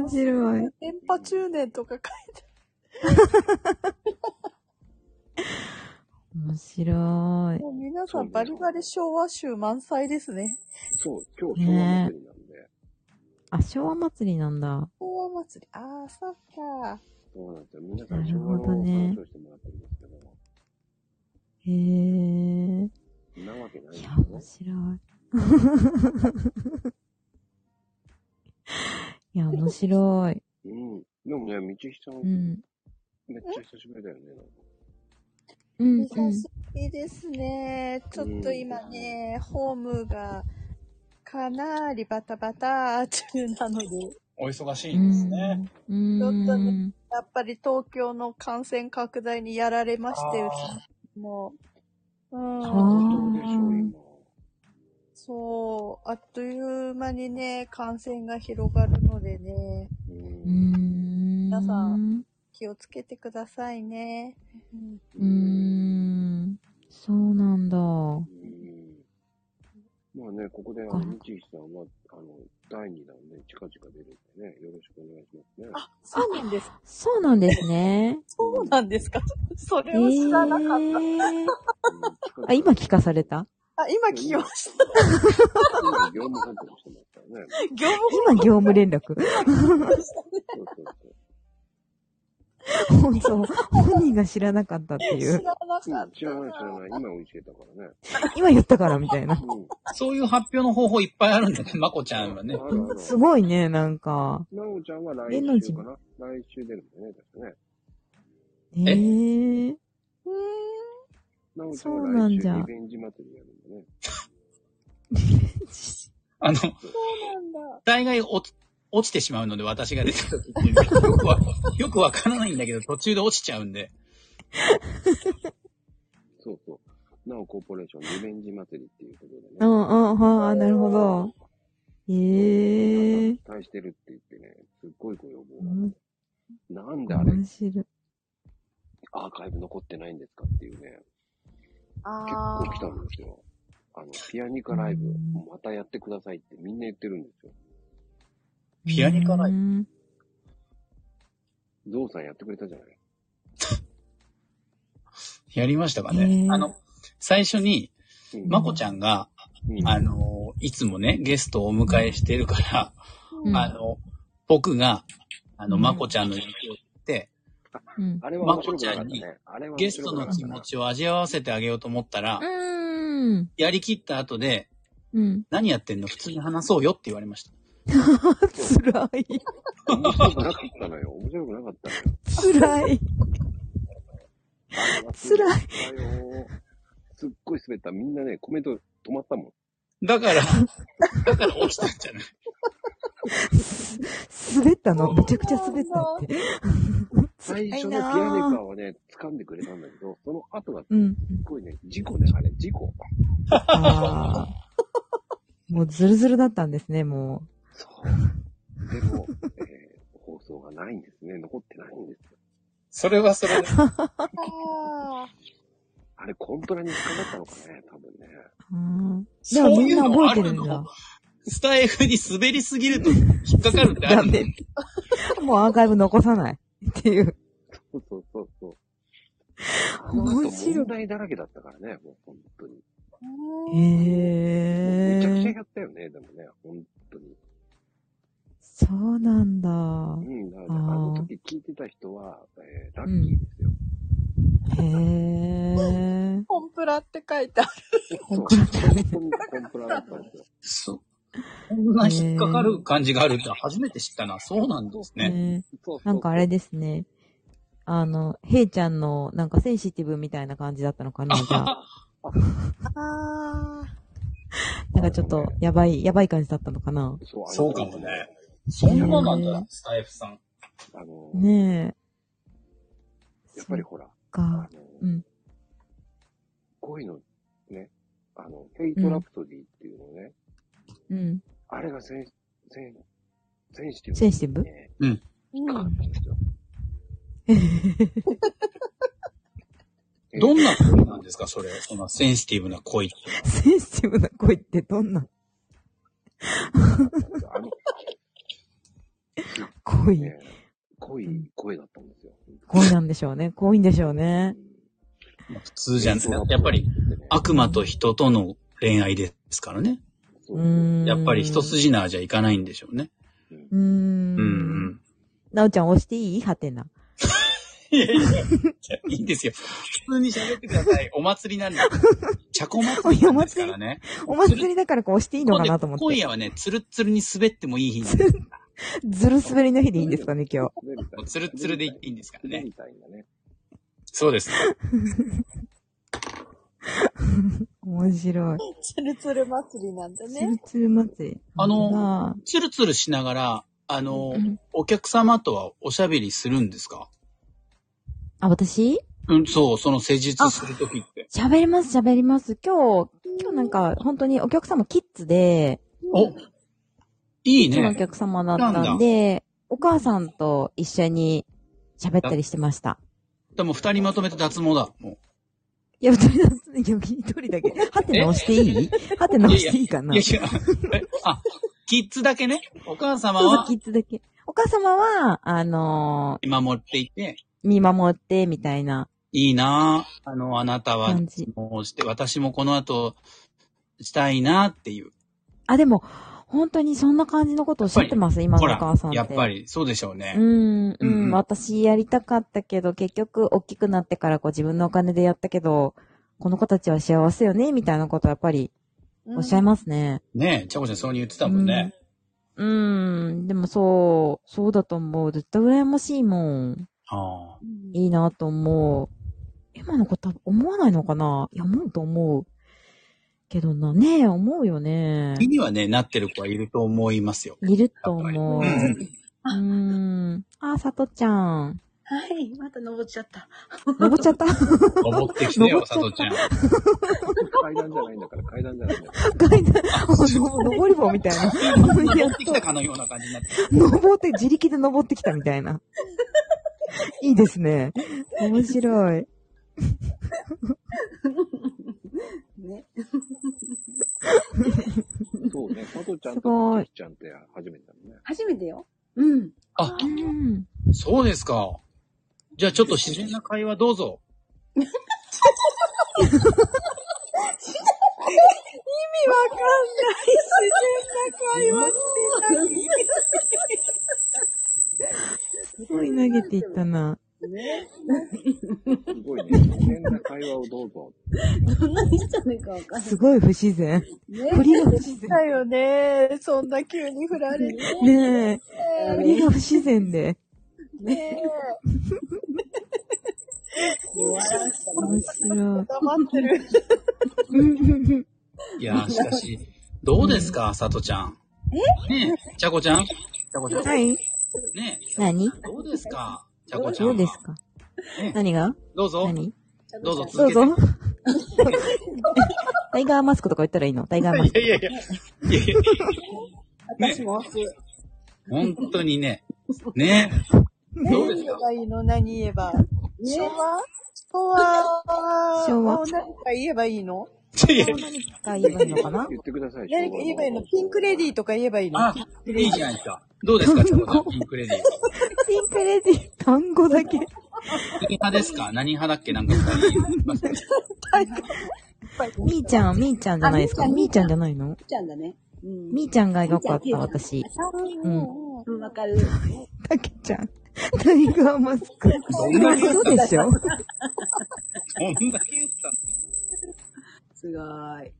Speaker 2: 面白い。
Speaker 7: 電波中年とか書いて
Speaker 2: 面白
Speaker 7: ある。もう皆さんバリバリ昭和集満載ですね。
Speaker 1: そう、
Speaker 2: い。
Speaker 1: 今日、
Speaker 2: ねえ。あ、昭和祭りなんだ。
Speaker 7: 昭和祭り。ああ、そっか。
Speaker 1: そうなんですよ。皆さん昭和の話をしてもらってるんですけど、
Speaker 2: へえ。
Speaker 1: そんなわけないんですよ
Speaker 2: 面白い。いや、面白い。
Speaker 1: うん。でもね、みちひさん、
Speaker 2: うん
Speaker 1: めっちゃ久しぶりだよね。
Speaker 2: うん、うん。
Speaker 7: いいですね。ちょっと今ね、ホームがかなりバタバタ中なので、
Speaker 13: お忙しいですね。
Speaker 2: うん。
Speaker 7: ちょっとね、やっぱり東京の感染拡大にやられまして、もう、うん。そう、あっという間にね、感染が広がるのでね、皆さん気をつけてくださいね。
Speaker 2: うーん。そうなんだ。
Speaker 1: まあね、ここで、あの、みちひさんは、あの、第2弾ね、近々出るんでね、よろしくお願いしますね。あ、
Speaker 7: そうなんです。
Speaker 2: そうなんですね。
Speaker 7: そうなんですか それを知らなかった。
Speaker 2: あ、今聞かされた
Speaker 7: あ、今聞きました。
Speaker 1: 今、業務報告してますからね。
Speaker 7: 業
Speaker 2: 今業務連絡。本当、本人が知らなかったっていう。
Speaker 1: うん知らない、知らない。今教えたからね。
Speaker 2: 今言ったからみたいな。
Speaker 13: そういう発表の方法いっぱいあるんだね、まこちゃんはね。
Speaker 2: すごいね、なんか。
Speaker 1: なおちゃんは来
Speaker 2: 芸能
Speaker 1: 週
Speaker 2: 人
Speaker 1: かな来週出るんだよね、確かね。
Speaker 2: えー、
Speaker 1: なおちゃ
Speaker 2: そうんな
Speaker 1: は来
Speaker 2: ん
Speaker 1: 週
Speaker 2: じゃ
Speaker 1: リベンジ祭りやるんだね。
Speaker 13: あの、大概落ち、落ちてしまうので、私が出た時っていうのはよくわ、よくわからないんだけど、途中で落ちちゃうんで。
Speaker 1: そうそう。なおコーポレーションリベンジ祭りっていうことでね。
Speaker 2: うん、うん、はあ、なるほど。えー、
Speaker 1: 期待してるって言ってね、すっごいご要望。
Speaker 2: 面
Speaker 1: なんであれ、
Speaker 2: 白い。
Speaker 1: アーカイブ残ってないんですかっていうね、結
Speaker 7: あ
Speaker 1: 構来たんですよ。あの、ピアニカライブ、またやってくださいってみんな言ってるんですよ。
Speaker 13: ピアニカライ
Speaker 2: ブ
Speaker 1: ゾウさんやってくれたじゃ ない
Speaker 13: やりましたかね。あの、最初に、まこちゃんが、あの、いつもね、ゲストをお迎えしてるから、
Speaker 1: ん
Speaker 13: あの、僕が、あの、まこちゃんの影響を言って、
Speaker 1: あれは
Speaker 13: ま
Speaker 1: 面
Speaker 13: こ
Speaker 1: 白く
Speaker 13: ちゃ
Speaker 1: なかっ
Speaker 13: ん
Speaker 1: た
Speaker 13: に
Speaker 1: ね。あれは
Speaker 13: ゲ
Speaker 1: 面
Speaker 13: ス
Speaker 1: 白
Speaker 13: ト
Speaker 1: くな
Speaker 13: の
Speaker 1: かった
Speaker 13: 気持ちを味わわせてあげようと思ったら、
Speaker 2: うん。
Speaker 13: やりきった後で、
Speaker 2: うん。
Speaker 13: 何やってんの普通に話そうよって言われました。
Speaker 2: 辛い。
Speaker 1: 面白くなかったのよ。面白くなかったのよ。
Speaker 2: 辛い。
Speaker 1: 辛い。すっごい滑った。みんなね、コメント止まったもん。
Speaker 13: だから、だから落ちたんじゃない
Speaker 2: 滑ったのめちゃくちゃ滑ったって。
Speaker 1: 最初のピアニカはね、掴んでくれたんだけど、その後がす
Speaker 2: うん
Speaker 1: っごいね、事故ね、あれ、事故。
Speaker 2: あーもうズルズルだったんですね、も
Speaker 1: でも、えー放送がないんですね。残ってないんですよ。
Speaker 13: それはそれで。
Speaker 1: あれ、コントラに引っかかったのかね、多分ね。
Speaker 2: う。うん
Speaker 13: で
Speaker 2: も
Speaker 13: そう
Speaker 2: み
Speaker 13: い
Speaker 2: ん
Speaker 13: う
Speaker 2: な
Speaker 13: のもあ
Speaker 2: 覚
Speaker 13: る
Speaker 2: え
Speaker 13: の
Speaker 2: てるんだ。
Speaker 13: スタイフに滑りすぎると引っかかるってあるんだよ。
Speaker 2: もうアーカイブ残さないっていう。
Speaker 1: そうそうそうそう。あの後
Speaker 2: 面白
Speaker 1: 問
Speaker 2: い。
Speaker 1: 題だらけだったからね、もう本当に。
Speaker 2: へ
Speaker 1: めちゃくちゃ
Speaker 2: え
Speaker 1: や。ったよね、でもね、本当に。
Speaker 2: そうなんだ。
Speaker 1: うん、だからね、あの
Speaker 2: あ
Speaker 1: 時聞いてた人は、えーラッキーですよ。
Speaker 2: ーへえ。
Speaker 7: コンプラって書いてある。
Speaker 1: コンプラ って書いてある。コンプラだったんですよ。
Speaker 13: そう。こんな引っかかる感じがあるって初めて知ったな。そうなんですね。
Speaker 2: ねなんかあれですね。 あの、ヘイちゃんの、なんかセンシティブみたいな感じだったのかな、じゃあ。
Speaker 26: あ
Speaker 2: なんかちょっと、やばい、やばい感じだったのかな。
Speaker 13: そうかもね。そんななんだ、スタイフさん。
Speaker 1: あの、
Speaker 2: ね
Speaker 1: やっぱりほら、
Speaker 2: え。か。うん。
Speaker 1: こういうの、ね、あの、ヘイトラプソディっていうのね、
Speaker 2: うん。
Speaker 1: あれがセン、セン、センシティブ、
Speaker 2: センシティブ
Speaker 13: うん。どんな恋なんですか、それ。そのセンシティブな恋っ て。
Speaker 2: センシティブな恋ってどんな濃い。
Speaker 1: 濃い声だった んですよ。
Speaker 2: 恋なんでしょうね。濃いんでしょうね。
Speaker 13: 普通じゃん。やっぱり、悪魔と人との恋愛ですからね。やっぱり一筋縄じゃいかないんでしょうね。
Speaker 2: うーん。
Speaker 13: うん
Speaker 2: なおちゃん押していいはてな。
Speaker 13: うん。いやいや、いいですよ。普通に喋ってください。お祭りなんで。茶子祭りなんですからね。
Speaker 2: お祭りだからこう押していいのかなと思って。
Speaker 13: 今夜はね、つるっつるに滑ってもいい日なん
Speaker 2: ずる滑りの日でいいんですかね、今日。
Speaker 13: で、つるっつるでいいんですからね。そうです。
Speaker 2: 面白い。
Speaker 26: ー。つるつる祭りなんだね。
Speaker 2: つる祭り。
Speaker 13: あの、つるつるしながら、あの、お客様とはおしゃべりするんですか
Speaker 2: あ、私
Speaker 13: うん、そう、その施術するときって。
Speaker 2: 喋ります、喋ります。今日、今日なんか、本当にお客様キッズで、
Speaker 13: おいい
Speaker 2: キッズのお
Speaker 13: ね。
Speaker 2: 客様だったんで、お母さんと一緒に喋ったりしてました。
Speaker 13: でも二人まとめて脱毛だ。も
Speaker 2: いや、二人だ、いや、一人だけ。はてな押していいはて
Speaker 13: う
Speaker 2: な押していいかない
Speaker 13: やいや、いやえあ、キッズだけね。お母様
Speaker 2: そうそう、
Speaker 13: は
Speaker 2: キッズだけ。お母様は、あの
Speaker 13: 見守っていて、
Speaker 2: ー見守って、みたいな。
Speaker 13: いいなぁあの、あなたは
Speaker 2: 感、
Speaker 13: もうして、私もこの後、したいなっていう。
Speaker 2: あ、でも、本当にそんな感じのことをおっしゃってます、今
Speaker 13: ほ
Speaker 2: のお
Speaker 13: ら
Speaker 2: 母さん、って。
Speaker 13: やっぱり、そうでしょうね。
Speaker 2: うん、
Speaker 13: う
Speaker 2: うん
Speaker 13: うん
Speaker 2: ん、私やりたかったけど、結局、大きくなってからこう自分のお金でやったけど、この子たちは幸せよね、みたいなことをやっぱり、おっしゃいますね。
Speaker 13: ねえ、ちゃこちゃんそうに言ってたもんね。
Speaker 2: うん、でもそう、そうだと思う。絶対羨ましいもん。
Speaker 13: ああ。
Speaker 2: いいなと思う。今の子多分思わないのかないや、思うと思う。けどな、ねえ、思うよね。
Speaker 13: 気にはね、なってる子はいると思いますよ。
Speaker 2: いると思う。うん。あ、さとちゃ ん。
Speaker 26: はい、また登っちゃった。
Speaker 2: 登っちゃった。
Speaker 13: 登ってきてよ、
Speaker 2: 登っ
Speaker 13: さとちゃん。
Speaker 1: 階段じゃないんだから、階段じゃないんだから。
Speaker 2: 登り棒みたいな。
Speaker 13: 登ってきたかのような感じになって。
Speaker 2: 登って、自力で登ってきたみたいな。いいですね。面白い。
Speaker 26: ね。
Speaker 1: そうね、佐藤ちゃん
Speaker 2: すご
Speaker 1: と
Speaker 2: い
Speaker 1: キキちゃんって初めてだもんね。
Speaker 26: 初めてよ。うん。
Speaker 13: あ、そうですか。じゃあちょっと自然な会話どうぞ。
Speaker 26: 意味わかんない。自然な会話してない。
Speaker 2: すごい投げていったな。
Speaker 26: ね。
Speaker 1: すごいね、自然な会話をどうぞ。
Speaker 26: どんなにしたのかわかんない。
Speaker 2: すごい不自然。
Speaker 26: ね
Speaker 2: 振りが不自
Speaker 26: 然。だよね。そんな急に振られて。
Speaker 2: ねえ。振りが不自然で。
Speaker 26: ねえ。もう笑うしかない
Speaker 2: 面白い。
Speaker 26: 黙ってる。
Speaker 13: いやー、しかし、どうですか、さとちゃん。ねえ、ちゃこちゃん。ちゃこちゃん。
Speaker 2: はい。
Speaker 13: ね
Speaker 2: 何
Speaker 13: え、どうですか、ちゃこちゃん
Speaker 2: ど
Speaker 13: は。
Speaker 2: うですか何が
Speaker 13: どうぞ。どう
Speaker 2: ど
Speaker 13: ぞ、続
Speaker 2: う
Speaker 13: けて。
Speaker 2: ぞ。 タイガーマスクとか言ったらいいのタイガーマスク。
Speaker 13: いやいやいや。いやいや
Speaker 26: 私も押す。
Speaker 13: 本当にね。ねどうです
Speaker 26: 何言えばいいの何言えば。昭和昭和
Speaker 2: 昭和
Speaker 26: 何か言えばいいの
Speaker 13: え。いやいや
Speaker 2: 何言えばいいのかな
Speaker 1: 言ってください。
Speaker 26: 何か言えばいいのピンクレディーとか言えばいいの
Speaker 13: あ、いいじゃないですか。どうですか、ちゃこちゃん。ピンクレディー。
Speaker 2: ピンクレディ、単語 だけ。
Speaker 13: 何派ですか何派だっけなんか二人いますね。
Speaker 2: みーちゃん、みーちゃんじゃないですか
Speaker 26: あみ
Speaker 2: み
Speaker 26: ー
Speaker 2: ー
Speaker 26: ち
Speaker 2: ち
Speaker 26: ゃ
Speaker 2: ゃ
Speaker 26: ん
Speaker 2: んじゃないの
Speaker 26: みーちゃんだね。うん
Speaker 2: みーちゃんが良かっ
Speaker 26: み
Speaker 2: た、
Speaker 26: ー
Speaker 2: 私。
Speaker 26: う
Speaker 2: うん。
Speaker 26: ん。うん、わかる。
Speaker 2: たけちゃん。タイガーマスク。
Speaker 13: どんだけ言った
Speaker 2: 嘘で しょ
Speaker 13: どんだけ言ってたの
Speaker 26: すごーい。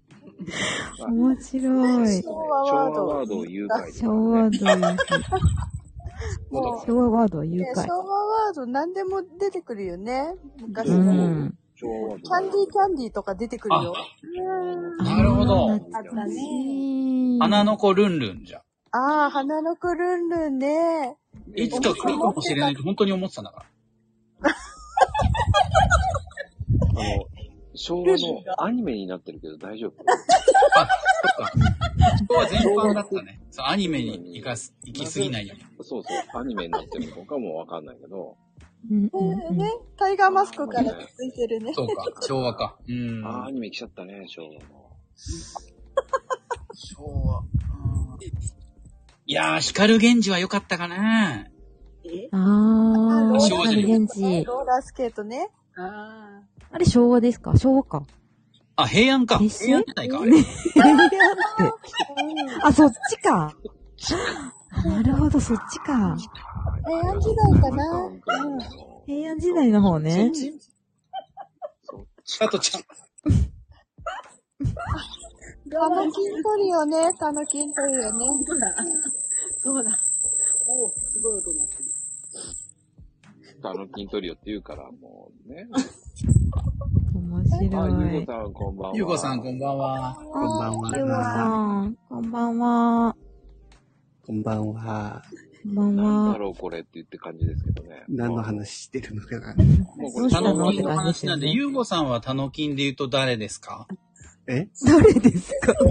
Speaker 2: 面白い。
Speaker 26: 昭和ワード。
Speaker 1: ワードを誘拐。
Speaker 2: 昭和ワードは言う
Speaker 26: もう
Speaker 2: 昭和ワードは誘
Speaker 26: ね昭
Speaker 2: 拐。
Speaker 26: 和ワード何でも出てくるよね。昔
Speaker 2: う
Speaker 26: の。
Speaker 2: ん。
Speaker 1: 賞
Speaker 2: キャンディーキャンディーとか出てくるよ。
Speaker 13: なるほど。
Speaker 2: あったね。
Speaker 13: 花の子ルンルンじゃ。
Speaker 2: ああ、花の子ルンルンね。
Speaker 13: いつか来るかもしれないと本当に思ってたんだから。
Speaker 1: あの、昭和のアニメになってるけど大丈夫
Speaker 13: ここは全般だったね。そうアニメに行かす、行き過ぎないように。
Speaker 1: そうそう、アニメになってるのかもわかんないけど。
Speaker 2: ねね、タイガーマスクから続いてるね。
Speaker 13: そうか、昭和か。うん。
Speaker 1: あーアニメ来ちゃったね、昭和の。
Speaker 13: 昭和。いやー、光源氏は良かったかな。
Speaker 27: ああ、
Speaker 13: 昭和じゃない
Speaker 27: 光源氏。
Speaker 2: ローラースケートね。
Speaker 27: あれ昭和ですか昭和か。
Speaker 13: あ、平安か。平安じゃないか、あれ。
Speaker 27: あ、そっちか。なるほど、そっちか。
Speaker 2: 平安時代かな。
Speaker 27: 平安時代の方ね。
Speaker 13: あとちゃん。
Speaker 2: タノキントリオね。タノキントリオね。
Speaker 7: そうだ。おすごい音鳴ってる。
Speaker 1: あの筋トリオって言うから、もうね。
Speaker 27: 面
Speaker 1: あ、ゆ
Speaker 27: 白
Speaker 1: う
Speaker 27: い
Speaker 1: こ。さんこんばんは。
Speaker 13: ゆうこさん、こんばんは。こ
Speaker 27: ん
Speaker 13: ばん
Speaker 27: ゆうこさん、こんばんは。
Speaker 10: こんばんは。
Speaker 27: こんばん
Speaker 1: なんだ
Speaker 27: は。
Speaker 1: ろうこれってって感じですけどね。
Speaker 10: 何の話してるのかな
Speaker 13: タノキンの話なんで、ゆうごさんはタノキンで言うと誰ですか
Speaker 10: え
Speaker 27: 誰ですか
Speaker 2: タ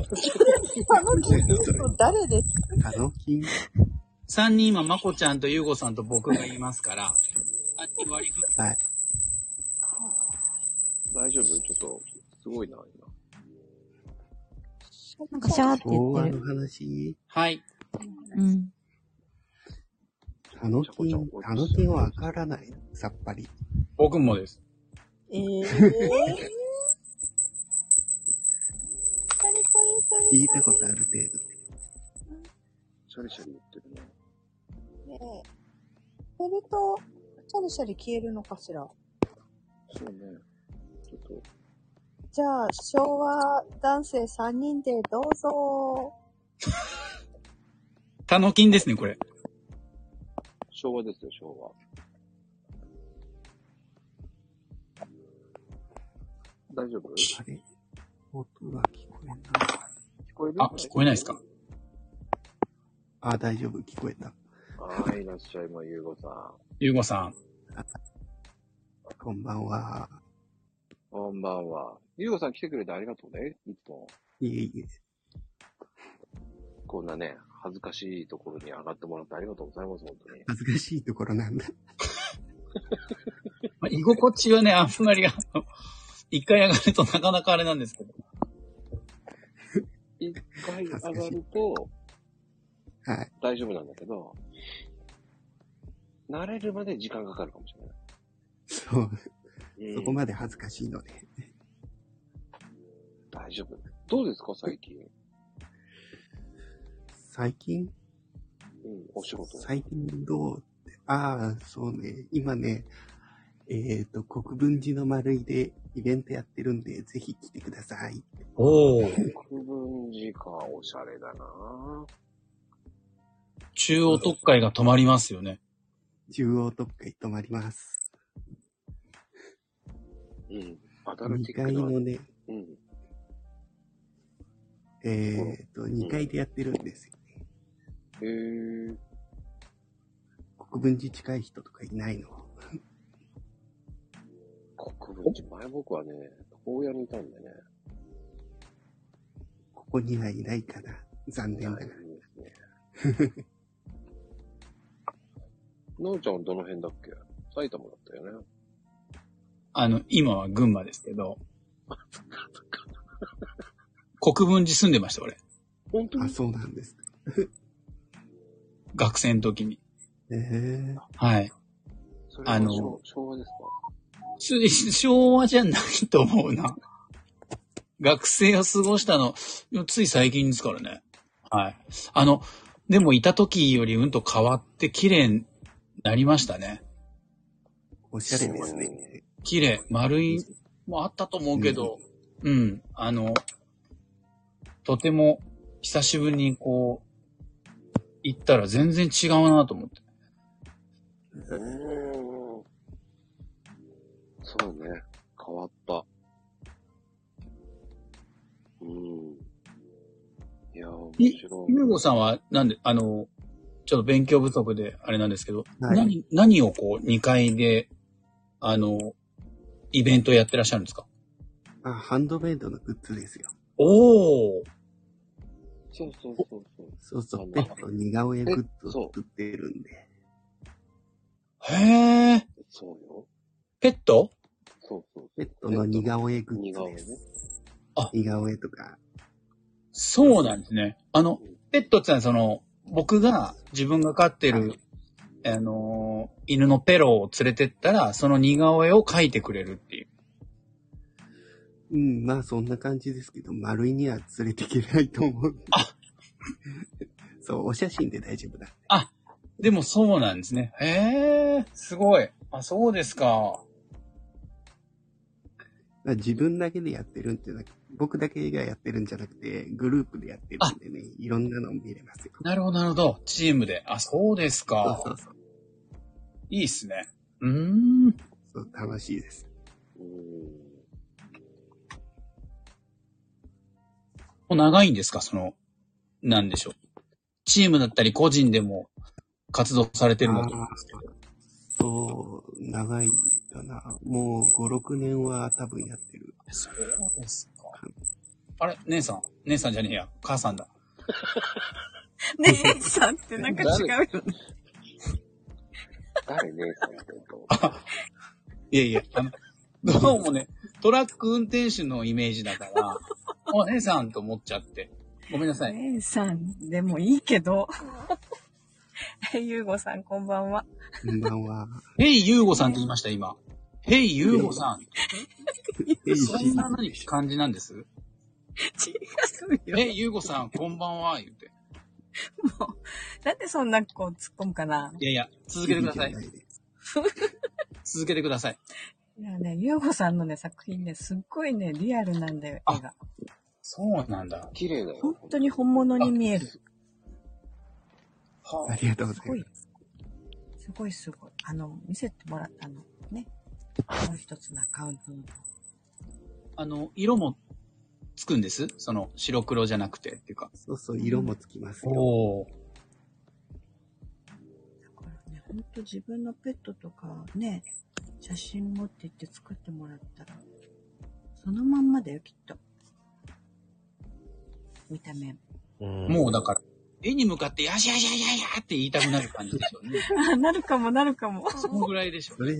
Speaker 2: ノキントリオ誰ですか
Speaker 10: タノキン
Speaker 13: 三人今、まこちゃんとゆうごさんと僕がいますから、三人割り振って
Speaker 10: はい。
Speaker 1: 大丈夫ちょっと、すごいな、今。
Speaker 27: なんかシャーって
Speaker 10: 昭
Speaker 27: 言
Speaker 10: 和
Speaker 27: って
Speaker 10: の
Speaker 27: る。
Speaker 10: 話
Speaker 13: はい。
Speaker 27: うん。
Speaker 10: タノキン、タノキンはわからない。さっぱり。
Speaker 13: 僕もです。
Speaker 2: えー。パリパリパ
Speaker 10: 聞い
Speaker 2: リ
Speaker 10: たことある程度。
Speaker 1: シャリシャリ言ってるね。
Speaker 2: ねえ。ベルト、シャリシャリ消えるのかしら。
Speaker 1: そうね。ちょっと、
Speaker 2: じゃあ、昭和男性3人でどう ぞ。
Speaker 13: タノキンですね、これ。
Speaker 1: 昭和ですよ、昭和。大丈夫
Speaker 10: あれ音が聞こえない。
Speaker 1: 聞こえる
Speaker 13: あ、聞こえないですか
Speaker 10: あ、大丈夫。聞こえた。
Speaker 1: はい、いらっしゃい、もうゆうごさん。
Speaker 13: ゆうごさん。
Speaker 10: こんばんは。
Speaker 1: こんばんは。ゆうごさん来てくれてありがとうね、いつも。
Speaker 10: いえいえ。
Speaker 1: こんなね、恥ずかしいところに上がってもらってありがとうございます、本当に。
Speaker 10: 恥ずかしいところなんだ。
Speaker 13: まあ、居心地はね、あんまり、あの、一回上がるとなかなかあれなんですけど。
Speaker 1: 一回上がると、
Speaker 10: はい。
Speaker 1: 大丈夫なんだけど、慣れるまで時間かかるかもしれない。
Speaker 10: そう。
Speaker 1: うん
Speaker 10: そこまで恥ずかしいので。
Speaker 1: 大丈夫。どうですか、最 近。
Speaker 10: 最近
Speaker 1: うん、お仕事。
Speaker 10: 最近どうってああ、そうね。今ね、えっ、と、国分寺の丸井でイベントやってるんで、ぜひ来てください。
Speaker 13: おお。
Speaker 1: 国分寺か、おしゃれだな
Speaker 13: 中央特会が止まりますよね。
Speaker 10: 中央特会泊まります。
Speaker 1: うん。アダルテ
Speaker 10: 2
Speaker 1: ィック
Speaker 10: 階
Speaker 1: な。
Speaker 10: のね、
Speaker 1: うん。
Speaker 10: えっ、と、2階でやってるんですよ。
Speaker 1: へえ。
Speaker 10: 国分寺近い人とかいないの。
Speaker 1: 国分寺、前僕はね、高野にいたんでね。
Speaker 10: ここにはいないかな。残念ながら。
Speaker 1: なおちゃんはどの辺だっけ埼玉だったよね。
Speaker 13: あの、今は群馬ですけど。国分寺住んでました、俺。
Speaker 1: 本当
Speaker 10: あ、そうなんです。
Speaker 13: 学生の時に。
Speaker 10: え え
Speaker 13: はい。
Speaker 1: それ
Speaker 13: あ
Speaker 1: は
Speaker 13: の
Speaker 1: 昭昭和ですか
Speaker 13: す昭和じゃないと思うな。学生を過ごしたの、つい最近ですからね。はい。あの、でもいた時よりうんと変わって綺麗になりましたね。
Speaker 10: おしゃれですね。
Speaker 13: 綺麗。丸いもあったと思うけど、うん、あの、とても久しぶりにこう、行ったら全然違うなと思って。
Speaker 1: うーん。そうね。
Speaker 28: 変わった。うん。いやー、面
Speaker 13: い
Speaker 28: 白い。
Speaker 13: ゆうごさんは、なんで、あの、ちょっと勉強不足であれなんですけど、
Speaker 10: はい
Speaker 13: 何、何をこう、2階で、あの、イベントやってらっしゃるんですか
Speaker 10: あ、ハンドメイドのグッズですよ。
Speaker 13: おー
Speaker 28: そうそうそうそう。
Speaker 10: そうそう、ペット似顔絵グッズを作ってるんで。
Speaker 13: へえ。
Speaker 28: そうよ。
Speaker 13: ペット
Speaker 28: そうそう。
Speaker 10: ペットの似顔絵グッズです。似顔絵
Speaker 13: あ、
Speaker 10: 似顔絵とか。
Speaker 13: そうなんですね。あの、ペットってのはその、僕が自分が飼ってる、あのー、犬のペロを連れてったら、その似顔絵を描いてくれるっていう。
Speaker 10: うん、まあそんな感じですけど、丸いには連れていけないと思う。あ そう、お写真で大丈夫だ。
Speaker 13: でもそうなんですね。へえ、すごい。あ、そうですか。
Speaker 10: まあ自分だけでやってるんじゃなく僕だけがやってるんじゃなくて、グループでやってるんでね、いろんなの見れますよ。
Speaker 13: なるほど、なるほど。チームで。あ、そうですか。いいっすね。うーん。
Speaker 10: そう、楽しいです。
Speaker 13: もう長いんですかその、なんでしょう。チームだったり個人でも活動されてるんだと思うんですけど。
Speaker 10: そう、長いかな。もう5、6年は多分やってる。
Speaker 13: そうですか。あれ姉さん姉さんじゃねえや。母さんだ。
Speaker 28: 姉
Speaker 2: さんってなんか違うよね。
Speaker 28: 誰姉さんって
Speaker 13: いやいや、あの、どうもね、トラック運転手のイメージだから、お姉さんと思っちゃって。ごめんなさい。
Speaker 2: 姉さんでもいいけど。ゆうごさんこんばんは。
Speaker 10: こんばんは。
Speaker 13: ヘイユーゴさんって言いました、今。ヘイユーゴさん。そんな何感じなんですヘイユーゴさん、こんばんは、言って。
Speaker 2: なんでそんなこう突っ込むかない
Speaker 13: やいや、続けてください。続けてください。
Speaker 2: いやね、ゆうごさんのね、作品ね、すっごいね、リアルなんだよ、絵が。
Speaker 13: そうなんだ。
Speaker 28: 綺麗だよ。
Speaker 2: 本当に本物に見える。
Speaker 10: ありがとうございます。
Speaker 2: すごいすごい。あの、見せてもらったのね。もう一つのアカウントの。
Speaker 13: あの、色もつくんですその、白黒じゃなくてっていうか。
Speaker 10: そうそう、色もつきますよ。
Speaker 13: おー
Speaker 2: ね、ほんと自分のペットとかね、写真持って行って作ってもらったら、そのまんまだよ、きっと。見た目。
Speaker 13: もうだから、絵に向かって、やしゃしゃややって言いたくなる感じでしょうね。
Speaker 2: あ、なるかも、なるかも。
Speaker 13: そのぐらいでしょ。
Speaker 10: それ、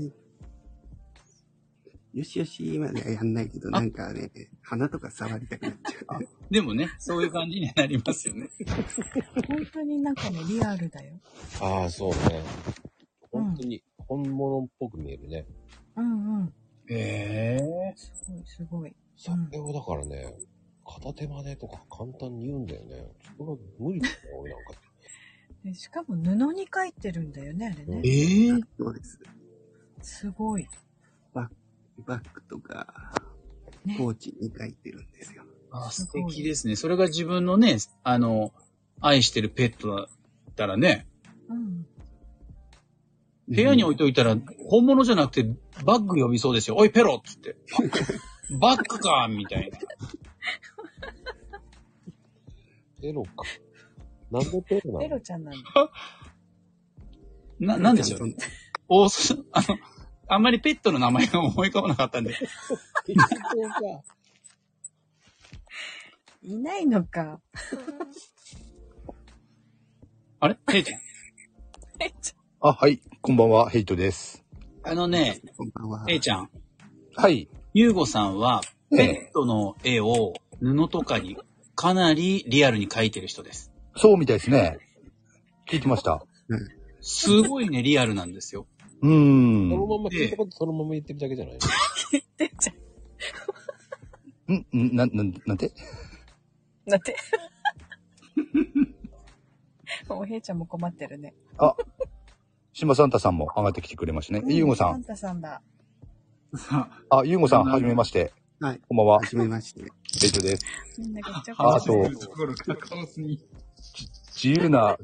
Speaker 10: よしよしまではやんないけど、なんかね、鼻とか触りたくなっちゃう。
Speaker 13: でもね、そういう感じになりますよね。
Speaker 2: 本当になんかね、リアルだよ。
Speaker 1: ああ、そうね。本当に本物っぽく見えるね。
Speaker 2: うんうん。
Speaker 13: ええ
Speaker 2: すごい、すごい。
Speaker 1: それをだからね、片手間でとか簡単に言うんだよね。それは無理だよ、俺なんか。
Speaker 2: でしかも布に書いてるんだよね、あれね。
Speaker 13: ええ
Speaker 10: そうです。
Speaker 2: すごい。
Speaker 10: バック、バッグとか、ポーチに書いてるんですよ。
Speaker 13: あ素敵ですね。それが自分のね、あの、愛してるペットだったらね、
Speaker 2: うん。
Speaker 13: 部屋に置いといたら、本物じゃなくて、バッグ呼びそうですよ。おい、ペロっつ って。バッグかみたいな。
Speaker 1: ペロか。なんでペロな
Speaker 2: ペ
Speaker 1: の
Speaker 2: ロちゃんなんだ。
Speaker 13: な、なんでしょうね。おそあの、あんまりペットの名前が思い浮かばなかったんで。
Speaker 2: いないのか。
Speaker 13: あれヘイちゃん。
Speaker 15: あ、はい。こんばんは、ヘイトです。
Speaker 13: あのね、ヘイちゃん。
Speaker 15: はい。
Speaker 13: ユーゴさんは、ペットの絵を布とかにかなりリアルに描いてる人です。
Speaker 15: そうみたいですね。聞いてました。
Speaker 13: すごいね、リアルなんですよ。
Speaker 15: うーん。
Speaker 1: そのまんま聞いたことそのまま言ってるだけじゃない
Speaker 15: ん、ん、な、な、なんて
Speaker 2: だって。おへいちゃんも困ってるね。
Speaker 15: あ、島サンタさんも上がってきてくれましたね。ユーゴさ
Speaker 2: サン
Speaker 15: ん。
Speaker 2: タさん だ。
Speaker 15: あ、ユーゴさん、はじめまして。
Speaker 10: はい。
Speaker 15: こんばんは。は
Speaker 10: じめまして。
Speaker 15: ヘイトです。
Speaker 2: みんながちゃ
Speaker 15: あと、自由な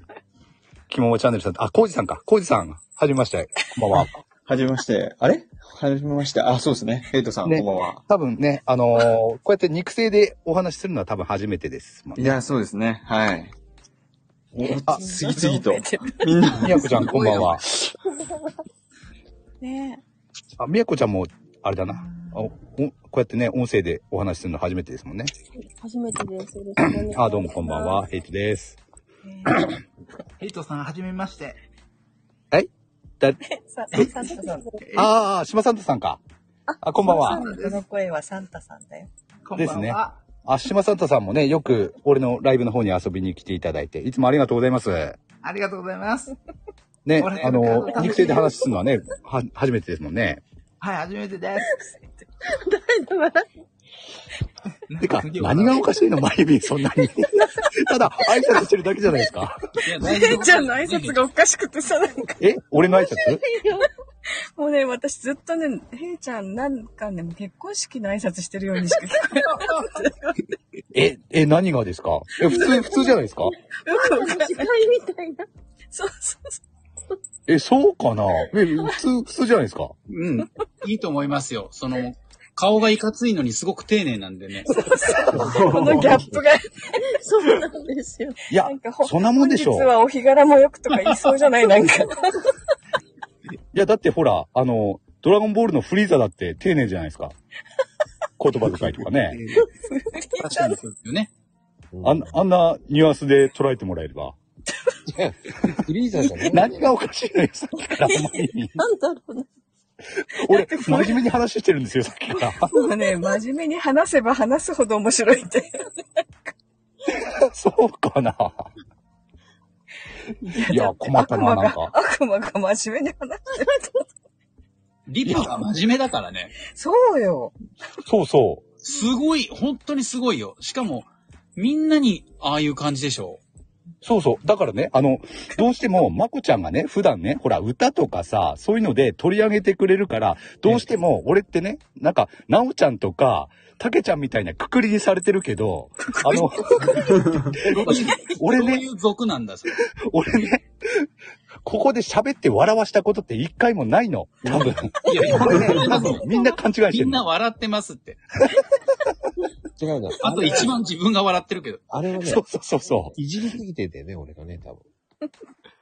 Speaker 15: 気ままチャンネルさん。あ、コウジさんか。コウジさん、はじめまして。こんばんは。
Speaker 4: はじめまして。あれはじめまして。あ、そうですね。ヘイトさん、
Speaker 15: ね
Speaker 4: こんばんは。
Speaker 15: 多分ね、あのーこうやって肉声でお話しするのは多分初めてですもんね。
Speaker 4: いや、そうですね。はい。あ、次々と。
Speaker 15: みん な。みやこちゃん、こんばんは。
Speaker 16: ね
Speaker 15: あ、みやこちゃんも、あれだな。あおおこうやってね、音声でお話しするの初めてですもんね。
Speaker 16: 初めてです。よろしくお願いします
Speaker 15: あ、どうもこんばんは。ヘイトです。
Speaker 2: ヘイトさん、はじめまして。
Speaker 15: はいだ、
Speaker 2: さ、サンタさん。
Speaker 15: ああ、島サンタさんか。あ、こんばんは。
Speaker 2: 僕の声はサンタさんだよ。こん
Speaker 15: で
Speaker 2: ば
Speaker 15: す
Speaker 2: ん
Speaker 15: ね
Speaker 2: は。。
Speaker 15: あ、島サンタさんもね、よく俺のライブの方に遊びに来ていただいて、いつもありがとうございます。
Speaker 2: ありがとうございます。
Speaker 15: ね、
Speaker 2: 俺
Speaker 15: あの
Speaker 2: 楽し、み
Speaker 15: 肉声で話するのはね、は、初めてですもんね。
Speaker 2: はい、初めてです。
Speaker 15: てか、何がおかしいのマリビン、そんなに。 ただ、挨拶してるだけじゃないですか。
Speaker 2: 姉ちゃんの挨拶がおかしくてさ、なんか。
Speaker 15: え俺の挨拶
Speaker 2: もうね、私ずっとね、ヘイちゃんなんかね、結婚式の挨拶してるようにしか聞こえなかっ
Speaker 15: え、え、何がですかえ、普通、普通じゃないですか
Speaker 2: た。よくわかんない。みたいな。 そうそうそ
Speaker 15: え、そうかなえ、普通、普通じゃないですか
Speaker 13: うん。いいと思いますよ。その、顔がいかついのにすごく丁寧なんでね。
Speaker 2: う。このギャップが、 そうなんですよ。
Speaker 15: いや
Speaker 2: か
Speaker 15: そんなもんでしょう
Speaker 2: 本日はお日柄もよくとか言いそうじゃないなんか。
Speaker 15: いや、だってほら、あの、ドラゴンボールのフリーザだって丁寧じゃないですか。言葉遣いとかね。
Speaker 13: 確かにそうですよね。
Speaker 15: あんあんなニュアンスで捉えてもらえれば。
Speaker 1: フリーザ
Speaker 15: じゃない何がおかしいのよ、さっきから。
Speaker 2: なんだろうな。
Speaker 15: 俺、真面目に話してるんですよ、さっきから。
Speaker 2: もうね、真面目に話せば話すほど面白いって。
Speaker 15: そうかな。いや、困ったな、なんか。
Speaker 2: 悪魔が真面目に話してると。
Speaker 13: リパが真面目だからね。
Speaker 2: そうよ。
Speaker 15: そうそう。
Speaker 13: すごい、本当にすごいよ。しかも、みんなにああいう感じでしょ
Speaker 15: そうそう。だからね、あの、どうしても、まこちゃんがね、普段ね、ほら、歌とかさ、そういうので取り上げてくれるから、どうしても、俺ってね、なんか、なおちゃんとか、たけちゃんみたいなくくりにされてるけど、あの、俺ね、
Speaker 13: う。族なんだ、それ。
Speaker 15: 俺ね、ここで喋って笑わしたことって一回もないの。多分。
Speaker 13: いやいや
Speaker 15: これね、多分みんな勘違いして
Speaker 13: み
Speaker 15: る
Speaker 13: ん
Speaker 15: の。
Speaker 13: な笑ってますって。
Speaker 1: 違うな。
Speaker 13: あと一番自分が笑ってるけど。
Speaker 1: あれはね、
Speaker 15: そうそうそうそう。
Speaker 1: いじりすぎてんだよね、俺がね、多分。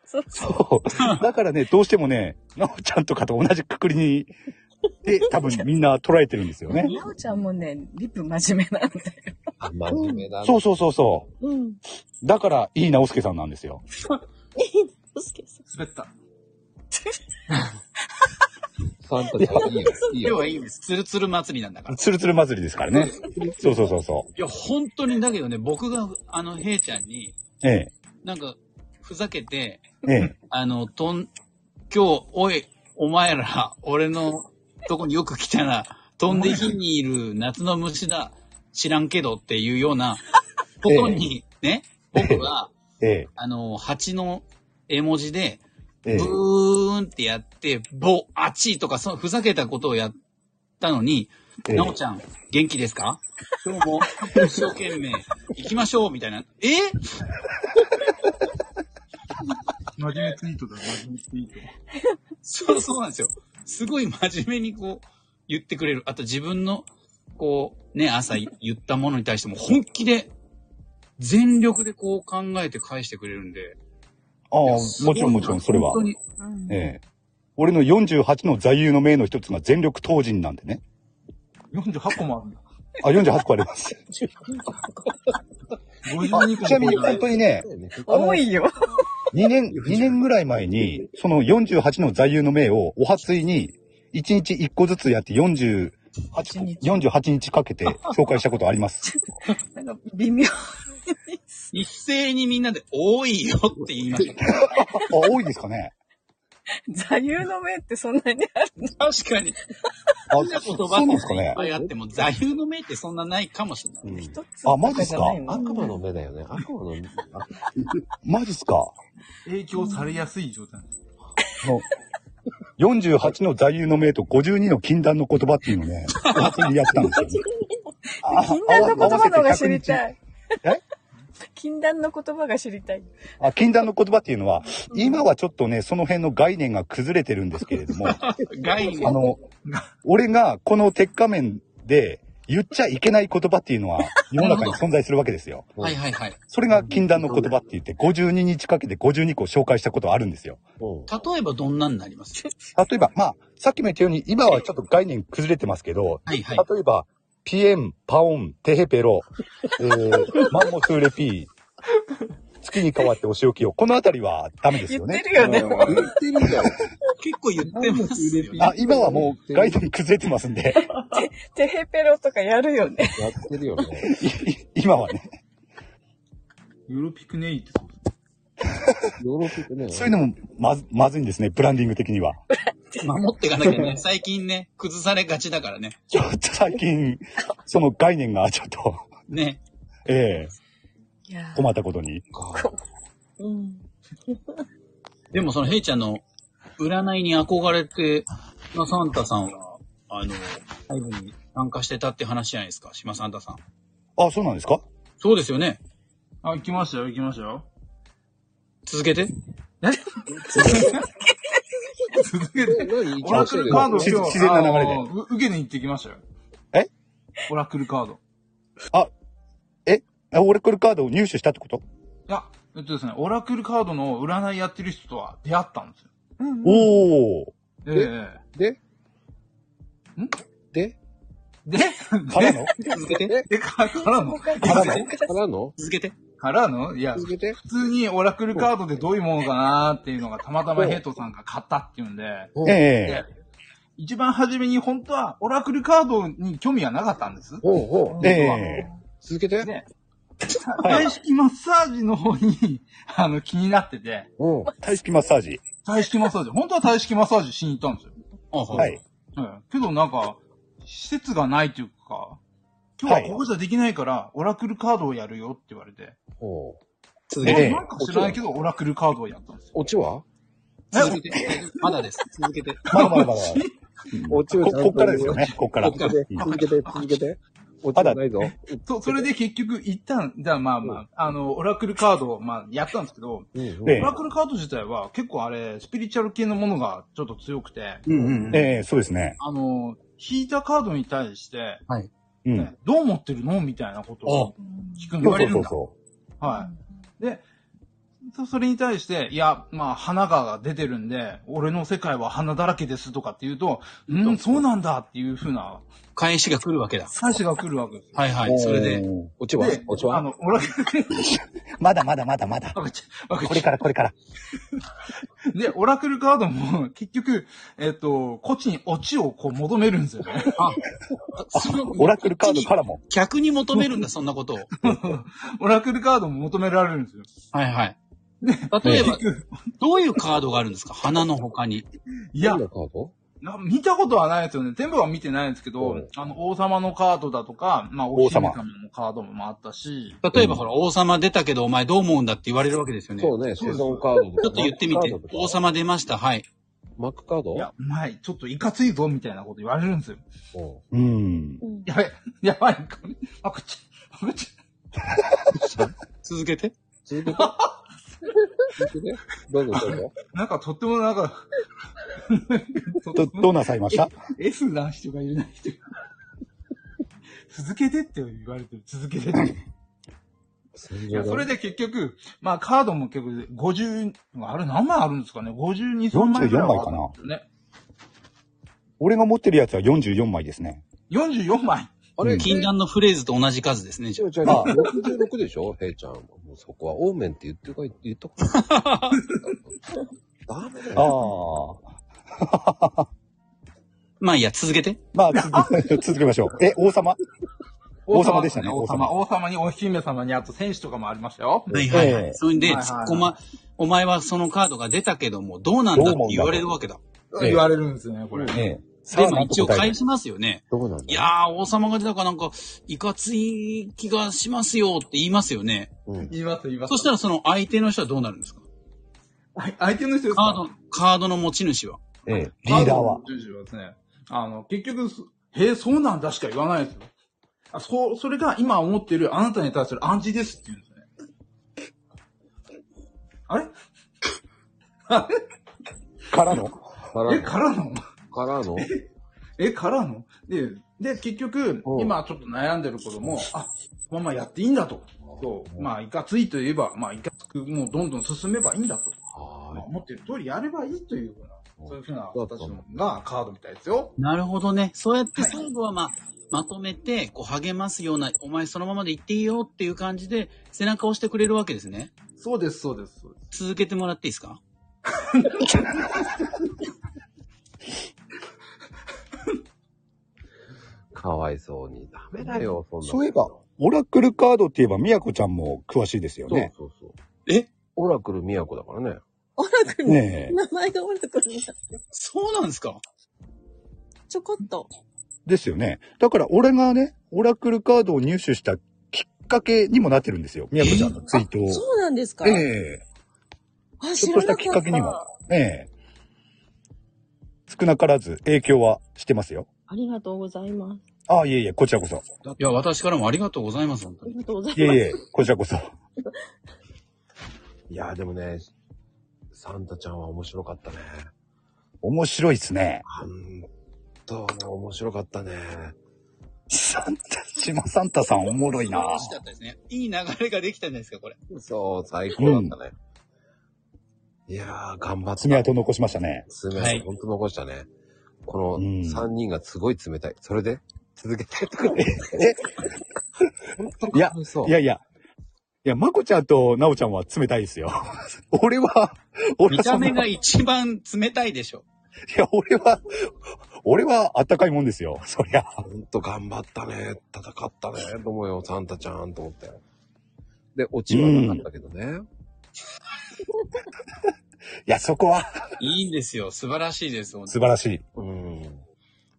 Speaker 2: そう
Speaker 15: そう。だからね、どうしてもね、なおちゃんとかと同じくくりに、で、多分みんな捉えてるんですよね。
Speaker 2: なおちゃんもね、リップ真面目なんだよ。
Speaker 1: 真面目だ
Speaker 15: そうそうそうそう。
Speaker 2: うん。
Speaker 15: だから、いい直輔さんなんですよ。
Speaker 2: そうすけさん。
Speaker 13: 滑った。
Speaker 1: サンタ
Speaker 15: ちゃんいいよ
Speaker 13: 今
Speaker 1: いい
Speaker 13: 日はいいです。ツルツル祭りなんだから。
Speaker 15: つるつる祭りですからね。そうそうそうそ
Speaker 13: いや、本当にだけどね、僕が、あの、ヘイちゃんに、
Speaker 15: う。え
Speaker 13: なんか、ふざけて、
Speaker 15: え、え
Speaker 13: あの、とん、今日、おい、お前ら、俺のとこによく来たら、飛んで火にいる夏の虫だ、知らんけどっていうようなことに、ね、僕は、
Speaker 15: え、え
Speaker 13: あの、蜂の絵文字で、
Speaker 15: え、
Speaker 13: ブ
Speaker 15: ええ。
Speaker 13: ーンってやって、ボあっちとか、そのふざけたことをやったのに、
Speaker 15: ええ
Speaker 13: なおちゃん、元気ですか今日も一生懸命行きましょうみたいな。え
Speaker 2: 真面目ツイートだ、真面目ツイート。
Speaker 13: そう、そうなんですよ。すごい真面目にこう、言ってくれる。あと自分の、こう、ね、朝言ったものに対しても本気で、全力でこう考えて返してくれるんで。
Speaker 15: ああ、も
Speaker 13: す
Speaker 15: ち
Speaker 13: ごい
Speaker 15: ろんもちろん、それは。
Speaker 13: 本当に。
Speaker 15: ええ。俺の48の座右の銘の一つが全力投人なんでね。
Speaker 2: 48個もあるんだ。
Speaker 15: あ、48個あります。あちなみに本当にね、
Speaker 2: 多いよ。
Speaker 15: 2年、2年ぐらい前に、その48の座右の銘をお初いに、1日1個ずつやって48個、48日かけて紹介したことあり ます。
Speaker 2: なんか微妙。
Speaker 13: 一斉にみんなで、多いよって言いました。
Speaker 15: あ、多いですかね
Speaker 2: 座右の銘ってそんなにあるの
Speaker 13: 確かに。
Speaker 15: あ、
Speaker 13: そんな言葉
Speaker 15: すかね
Speaker 13: いっぱいあっても、座右の銘ってそんなないかもしれない。
Speaker 15: あ、マジっすか
Speaker 1: 悪魔の目だよね。悪魔の 目。
Speaker 15: マジっすか
Speaker 2: 影響されやすい状態。
Speaker 15: あの48の座右の銘と52の禁断の言葉っていうのをね、 お初にやったんですよ。
Speaker 2: 禁断の言葉の方が知りたい。
Speaker 15: え
Speaker 16: 禁断の言葉が知りたい。
Speaker 15: あ、禁断の言葉っていうのは、今はちょっとね、その辺の概念が崩れてるんですけれども、あ
Speaker 13: 害に。
Speaker 15: の、俺がこの鉄仮面で言っちゃいけない言葉っていうのは世の中に存在するわけですよ。
Speaker 13: はいはいはい。
Speaker 15: それが禁断の言葉って言って、52日かけて52個紹介したことあるんですよ。
Speaker 13: 例えばどんなになります
Speaker 15: 例えば、まあ、さっきも言ったように、今はちょっと概念崩れてますけど、例えば、ピエン、パオン、テヘペロ、え ー、マンモスレピー、月に変わってお仕置きを、このあたりはダメですよね。
Speaker 16: 言ってるよね
Speaker 15: 言ってるよ。
Speaker 13: 結構言ってますよ、ね。
Speaker 15: あ、今はもう概念崩れてますんで、
Speaker 16: テヘペロとかやるよね。
Speaker 15: やってるよね。今はね。
Speaker 16: ヨロピクネイって
Speaker 15: ヨロピクね。そういうのもまず、まずいんですね、ブランディング的 には。
Speaker 13: 守っていかなきゃね、最近ね、崩されがちだからね。
Speaker 15: ちょっと最近、その概念がちょっと、
Speaker 13: ね。
Speaker 15: ええ
Speaker 16: いや
Speaker 15: 困ったことに。
Speaker 16: うん。
Speaker 13: でもそのヘイちゃんの占いに憧れて、まあサンタさんは、あの、ライブに参加してたって話じゃないですか、島サンタさん。
Speaker 15: あ、そうなんですか
Speaker 13: そうですよね。
Speaker 16: あ、行きましたよ、行きましたよ。
Speaker 13: 続けて。
Speaker 16: 続けて、
Speaker 13: オラクルカードを今
Speaker 15: 自
Speaker 13: 日
Speaker 15: 然な流れで
Speaker 16: あのう受けに行ってきましたよ。
Speaker 15: え
Speaker 16: オラクルカード。
Speaker 15: あ、えオラクルカードを入手したってこと
Speaker 16: いや、えっとですね、オラクルカードの占いやってる人とは出会ったんですよ。
Speaker 15: おお。
Speaker 16: え
Speaker 1: えで
Speaker 16: ん
Speaker 1: で
Speaker 16: で
Speaker 15: からの
Speaker 13: 続けて
Speaker 16: で、かからの
Speaker 1: からのからの
Speaker 13: 続けて。
Speaker 16: からのいや、
Speaker 1: 続けて。
Speaker 16: 普通にオラクルカードでどういうものかなーっていうのがたまたまヘイトさんが買ったっていうんで、
Speaker 15: ええ
Speaker 16: で一番初めに本当はオラクルカードに興味はなかったんです。
Speaker 1: ほうほ
Speaker 15: ええ
Speaker 1: 続けて。
Speaker 16: 体式マッサージの方に、あの、気になってて、
Speaker 15: 体式マッサージ。
Speaker 16: 体式マッサージ、本当は体式マッサージしに行ったんですよ。
Speaker 15: はい。
Speaker 16: ええけどなんか、施設がないというか、今日はここじゃできないから、オラクルカードをやるよって言われて、
Speaker 1: ほ
Speaker 16: ま
Speaker 1: け
Speaker 16: あ
Speaker 1: て
Speaker 16: なんか知らないけど、オラクルカードをやったんですよ。
Speaker 1: オチは
Speaker 13: 続けて。まだです。続けて。
Speaker 15: まだまだまだ。
Speaker 1: オチはちゃんと
Speaker 15: ここっからですよねこっから
Speaker 1: 続けて、続けて、続けて。オチはないぞ。
Speaker 16: そ、それで結局一旦、じゃあまあまあ、あの、オラクルカードをまあやったんですけど、
Speaker 1: うん
Speaker 16: オ
Speaker 15: んええ
Speaker 16: ラクルカード自体は結構あれ、スピリチュアル系のものがちょっと強くて、
Speaker 15: ええそうですね。
Speaker 16: あの、引いたカードに対して、
Speaker 13: はい。
Speaker 15: うん。
Speaker 16: どう思ってるのみたいなことを聞
Speaker 15: そ
Speaker 16: くん
Speaker 15: う
Speaker 16: 言わ
Speaker 15: そ
Speaker 16: れ
Speaker 15: う
Speaker 16: る
Speaker 15: そ
Speaker 16: ん
Speaker 15: う
Speaker 16: だ。
Speaker 15: そう。
Speaker 16: はい。で、そそれに対して、いや、まあ、花が出てるんで、俺の世界は花だらけですとかって言うと、うん、そうなんだっていうふうな
Speaker 13: 返しが来るわけだ。
Speaker 16: 返しが来るわけですよ。
Speaker 13: はいはい。それで。
Speaker 1: オチ
Speaker 16: で、あの、オラクル、
Speaker 15: まだまだまだまだ。これからこれから。
Speaker 16: で、オラクルカードも、結局、えっ、と、こっちにオチをこう求めるんですよね。
Speaker 15: オラクルカードからも。
Speaker 13: 逆に 求める んだ、そんなことを。
Speaker 16: オラクルカードも求められるんですよ。
Speaker 13: はいはい。例えば、どういうカードがあるんですか花の他に。
Speaker 16: いや、
Speaker 1: カード
Speaker 16: な見たことはないですよね。全部は見てないんですけど、あの、王様のカードだとか、まあ、お
Speaker 13: 王
Speaker 16: 姫
Speaker 13: 様
Speaker 16: 様のカードもあったし、
Speaker 13: 例えば、ほら、王様出たけど、お前どう思うんだって言われるわけですよね。
Speaker 1: そうね、シーゾンカードとか。
Speaker 13: ちょっと言ってみて。王様出ました、はい。
Speaker 1: マックカード
Speaker 16: いや、お前、ちょっといかついぞ、みたいなこと言われるんですよ。
Speaker 15: うん。
Speaker 16: やべ、やばい、これ、あ、こっち、こっち。
Speaker 13: 続けて。
Speaker 1: 続けて。続けて。どうぞどうぞ。
Speaker 16: なんかとってもなんか、
Speaker 15: ど、どうなさいました
Speaker 16: ?S な人がいない人が。続けてって言われてる。続けてって。いや、それで結局、まあカードも結局50、あれ何枚あるんですかね ?52、3枚ぐらいはあるんですよね。
Speaker 15: 俺が持ってるやつは44枚ですね。
Speaker 16: 44枚。
Speaker 1: あれ
Speaker 13: 禁断のフレーズと同じ数ですね、じゃ
Speaker 1: 違う違う、66でしょ平ちゃん。もうそこはオーメンって言ってこいって言っ とくから。ダメだ
Speaker 15: よ。ああ。
Speaker 13: まあいいや、続けて。
Speaker 15: まあ、続続け ましょう。え、王様王様でしたね、
Speaker 16: 王様。王様に、お姫様に、あと戦士とかもありましたよ。
Speaker 13: はいはいはい。それで、
Speaker 16: はいはいはい
Speaker 13: 突っ込ま、お前はそのカードが出たけども、どうなんだって言われるわけだ。
Speaker 16: 言われるんですね、これ。
Speaker 15: え
Speaker 13: でも一応返しますよね。
Speaker 1: どうなんだ
Speaker 13: いやー、王様が出たかなんか、いかつい気がしますよって言いますよね。
Speaker 16: 言います、言います。
Speaker 13: そしたらその相手の人はどうなるんですか
Speaker 16: 相手の人です
Speaker 13: カード、カードの持ち主は。
Speaker 15: え
Speaker 13: リーダーは
Speaker 16: カドの主はですね、あの、結局す、へえ、そうなんだしか言わないですよ。あ、そう、それが今思ってるあなたに対する暗示ですっていうんですね。
Speaker 1: あれ あれ
Speaker 15: からの
Speaker 1: え、からの
Speaker 16: からの
Speaker 1: え、からので、で、結局、今ちょっと悩んでることも、あ、このままやっていいんだと。そう。まあ、いかついといえば、まあ、いかつく、もうどんどん進めばいいんだと。まあ思ってる通りやればいいというような、そういうふうな私のがカードみたいですよ。
Speaker 13: なるほどね。そうやって最後はまあ、まとめて、こう励ますような、お前そのままで行っていいよっていう感じで、背中を押してくれるわけですね。
Speaker 1: そうです、そうです、そうです。
Speaker 13: 続けてもらっていいです か
Speaker 1: かわいそうに。ダメだよ、そんな。
Speaker 15: そういえば、オラクルカードって言えば、みやこちゃんも詳しいですよね。
Speaker 1: そうそう
Speaker 13: そう。え
Speaker 1: オラクルみやこだからね。
Speaker 2: オラクル、
Speaker 15: ねえ
Speaker 2: 名前がオラクルになってる
Speaker 13: そうなんですか
Speaker 2: ちょこっと。
Speaker 15: ですよね。だから、俺がね、オラクルカードを入手したきっかけにもなってるんですよ。みやこちゃんのツイートを。
Speaker 2: そうなんですか
Speaker 15: ええ
Speaker 2: あ、
Speaker 15: ちょ
Speaker 2: 知
Speaker 15: っと
Speaker 2: らなか
Speaker 15: した
Speaker 2: った。
Speaker 15: きっかけにも。ええ少なからず影響はしてますよ。
Speaker 2: ありがとうございます。
Speaker 15: ああ、いえいえ、こちらこそ。
Speaker 13: いや、私からもありがとうございます、本当に。
Speaker 2: ありがとうござい
Speaker 15: いえ
Speaker 2: ま
Speaker 15: い
Speaker 2: す。
Speaker 15: え、こちらこそ。
Speaker 1: いや、でもね、サンタちゃんは面白かったね。
Speaker 15: 面白いっすね。
Speaker 1: どうも面白かったね。
Speaker 15: サンタ、島サンタさんおもろいな。
Speaker 13: 楽しかったですね。いい流れができたんじゃないですか、これ。
Speaker 1: そう、最高だったね。いやー、頑張った。爪
Speaker 15: 痕残しましたね。
Speaker 1: 爪痕、ほんと残したね。この3人がすごい冷たい。それで続けてとか言って。
Speaker 15: いや、
Speaker 1: そう
Speaker 15: いやいや。いや、まこちゃんとなおちゃんは冷たいですよ。 俺は、俺
Speaker 13: 見
Speaker 15: は
Speaker 13: た
Speaker 15: そんな
Speaker 13: 目が一番冷たいでしょ。
Speaker 15: いや、俺は、俺はあったかいもんですよ。そりゃ。
Speaker 1: ほんと頑張ったね。戦ったね。と思うよ、サンタちゃんと思って。で、落ちはなかったけどね。
Speaker 15: いや、そこは。
Speaker 13: いいんですよ。素晴らしいです。素
Speaker 15: 素晴らしい。
Speaker 1: うん。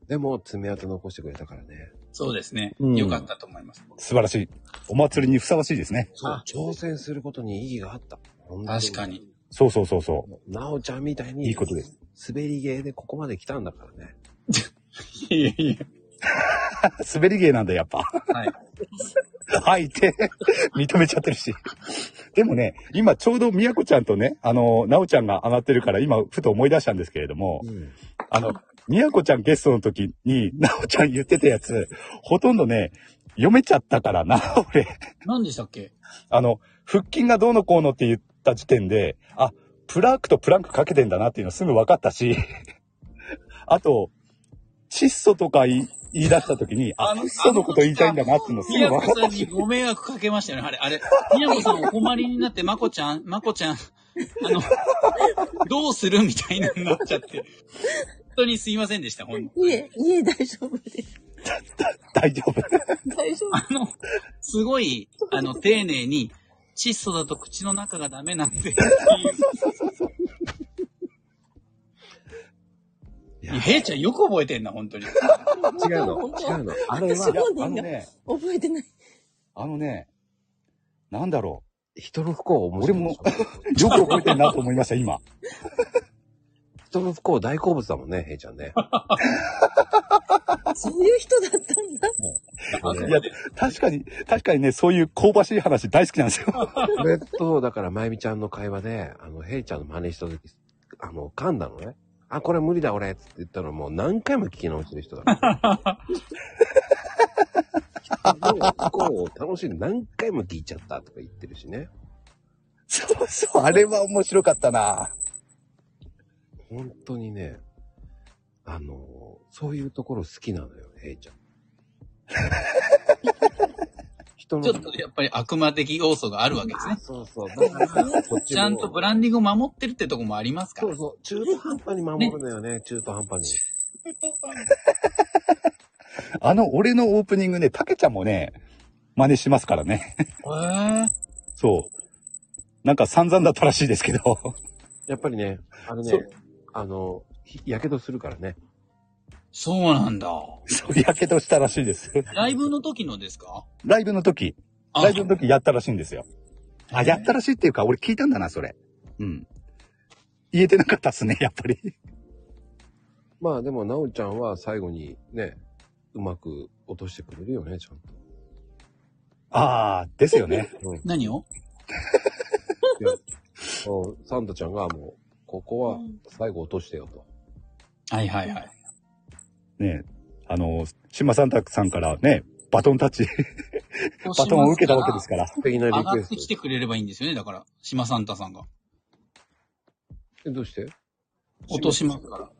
Speaker 1: でも、爪痕残してくれたからね。
Speaker 13: そうですね。
Speaker 15: うん
Speaker 13: よかったと思います。
Speaker 15: 素晴らしい。お祭りにふさわしいですね。
Speaker 1: そう、挑戦することに意義があった。確か
Speaker 13: に。
Speaker 15: そうそうそうそう。
Speaker 1: なおちゃんみたいに。
Speaker 15: いいことです。
Speaker 1: 滑り芸でここまで来たんだからね。
Speaker 13: いやいや。
Speaker 15: 滑り芸なんだ、やっぱ。
Speaker 13: はい。
Speaker 15: はいって、認めちゃってるし。でもね、今ちょうどみやこちゃんとね、あの、なおちゃんが上がってるから、今、ふと思い出したんですけれども、あの、みやこちゃんゲストの時に、なおちゃん言ってたやつ、ほとんどね、読めちゃったからな、俺。
Speaker 13: 何でしたっけ
Speaker 15: あの、腹筋がどうのこうのって言った時点で、あ、プラークとプランクかけてんだなっていうのすぐ分かったし、 あと、窒素とか言い言い出した時に、あ、窒素のこと言いたいんだなっていうのすぐ
Speaker 13: 宮
Speaker 15: 分
Speaker 13: 子
Speaker 15: か
Speaker 13: さ
Speaker 15: っ
Speaker 13: ん
Speaker 15: た
Speaker 13: に
Speaker 15: し、
Speaker 13: ご迷惑かけましたよね、あれ。あれ。宮子さんお困りになって、まこちゃん、まこちゃん、あの、どうするみたいになっちゃって。本当にすいませんでした、ほんと
Speaker 2: いえ、いえ、大丈夫です。
Speaker 15: 大丈夫。
Speaker 2: 大丈夫。
Speaker 13: あの、すごい、あの、丁寧に、窒素だと口の中がダメなんでっていう。いや、ヘイちゃんよく覚えてんな、本 当に。
Speaker 1: 違うの、
Speaker 2: 本当
Speaker 1: 違うの。あれ
Speaker 2: 私
Speaker 1: は、
Speaker 2: 本人が覚えてない。
Speaker 15: あのね、なんだろ
Speaker 1: う。人の不幸を思俺
Speaker 15: も、よく覚えてんなと思いました、今。
Speaker 1: 人の不幸大好物だもんね、ヘイちゃんね。
Speaker 2: そういう人だったんだ。
Speaker 15: いや、確かに、確かにね、そういう香ばしい話大好きなんですよ。
Speaker 1: 俺と、だから、まゆみちゃんの会話で、あの、ヘイちゃんの真似した時、あの、噛んだのね。あ、これ無理だ俺っつって言ったのもう何回も聞き直してる人だから。人の不幸を楽しんで何回も聞いちゃったとか言ってるしね。
Speaker 15: そうそう、あれは面白かったな。
Speaker 1: 本当にね、あの、そういうところ好きなのよ、ヘ イちゃん。
Speaker 13: ちょっとやっぱり悪魔的要素があるわけですね。
Speaker 1: そうそう。
Speaker 13: ちゃんとブランディングを守ってるってとこもありますから。そう
Speaker 1: そう。中途半端に守るのよね、中途半端に。
Speaker 15: あの、俺のオープニングね、たけちゃんもね、真似しますからね。
Speaker 13: へ
Speaker 15: そう。なんか散々だったらしいですけど。
Speaker 1: やっぱりね、あの
Speaker 15: そ
Speaker 1: ね
Speaker 15: う、
Speaker 1: あの、ひやけどするからね。
Speaker 13: そうなんだ。
Speaker 15: そう、やけどしたらしいです。
Speaker 13: ライブの時のですか
Speaker 15: ライブの時、ライブの時やったらしいんですよ。あ、やったらしいっていうか、俺聞いたんだな、それ。うん。言えてなかったっすね、 やっぱり。
Speaker 1: まあでも、なおちゃんは最後にね、うまく落としてくれるよね、ちゃんと。
Speaker 15: ああ、ですよね。
Speaker 1: うん
Speaker 13: 何を
Speaker 7: うんサンタちゃんがもう、ここは最後落としてよと。
Speaker 13: はいはいはい。
Speaker 15: ねあの、島サンタさんからね、バトンタッチ、バトンを受けたわけですから。
Speaker 7: 素敵な
Speaker 13: 上がってきてくれればいいんですよね、だから。島サンタさんが。
Speaker 7: え、どうして
Speaker 13: 落としますから。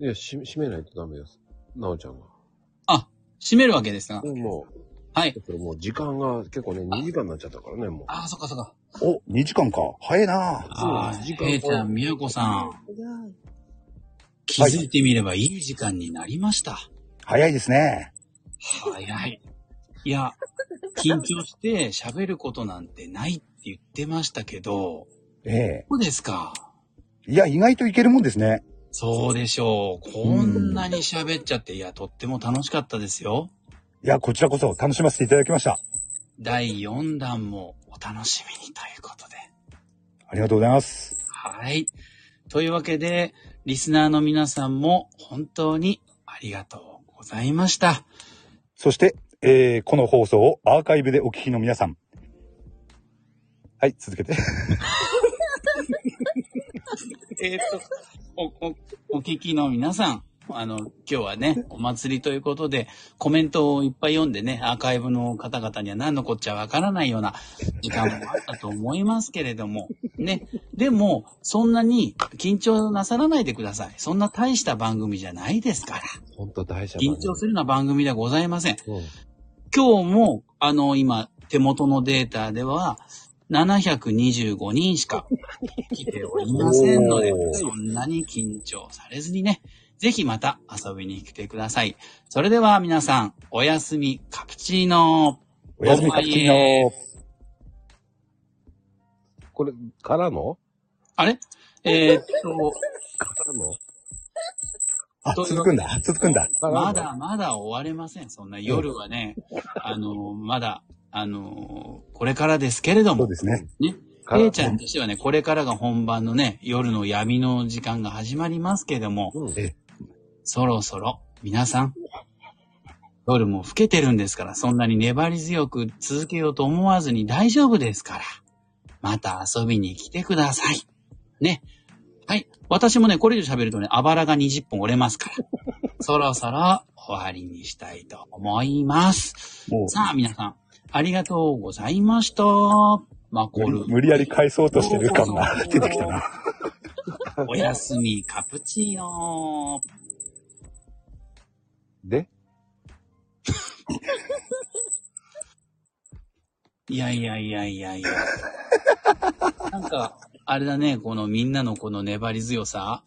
Speaker 7: いや、し閉めないとダメです。なおちゃんは。
Speaker 13: あ、閉めるわけですか
Speaker 7: もう、
Speaker 13: はい。
Speaker 7: だからもう時間が結構ね、2時間になっちゃったからね、もう。
Speaker 13: ああ、そっかそっか。
Speaker 15: お、2時間か。早いな
Speaker 13: ああ、平ちゃん、みやこさん。気づいてみればいい時間になりました。
Speaker 15: 早いですね。
Speaker 13: 早い。いや、緊張して喋ることなんてないって言ってましたけど、
Speaker 15: ええ。
Speaker 13: そうですか。
Speaker 15: いや、意外といけるもんですね。
Speaker 13: そうでしょう。こんなに喋っちゃって、いや、とっても楽しかったですよ。
Speaker 15: いや、こちらこそ楽しませていただきました。
Speaker 13: 第4弾もお楽しみにということで。
Speaker 15: ありがとうございます。
Speaker 13: はい。というわけで、リスナーの皆さんも本当に ありがとうございました。
Speaker 15: そして、えーこの放送をアーカイブでお聞きの皆さん。はい、続けて。
Speaker 13: えっと、お、お、お聞きの皆さん、あの、今日はね、お祭りということで、コメントをいっぱい読んでね、アーカイブの方々には何のこっちゃわからないような時間もあったと思いますけれども、ね、でも、そんなに緊張なさらないでください。そんな大した番組じゃないですから。
Speaker 7: 本当大事
Speaker 13: 緊張するような番組ではございません。今日も、あの、今、手元のデータでは、725人しか来ておりませんので、そんなに緊張されずにね、ぜひまた遊びに来てください。それでは皆さん、おやすみカプチーノ
Speaker 7: おやすみカプチーノこれ、からの
Speaker 13: あれえーっと、
Speaker 7: からの
Speaker 15: あ、続くんだ、続くんだ。
Speaker 13: まだまだ終われません。そんな夜はね、あの、まだ、あの、これからですけれども。そうです
Speaker 15: ね。
Speaker 13: ね。
Speaker 15: ら
Speaker 13: A ちゃんとしてはね、これからが本番のね、夜の闇の時間が始まりますけども、そろそろ、皆さん、夜も更けてるんですから、そんなに粘り強く続けようと思わずに大丈夫ですから、また遊びに来てください。ね。はい。私もね、これ以上喋るとね、あばらが20本折れますから。そろそろ終わりにしたいと思います。さあ、皆さん、ありがとうございました。マコル。
Speaker 15: 無理やり返そうとしてる感が出てきたな。
Speaker 13: おやすみ、カプチーノ
Speaker 7: で
Speaker 13: いやいやいやいやいや。なんか、あれだね、このみんなのこの粘り強さ。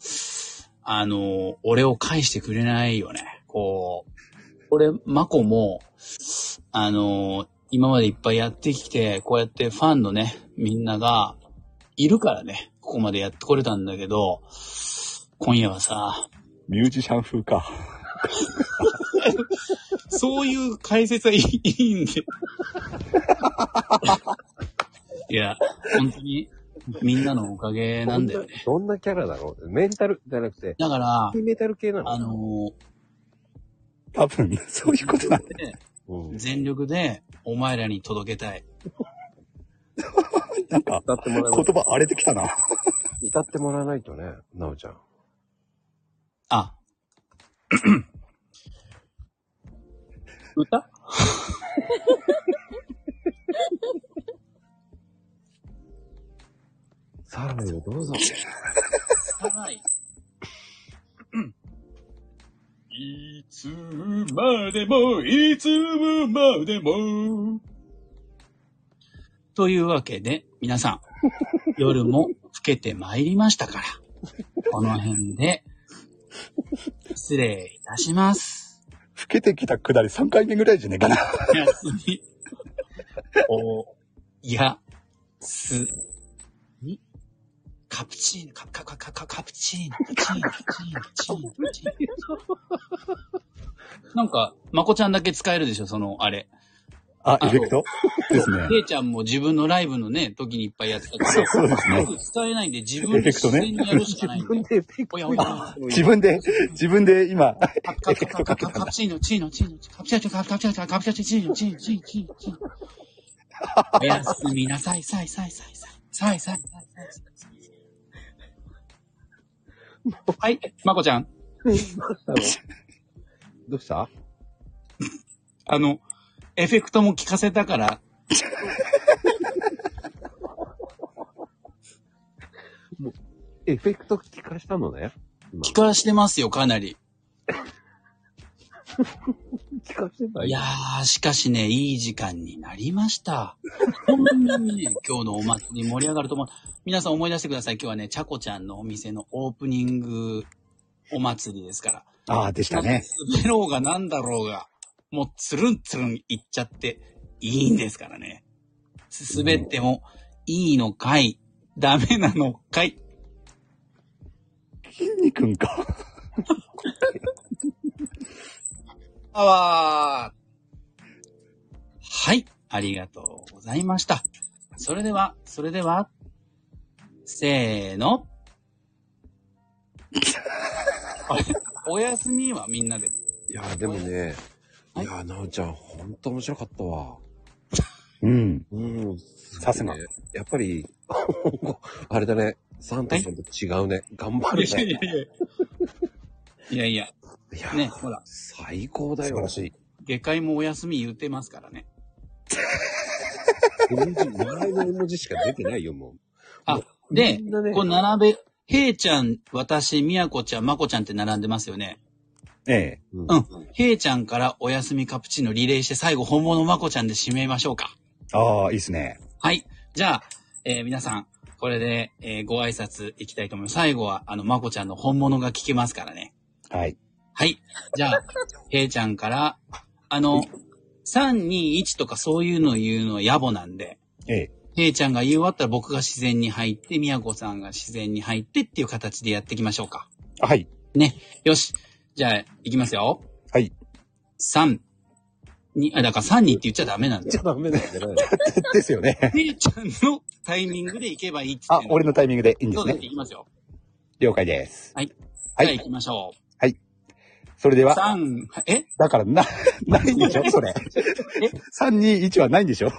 Speaker 13: あの、俺を返してくれないよね。こう、俺、マコも、あの、今までいっぱいやってきて、こうやってファンのね、みんなが、いるからね、ここまでやってこれたんだけど、今夜はさ、
Speaker 15: ミュージシャン風か。
Speaker 13: そういう解説はいいいいんで。いや、本当に、みんなのおかげなんだよね。
Speaker 7: どんなキャラだろうメンタルじゃなくて。
Speaker 13: だから、
Speaker 7: メタル系なの
Speaker 13: あの
Speaker 15: 多分、そういうことなんだ
Speaker 13: よ。全力で、お前らに届けたい。
Speaker 15: なんか、
Speaker 7: 言
Speaker 15: 葉荒れてきたな。
Speaker 7: 歌ってもらわないとね、なおちゃん。
Speaker 13: あ。歌
Speaker 7: サライをどうぞ。
Speaker 13: はい。いつまでも、いつまでも。というわけで、皆さん、 夜も更けてまいりましたから、この辺で、失礼いたします。
Speaker 15: 老けてきたくだり3回目ぐらいじゃねえかな。
Speaker 13: おやすみ。お、や、す、に、カプチーノ、カプ、カプ、カプ、カプカプチーノ、カプチーノ、カプチーノ、カプチーノ、カプチーノ。なんか、まこちゃんだけ使えるでしょ、その、あれ。
Speaker 15: あ、エフェクトです ね。
Speaker 13: レイちゃんも自分のライブのね、時にいっぱいやってたけど、
Speaker 15: そうですね
Speaker 13: 僕使えないんで自分
Speaker 15: エフ
Speaker 13: で
Speaker 15: ェクト
Speaker 13: 自
Speaker 15: ね
Speaker 13: 然にやるしかないんで。おやおや。
Speaker 15: 自分で、自分で今、
Speaker 13: カプカプカプカプチーノ、チーノ、チーノ、カプチャチョ、カプチャチョ、カプチャチョ、チーノ、チーノ、チーノ、チーノ、チーノ。おやすみなさい、さいさいさいさい。さいさいさいさいさい。はい、まこちゃん。
Speaker 15: どうした
Speaker 13: あの、エフェクトも聞かせたから、
Speaker 15: エフェクト聞かしたのね。
Speaker 13: 聞かしてますよ、かなり。
Speaker 15: 聞かせない
Speaker 13: やー、しかしね、いい時間になりました。本当にね、今日のお祭り盛り上がると思う。皆さん思い出してください。今日はね、ちゃこちゃんのお店のオープニングお祭りですから。
Speaker 15: ああ、でしたね。
Speaker 13: 滑ろうがなんだろうが、もうつるんつるんいっちゃっていいんですからね。滑ってもいいのかい、ダメなのかい。
Speaker 15: 筋肉んか。
Speaker 13: パワーはい、ありがとうございました。それでは、それでは、せーの。あれおやすみはみんなで。
Speaker 1: いやーでもね、いやーなおちゃん、ほんと面白かったわ。
Speaker 15: うん。
Speaker 1: うん。さすが、やっぱり、 あれだね、サンタさんと違うね。頑張る
Speaker 13: いやいや
Speaker 1: ね。
Speaker 13: いや。いやいや。ね、ほら。
Speaker 1: 最高だよ。素晴らしい。
Speaker 13: 下界もお休み言ってますからね。
Speaker 1: 絵文字、笑いの絵文字しか出てないよ、もう。
Speaker 13: あ、で、こう並べ、へいちゃん、私、みやこちゃん、まこちゃんって並んでますよね。
Speaker 15: ええ。
Speaker 13: うん。へいちゃんからおやすみカプチーノリレーして最後本物まこちゃんで締めましょうか。
Speaker 15: ああ、いいっすね。
Speaker 13: はい。じゃあ、えー皆さん、これで、えーご挨拶いきたいと思います。最後は、あの、まこちゃんの本物が聞けますからね。
Speaker 15: はい。
Speaker 13: はい。じゃあ、 へいちゃんから、あの、321とかそういうの言うのは野暮なんで、
Speaker 15: ええ。
Speaker 13: へいちゃんが言い終わったら僕が自然に入って、みやこさんが自然に入ってっていう形でやっていきましょうか。
Speaker 15: はい。
Speaker 13: ね。よし。じゃあ、いきますよ。
Speaker 15: はい。
Speaker 13: 3、2、あ、だから3、2って言っちゃダメなんだよ。
Speaker 1: ダメなんじゃない
Speaker 15: ですよね。
Speaker 13: へいちゃんのタイミングでいけばいいっつって
Speaker 15: あ、俺のタイミングでいいんで
Speaker 13: そ
Speaker 15: す
Speaker 13: うで
Speaker 15: ね
Speaker 13: す。いきますよ。
Speaker 15: 了解です。
Speaker 13: はい。
Speaker 15: はい
Speaker 13: じゃあ行きましょう。
Speaker 15: それでは。
Speaker 13: 三え
Speaker 15: だから、 な、ないんでしょそれ。三二一はないんでしょ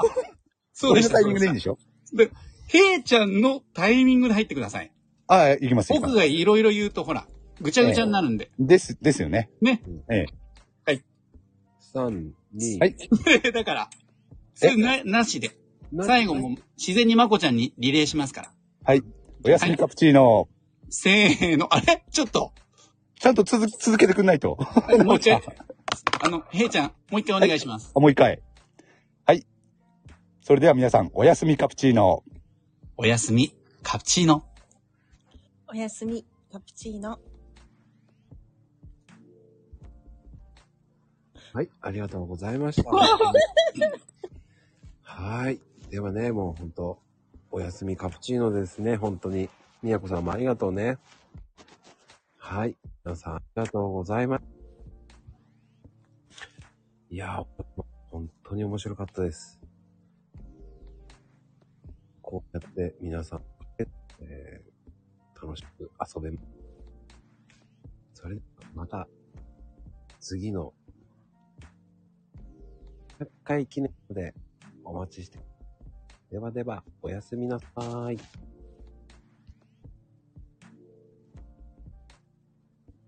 Speaker 13: そうでした
Speaker 15: 俺のタイミングでいいんでしょ
Speaker 13: で、へいちゃんのタイミングで入ってください。
Speaker 15: ああ、いきます。
Speaker 13: 僕がいろいろ言うと、ほら、ぐちゃぐちゃになるんで。
Speaker 15: です、ですよね。
Speaker 13: ね。
Speaker 15: ええ。
Speaker 13: はい。
Speaker 1: 三、二、
Speaker 15: はい。
Speaker 13: だから、それな、なしで。最後も自然にまこちゃんにリレーしますから。
Speaker 15: はい。おやすみカプチーノ。
Speaker 13: せーの、あれちょっと。
Speaker 15: ちゃんと続、続けてくんないと。
Speaker 13: もう一 回。あの、へいちゃん、もう一回お願いします。
Speaker 15: あもう一回。はい。それでは皆さん、おやすみカプチーノ。
Speaker 13: おやすみ、カプチーノ。
Speaker 2: おやすみ、カプチーノ。
Speaker 1: はい、ありがとうございました。 はい。ではね、もう本当おやすみカプチーノですね、本当に。みやこさんもありがとうね。はい。皆さん、ありがとうございます。いやー、本当に面白かったです。こうやって皆さん、えー楽しく遊べます。それではまた、次の100回記念でお待ちして。ではでは、おやすみなさーい。